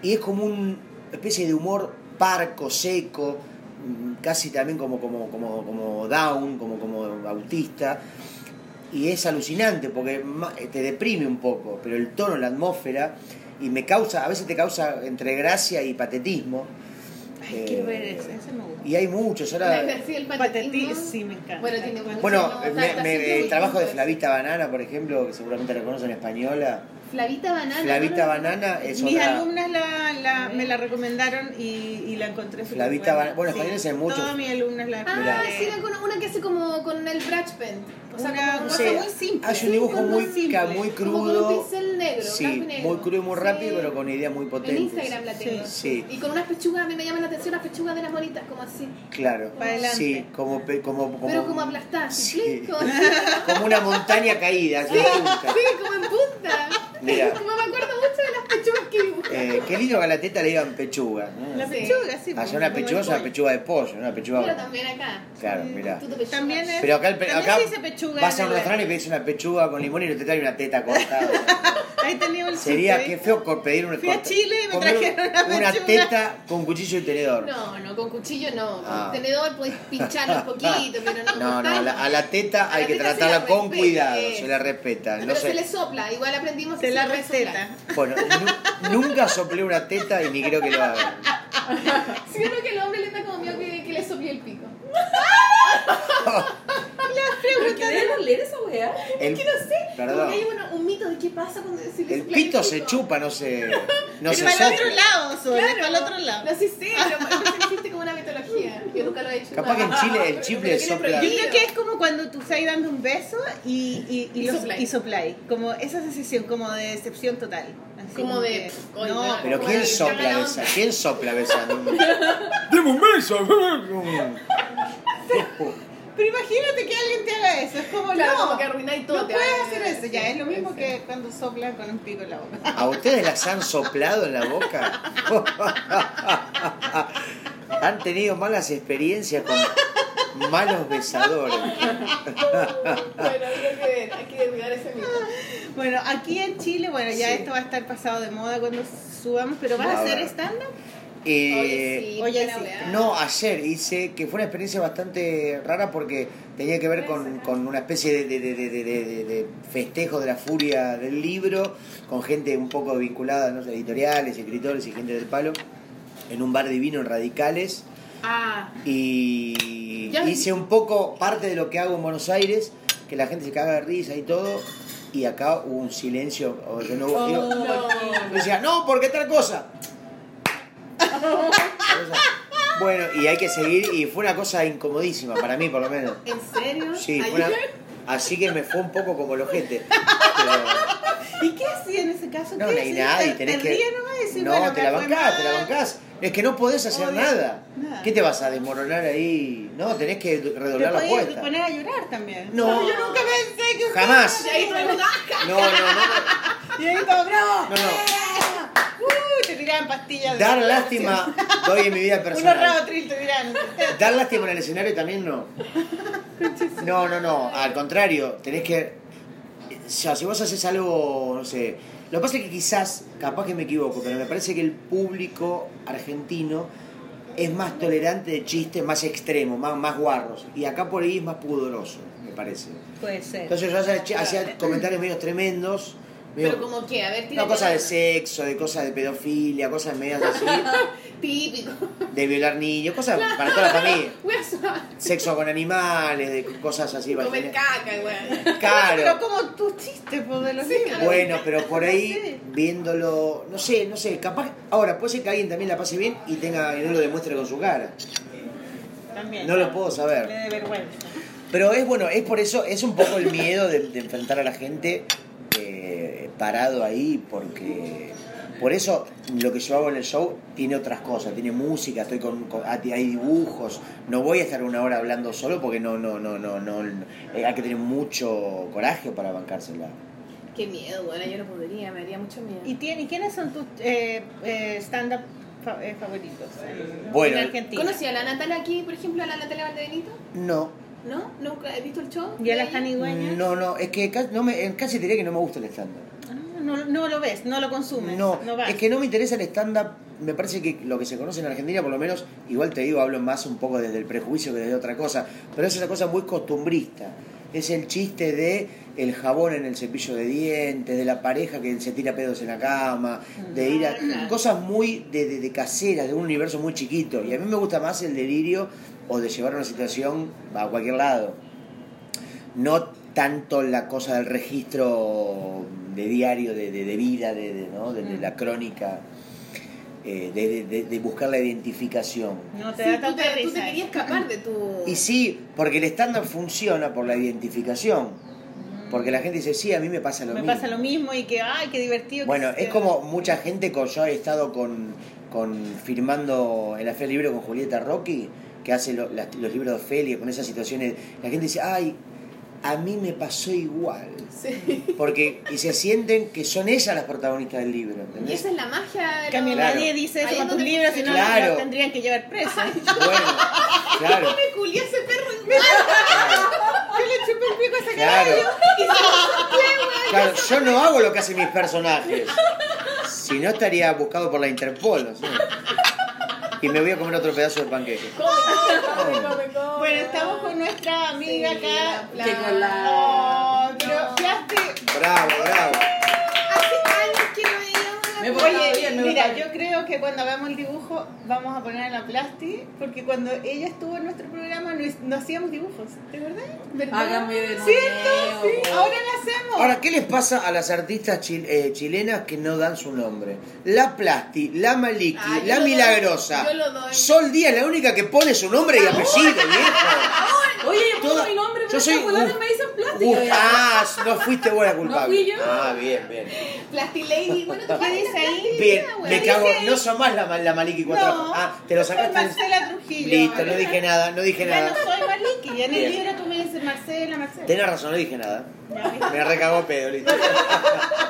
Y es como una especie de humor parco, seco, mm, casi también como, como, como, como down, como, como autista. Y es alucinante porque ma- eh, te deprime un poco, pero el tono, la atmósfera, y me causa, a veces te causa entre gracia y patetismo. Ay, Eh, quiero ver ese, ese me gusta. Y hay muchos, ahora. Sí, el Patatí, patetismo. sí, me encanta. Bueno, tiene mucho, Bueno, eh, no, me- está- me- está el trabajo de siempre Flavita Banana, por ejemplo, que seguramente la conocen española. Flavita Banana. Flavita ¿no? Banana es Mis otra. alumnas la, la- me la recomendaron y, y la encontré súper Flavita buena. Ban- bueno, españoles hay muchos. Todas mis alumnas la Ah, Mirá. sí, era con- una que hace como con el brush pen. O sea, Una- como no No cosa sé, muy simple. Hay Sí, un dibujo muy muy, simple. ca- muy como con crudo. un pincel negro, blanco sí, y negro. muy crudo y muy Sí. rápido, pero con ideas muy potentes. En Instagram la tengo. Sí. Y con unas pechugas, a mí me llaman la atención las pechugas de las bonitas, como así. Claro. Pa' adelante. Sí, como, pe- como, como. Pero como aplastadas, Oh, Sí. [LAUGHS] sí. Como, sí, como una montaña caída. de punta. como en punta. Mirá. [LAUGHS] Como me acuerdo mucho de las pechugas que dibujé. Eh, qué lindo que a la teta le digan pechuga. ¿no? La Sí. pechuga, sí. Allá como una pechuga el es una pollo. pechuga de pollo, una Pero pechuga. también acá. Claro, mirá. Tú te pechugas. También es- Pero acá, el pe- También acá se dice pechuga vas a en un el- restaurante y pedís una pechuga con limón y no te trae una teta [LAUGHS] cortada. Ahí tenía un Sería chiste. que feo co- pedir una Fui a Chile y me comer trajeron una pechuga. teta con cuchillo y tenedor. No, no, con cuchillo no. Con Ah. tenedor podés pinchar un poquito, pero no. No, no, cortar. a la, ah, a la teta A hay la que teta se tratarla la con respeta, cuidado, eh. se la respeta. No pero sé. se le sopla, igual aprendimos Se que la le puede soplar. receta. Bueno, nu- nunca soplé una teta y ni creo que lo [LAUGHS] hagan. [LAUGHS] Sí, yo creo que el hombre le da como miedo que, que le sople [LAUGHS] el pico. ¿Pero queremos leer esa weá? El, Que no sé, Perdón. como que hay una- un mito de qué pasa cuando se le El sopla pito el se pico. chupa, no se. No Pero se para el sopla. otro lado, Sol, Claro, para el otro lado. No sí sé, pero parece que existe como una mitología. Yo nunca lo he hecho. Capaz que en Chile el Pero chip le que tiene sopla. Yo prohibido. creo que es como cuando tú estás dando un beso y, y, y, Y los- soplai. y soplai. Como esa sensación, como de decepción total. Así Como de, que- pff, hoy no, no. Pero Como ¿quién la sopla linterna besa? onda. ¿Quién sopla besando? ¡Deme un beso! Pero imagínate que alguien te haga eso. Es como, Claro, no, como que ah, arruináis todo. no te puedes va- hacer eso. Ya sí, es lo mismo sí. [LAUGHS] que cuando soplan con un pico en la boca. ¿A ustedes las han soplado en la boca? [LAUGHS] Han tenido malas experiencias con malos besadores. Bueno, creo que hay que derribar ese mito. Bueno, aquí en Chile, bueno, ya Sí. esto va a estar pasado de moda cuando subamos, pero ¿vas a Ahora. hacer stand-up? Eh, Oye, sí. oye, buena sí. weá. No, ayer hice que fue una experiencia bastante rara porque tenía que ver con, con una especie de, de- de- de- de- de- de festejo de la furia del libro, con gente un poco vinculada, no sé, editoriales, escritores y gente del palo, en un bar divino en Radicales. Ah, Y Ya- hice un poco parte de lo que hago en Buenos Aires, que la gente se caga de risa y todo, y acá hubo un silencio. o yo no, digo- Oh, yo decía, no, porque tal cosa. bueno, y hay que seguir, y fue una cosa incomodísima, para mí por lo menos. ¿en serio? [LAUGHS] Sí, Ay, fue una- así que me fue un poco como los [LAUGHS] gente. Pero, ¿Y qué hacía en ese caso? no, ¿Qué no hay hacía? nadie, Te- tenés te que. ríes nomás y decís, no, bueno, te me la fue bancás, te la mal. bancás. Es que no podés hacer Obvio, nada. nada. ¿Qué te vas a desmoronar ahí? No, tenés que Te redoblar la podías apuesta. poner a llorar también. No. yo nunca pensé que... Jamás. [LAUGHS] Y ahí todo el mundo, ¡ah! No, no, no. Y ahí todo, bravo. No, [LAUGHS] Uh, te tiraban pastillas. de- Dar lástima doy en mi vida Unos personal. rabotril te tiraban. Dar lástima en el escenario también no. No, no, no. Al contrario, tenés que. O sea, si vos haces algo, no sé. Lo que pasa es que quizás, capaz que me equivoco, pero me parece que el público argentino es más tolerante de chistes más extremos, más, más guarros. Y acá por ahí es más pudoroso, me parece. Puede ser. Entonces yo hacía, chi- hacía comentarios medios tremendos. Pero medio- como que, a ver, no, tírate cosas de [LAUGHS] una. sexo, de cosas de pedofilia, cosas medias así, Típico. de violar niños, cosas para toda la familia. Weón, suave. Sexo con animales, de cosas así. Comer vaginales. caca, weón. Pero Claro. como tus chistes, pues, de los Sí, niños. Bueno, pero por ahí [LAUGHS] Sí. viéndolo, no sé, no sé, capaz. Ahora, puede ser que alguien también la pase bien y tenga y no lo demuestre con su cara. También. No lo puedo saber. Le dé vergüenza. Pero es bueno, es por eso, es un poco el miedo de, de enfrentar a la gente eh, parado ahí, porque por eso lo que yo hago en el show tiene otras cosas, tiene música, estoy con, con- hay dibujos, no voy a estar una hora hablando solo porque no, no, no, no, no, eh, hay que tener mucho coraje para bancársela. Qué miedo, weón. Yo no podría, me haría mucho miedo. ¿Y, tiene, ¿y quiénes son tus eh, eh, stand-up fa- eh, favoritos en, Bueno, en Argentina? ¿Conocí a la Natalia aquí, por ejemplo, a la Natalia Valdebenito? No, ¿No? ¿Nunca he visto el show? ¿Y a la de ella? Canigüeña? no, no, es que casi, no me, eh, casi diría que no me gusta el stand-up. Ah, no. No lo ves, no lo consumes. No, vas. es que no me interesa el stand-up. Me parece que lo que se conoce en Argentina, por lo menos, igual te digo, hablo más un poco desde el prejuicio que desde otra cosa, pero es esa cosa muy costumbrista. Es el chiste de el jabón en el cepillo de dientes, de la pareja que se tira pedos en la cama, de ir a... Cosas muy de, de- de caseras, de un universo muy chiquito. Y a mí me gusta más el delirio o de llevar una situación a cualquier lado no tanto la cosa del registro de diario, de, de- de vida, de, de- ¿no? Mm. de, de la crónica, eh, de, de- de- de buscar la identificación. No te Sí, da tú, tanta te, tú risa. te querías escapar de tu... Y sí, porque el estándar funciona por la identificación, porque la gente dice, sí, a mí me pasa lo [LAUGHS] Me mismo. pasa lo mismo y que, ay, qué divertido. que Bueno, se- es como mucha gente, con, yo he estado con, con firmando en la Feria del Libro con Julieta Rocky, que hace lo- las- los libros de Ofelia, con esas situaciones, la gente dice, ay, a mí me pasó igual. Sí. Porque y se sienten que son ellas las protagonistas del libro, Y ¿entendés? esa es la magia de Que a mí los- Claro. nadie dice Ahí eso con es tus donde libros, si no, funciona. no Claro. los tendrían que llevar presos. Bueno, [LAUGHS] claro. me culié a ese perro en mano. Yo le chupé el pico a esa Claro. Y se lo soplé, weón. Claro, yo no hago lo que hacen mis personajes. Si no estaría buscado por la Interpol, no sé. Y me voy a comer otro pedazo de panqueque. Bueno, estamos con nuestra amiga Sí, acá. la- Que con la- Oh, pero fíjate, Bravo, bravo. Hace años que no veíamos la Me voy playa. a- Oye, bien, me mira, gusta bien. yo creo que cuando hagamos el dibujo vamos a poner a la Plasti, porque cuando ella estuvo en nuestro programa no, no hacíamos dibujos, ¿de verdad? ¿Verdad? Hágame de nuevo. ¿Cierto? Sí, ahora lo hacemos. Ahora, ¿qué les pasa a las artistas chil- eh, chilenas que no dan su nombre? La Plasti, la Maliki, Ah, yo la lo doy, Milagrosa. yo lo doy. Sol Díaz, la única que pone su nombre y apellido, viejo. Oye, yo pongo Toda- mi nombre, yo pero soy estos huevones un- me dicen plástico. Uh, ah, no fuiste buena culpable. fui yo. Ah, bien, bien. Plastilady. Bueno, ¿tú ¿Qué dice ahí? Bien, Mira, me güey, cago, dice- no son más la, ma- la Maliki cuatro. No, ah, te lo Soy sacaste. Marcela Trujillo. Listo, no dije nada, no dije Ya no nada. soy Maliki, ya en el Bien. libro tú me dices Marcela, Marcela. Tenés razón, no dije nada. Ya, ¿viste? Me recagó pedo, listo. [LAUGHS]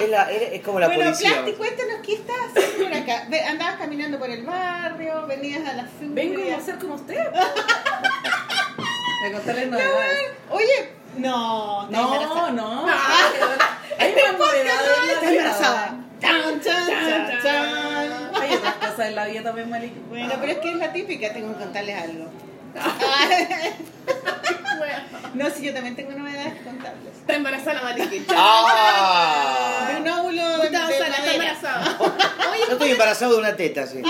es, la- es- es como la bueno, policía. Plasti, cuéntanos qué estás haciendo por acá. Ve- Andabas caminando por el barrio, venías a la feria. Vengo a ser como usted. De contarles novedades. Oye, no, estás embarazada. No, [LAUGHS] no. Hay una novedad. en la Estás vida. embarazada. Chan, chan, chan, chan. Hay otras cosas en la vida también, Malik. Bueno, pero es que es la típica, tengo que contarles [LAUGHS] algo. No, si yo también tengo novedades que contarles. Está embarazada la Mariquita. De ¡Ah! un óvulo de, de Puta, Sara, está madera. embarazada. Yo estoy embarazado de una teta, sí.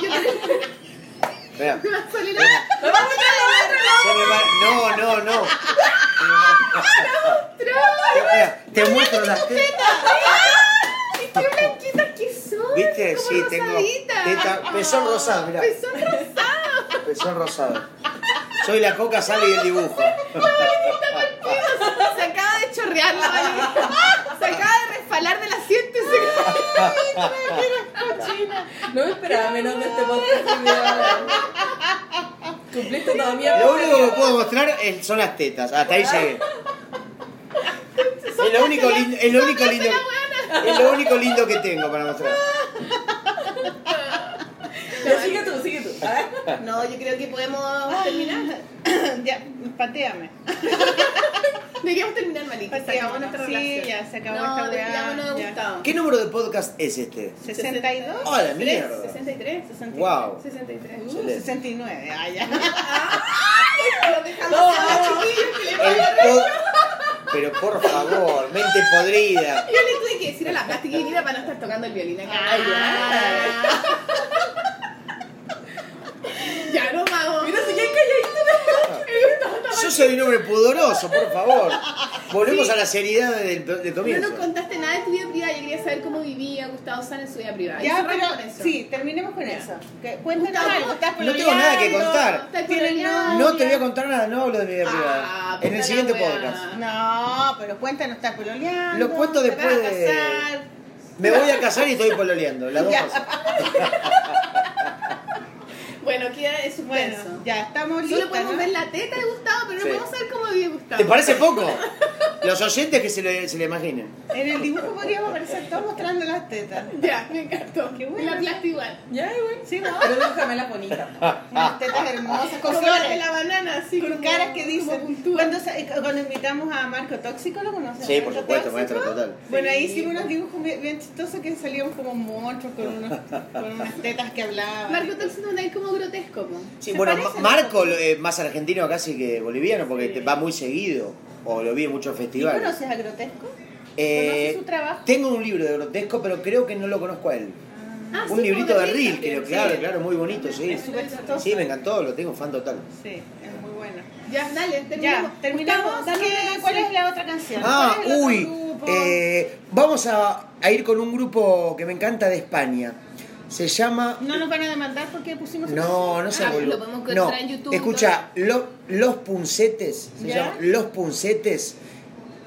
Espera. Me va a salir- Se me va- No, no, no. Espera, te muestro las tetas. ¡Ay, ¡Qué blanquitas que son! ¿Viste? Como Sí, tengo rosaditas. teta, pezón rosado, mirá. Pezón rosado. Pezón rosado. Pues Soy la coca sale del dibujo. Se acaba de chorrear la Mariquita. Se acaba de resfalar del asiento y se No me esperaba menos de este podcast. mi vida. Cumpliste todavía. Lo único que puedo mostrar es- son las tetas. Hasta ahí llegué. Es lo único lindo, es lo único lindo, es lo único lindo que tengo para mostrar. Ya, Sigue tú, sigue tú. Ah. No, yo creo que podemos terminar. [LAUGHS] Ya, pateame. Deberíamos terminar, Mariquita. Pues se acabó nuestra Sí, relación. ya se acabó No, esta weá. despidámonos de Ya. Gustavo. ¿Qué número de podcast es este? 62. ¡Hola, mierda! 63. 63. Wow. 63. Uh, Excelente. 69. Ah, [LAUGHS] ya. No, ah, El to- Pero por favor, mente podrida. Yo le tuve que decir a la plastiquinita para no estar tocando el violín acá. Ya no mago. Mira, si ya calladito. Yo soy un hombre pudoroso, por favor. Volvemos a la seriedad del, del No nos comienzo. contaste nada de tu vida privada. Yo quería saber cómo vivía Gustavo San en su vida privada. Ya, Cerramos con pero eso. sí, terminemos con eso. Que- Cuéntanos Gustavo, algo. ¿Estás no tengo nada que pololeando? contar. Está Tiene pololeando. No te voy a contar nada, no hablo de mi vida Ah, privada. En el puta siguiente la wea. podcast. No, pero cuéntanos, ¿estás pololeando? Lo cuento ¿Te después vas a de- casar? Me voy a casar y estoy pololeando, las dos Ya. cosas. Bueno, queda en Bueno, suspenso. ya estamos listos. Solo podemos ver la teta de Gustavo, pero Sí. no podemos saber cómo vive Gustavo. ¿Te parece poco? Los oyentes que se le, se le imaginen. En el dibujo podríamos aparecer todos mostrando las tetas. [LAUGHS] Ya, me encantó. Qué Qué bueno. La plasta igual. Ya, igual. Sí, ¿no? Pero déjame la bonita. Unas tetas hermosas con Como la de flores. la banana, así. Con como- caras que como dicen. puntúa. Cuando, sa- eh, cuando invitamos a Marco Tóxico, ¿lo conoces? Sí, por Marco supuesto, Tóxico. maestro total. Bueno, ahí Sí. hicimos unos dibujos bien, bien chistosos que salían como monstruos con, unos, con unas tetas que hablaban. Marco Toxin anda ahí como grotesco. po. Sí, Se bueno, parece, Ma- ¿no? Marco eh, más argentino casi que boliviano, porque Sí. te va muy seguido. O lo vi en muchos ¿Y festivales. conoces a Grotesco? Eh, ¿Conoces su trabajo? Tengo un libro de grotesco, pero creo que no lo conozco a él. Ah, un sí, librito como de Reel reel, creo, también, claro, sí. claro, muy bonito, sí. Es súper chistoso. Sí, me encantó, lo tengo fan total. Sí, es muy bueno. Ya, dale, terminamos. Ya, terminamos. Gustavo, dale ¿Qué- una ¿Cuál canción. es la otra canción? Ah, ¿Cuál es el otro uy, grupo? eh, vamos a, a ir con un grupo que me encanta de España. Se llama... No nos van a demandar porque pusimos. No, no sé. Ah, boludo. lo podemos encontrar no. en YouTube, Escucha, Lo- Los Puncetes, se ¿Ya? llama Los Puncetes.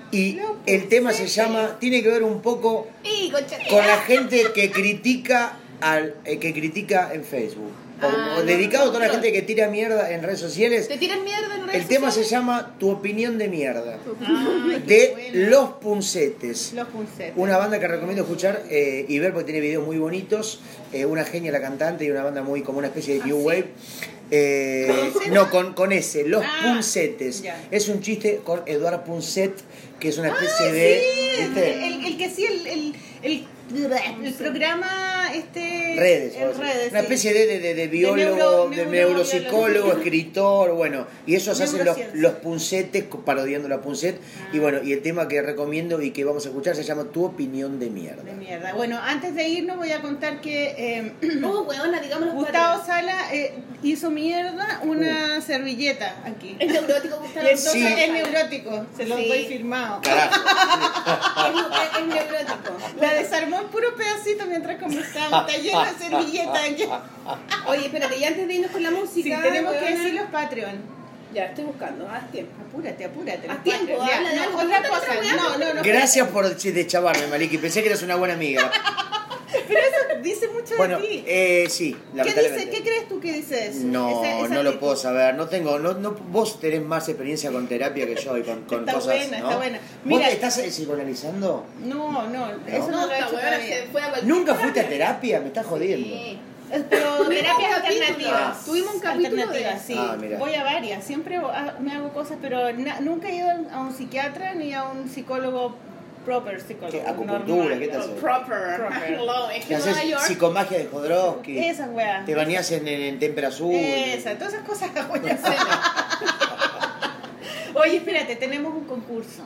Y Los el tema se Puncetes. llama, tiene que ver un poco Y concha- con la gente que critica al eh, que critica en Facebook. O, Ah, o no, dedicado a toda la no. gente que tira mierda en redes sociales. Te tiran mierda en redes El tema se sociales? llama Tu opinión de mierda. Ay, Ah, qué De buena. Los Puncetes. Los Puncetes. Una banda que recomiendo escuchar eh, y ver porque tiene videos muy bonitos. eh, una genia la cantante y una banda muy como una especie de New Wave. Eh, no, con, con ese, Los Ah, Puncetes. ya. Ah, Es un chiste con Eduard Puncet, que es una especie de. Sí, ¿viste? el, el que sí, el, el, el, el programa este Redes, en vamos a decir. redes una sí. especie de, de- de- de biólogo, neuro- de neuro- neuropsicólogo, biólogo. escritor, bueno, y eso se hacen los, Neurociencia. Ah. los puncetes, co- parodiando la puncet, y bueno, y el tema que recomiendo y que vamos a escuchar se llama Tu opinión de mierda. de mierda. Bueno, antes de irnos voy a contar que [COUGHS] eh, Oh, huevona, digamos los Gustavo cuatro. Sala eh, hizo mierda una servilleta aquí. Es neurótico, Gustavo. Y entonces Uh. Sí. es neurótico, se los Sí. doy firmado. Carajo. Es, es neurótico. La desarmó en puros pedacitos mientras conversaba. Está llena [LAUGHS] de servilletas aquí. Oye, espérate, y antes de irnos con la Sí, música. tenemos que huevona- decir los Patreon. Ya, estoy buscando, haz tiempo. Apúrate, apúrate. Haz los tiempo, Patreon. Ya, habla de no, algo. otra Cuéntate cosa. otra weá. No, no, no. Gracias por ch- deschavarme, Maliki. Pensé que eras una buena [LAUGHS] amiga. Dice mucho Bueno, de ti. eh, sí, ¿Qué lamentablemente. dice? ¿Qué crees tú que dice eso? No, Esa- esa no lo actitud. puedo saber. No tengo, no, no, vos tenés más experiencia con terapia que yo y con, con Está cosas. buena, ¿no? está buena. ¿Vos Mira- te estás eh, psicoanalizando? No, no, eso no, No, lo he esta hecho huevona todavía. se fue a cualquier. ¿Nunca fuiste a terapia? Me estás jodiendo. Sí. Eh, Pero Tuvimos terapias un capítulo. alternativas. Tuvimos un capítulo de- Alternativas, sí. Ah, mira. Voy a varias. Siempre ha- me hago cosas, pero na- nunca he ido a un psiquiatra ni a un psicólogo proper psicólogo. ¿Qué? Acupuntura, normal. ¿qué te hace? Proper. [LAUGHS] Proper. Hello, es ¿Te que Nueva haces York. psicomagia de Jodorowsky? Esas weas. ¿Te bañás en, en, en tempera azul? Esa, todas esas cosas [LAUGHS] [LAUGHS] las voy a hacer. [LAUGHS] Oye, espérate, tenemos un concurso.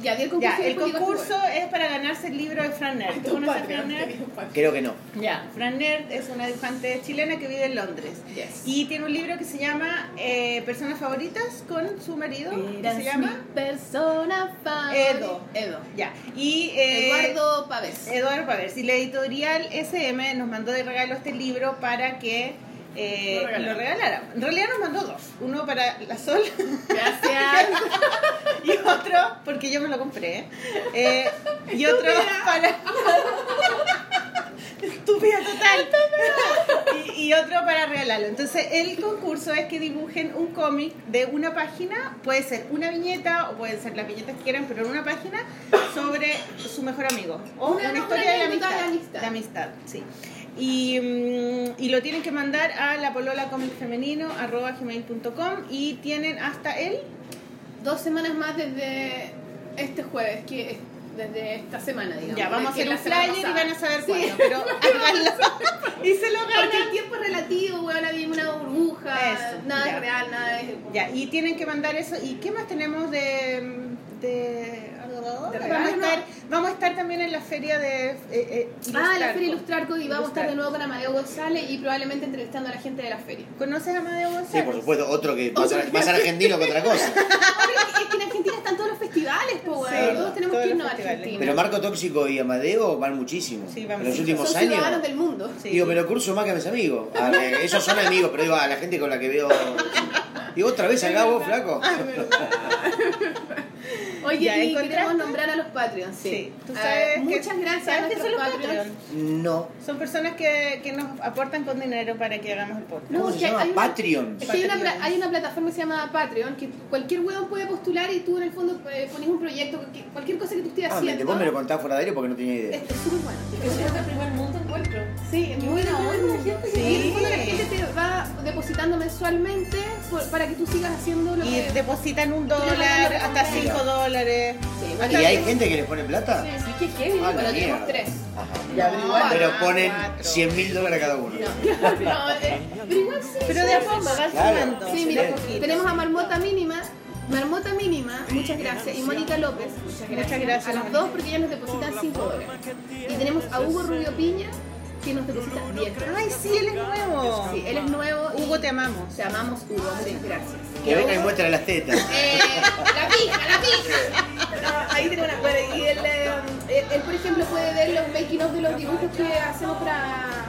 Ya, di el concurso. Ya, y el después digo, concurso es para ganarse el libro de Fran Nerd. ¿Tú Patreon, conoces a Fran Nerd? querido Patreon. Creo que no. Ya, Fran Nerd es una dibujante chilena que vive en Londres. Yes. Y tiene un libro que se llama eh, Personas Favoritas con su marido. que Eras se llama? mi persona favorita. Edo. Edo. Ya. Y, eh, Eduardo Pavés. Eduardo Pavés. Y la editorial SM nos mandó de regalo este libro para que eh, Lo lo, regaláramos. regaláramos. En realidad nos mandó dos. Uno para la Sol [LAUGHS] Gracias. y otro, porque yo me lo compré. eh, y otro para. Estúpida total. y, y otro para regalarlo. Entonces, el concurso es que dibujen un cómic de una página, puede ser una viñeta o pueden ser las viñetas que quieran, pero en una página sobre su mejor amigo. O una, Una- una historia de anécdota amistad. de amistad. De amistad, sí. Y, mm, y lo tienen que mandar a la polola femenino arroba gmail.com y tienen hasta el Dos semanas más desde este jueves, que es desde esta semana, digamos. Ya, vamos a hacer Desde un la semana flyer y pasada. van a saber Sí. cuándo, pero [LAUGHS] háganlo. y se lo Porque el ganan. tiempo es relativo, weón, ahora vivimos una burbuja, Eso, nada ya. es real, nada es... Ya, y tienen que mandar eso. ¿Y qué más tenemos de... de... Vamos a, regalo? estar, vamos a estar también en la feria de... eh, eh, Ah, Ilustrarco. la feria Ilustrarco y vamos a estar Ilustrarco. de nuevo con Amadeo González y probablemente entrevistando a la gente de la feria. ¿Conoces a Amadeo González? Sí, por supuesto, otro que [LAUGHS] más, más argentino que otra cosa. Es que en Argentina están todos los festivales, po, Sí, weón. todos todos tenemos que los irnos a festivales. Argentina. Pero Marco Tóxico y Amadeo van muchísimo. Sí, van en los muchísimo. últimos Son años. ciudadanos del mundo. Sí. Digo, me lo curso más que a mis amigos. A ver, eh, ellos son amigos, pero digo, a la gente con la que veo. Digo, otra vez acá vos, flaco. Oye, Ya, y ¿encontraste? queremos nombrar a los Patreons. Sí. Sí. Tú Ah, sabes que- muchas gracias ¿sabes a qué nuestros son los Patreons. Patreon? No. Son personas que, que nos aportan con dinero para que hagamos el podcast. No, ¿Cómo se que hay- llama? hay una- Patreon. Es que hay una, Patreon. pla- hay una plataforma que se llama Patreon que cualquier weón puede postular y tú en el fondo eh, pones un proyecto, que- cualquier cosa que tú estés Ah, me, haciendo. Este, vos me lo contás fuera de aire porque no tenía idea. Es es súper bueno. Es el primer mundo encuentro. Sí, es muy buena onda la gente. Sí. Y en el fondo la gente te va depositando mensualmente por- para que tú sigas haciendo lo Y que... depositan un le dólar, mandas hasta recompensa. 5 dólares. Sí, ¿Y hay gente que les pone plata? Sí, que heavy. Ah, la Bueno, mierda. tenemos tres. Ajá. Ya, No, igual. Pero ah, ponen cuatro. 100 mil dólares cada uno. No, eh, pero igual sí. Pero sí, de a sí. poco, vas Claro. sumando. Sí, de mira, a poquito. tenemos a Marmota Mínima. Marmota Mínima, muchas gracias. Y Mónica López, muchas gracias. Muchas gracias, A las Mónica. dos porque ellas nos depositan 5 dólares. Y tenemos a Hugo Rubio Piña, que nos deposita 10 dólares. Ay, sí, él es nuevo. Eh, Sí, él es nuevo. y Hugo, te amamos. Te amamos, Hugo. Muchas gracias. Que venga y muestra las tetas. Eh, la pija, la pija. No, Ah, ahí tengo una. Bueno, y él, eh, él, él, por ejemplo, puede ver los making of de los dibujos que hacemos para,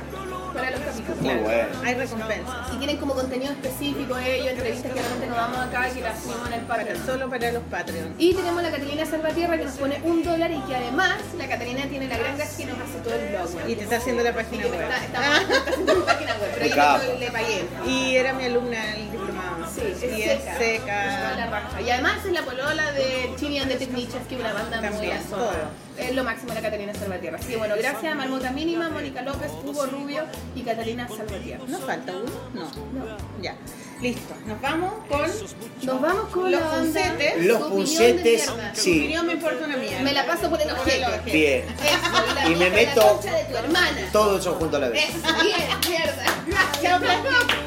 para los capítulos. Muy bueno. Hay recompensas. Y tienen como contenido específico ellos, entrevistas que realmente nos damos acá y que las subimos en el Para, Patreon. solo para los Patreon. Y tenemos a la Catalina Salvatierra que nos pone un dólar y que además la Catalina tiene la gran gas que nos hace todo el blog. Y te está haciendo la página que me web. Ah. está, está, está haciendo mi página web, pero Qué yo capo. le- le pagué. Y era mi alumna el diplomado. Sí, es y es seca. Es toda la seca. raja. Y además es la polola de Chini and the Technicians, que es una banda muy También, azona. todo. Es lo máximo la Catalina Salvatierra. Así que bueno, gracias a Marmota Mínima, Mónica López, Hugo Rubio y Catalina Salvatierra. ¿No falta uno? No. No. Ya. Listo. Nos vamos con Nos vamos con Los la banda- puncetes. Los Tu opinión puncetes, de mierda. Sí. Tu opinión me importa una mierda. Me la paso por el ojete. ojete. Bien. Eso, la Y me hija de la meto- concha de tu hermana. Todos son juntos a la vez. Eso, bien, mierda. Chao, Blanquita.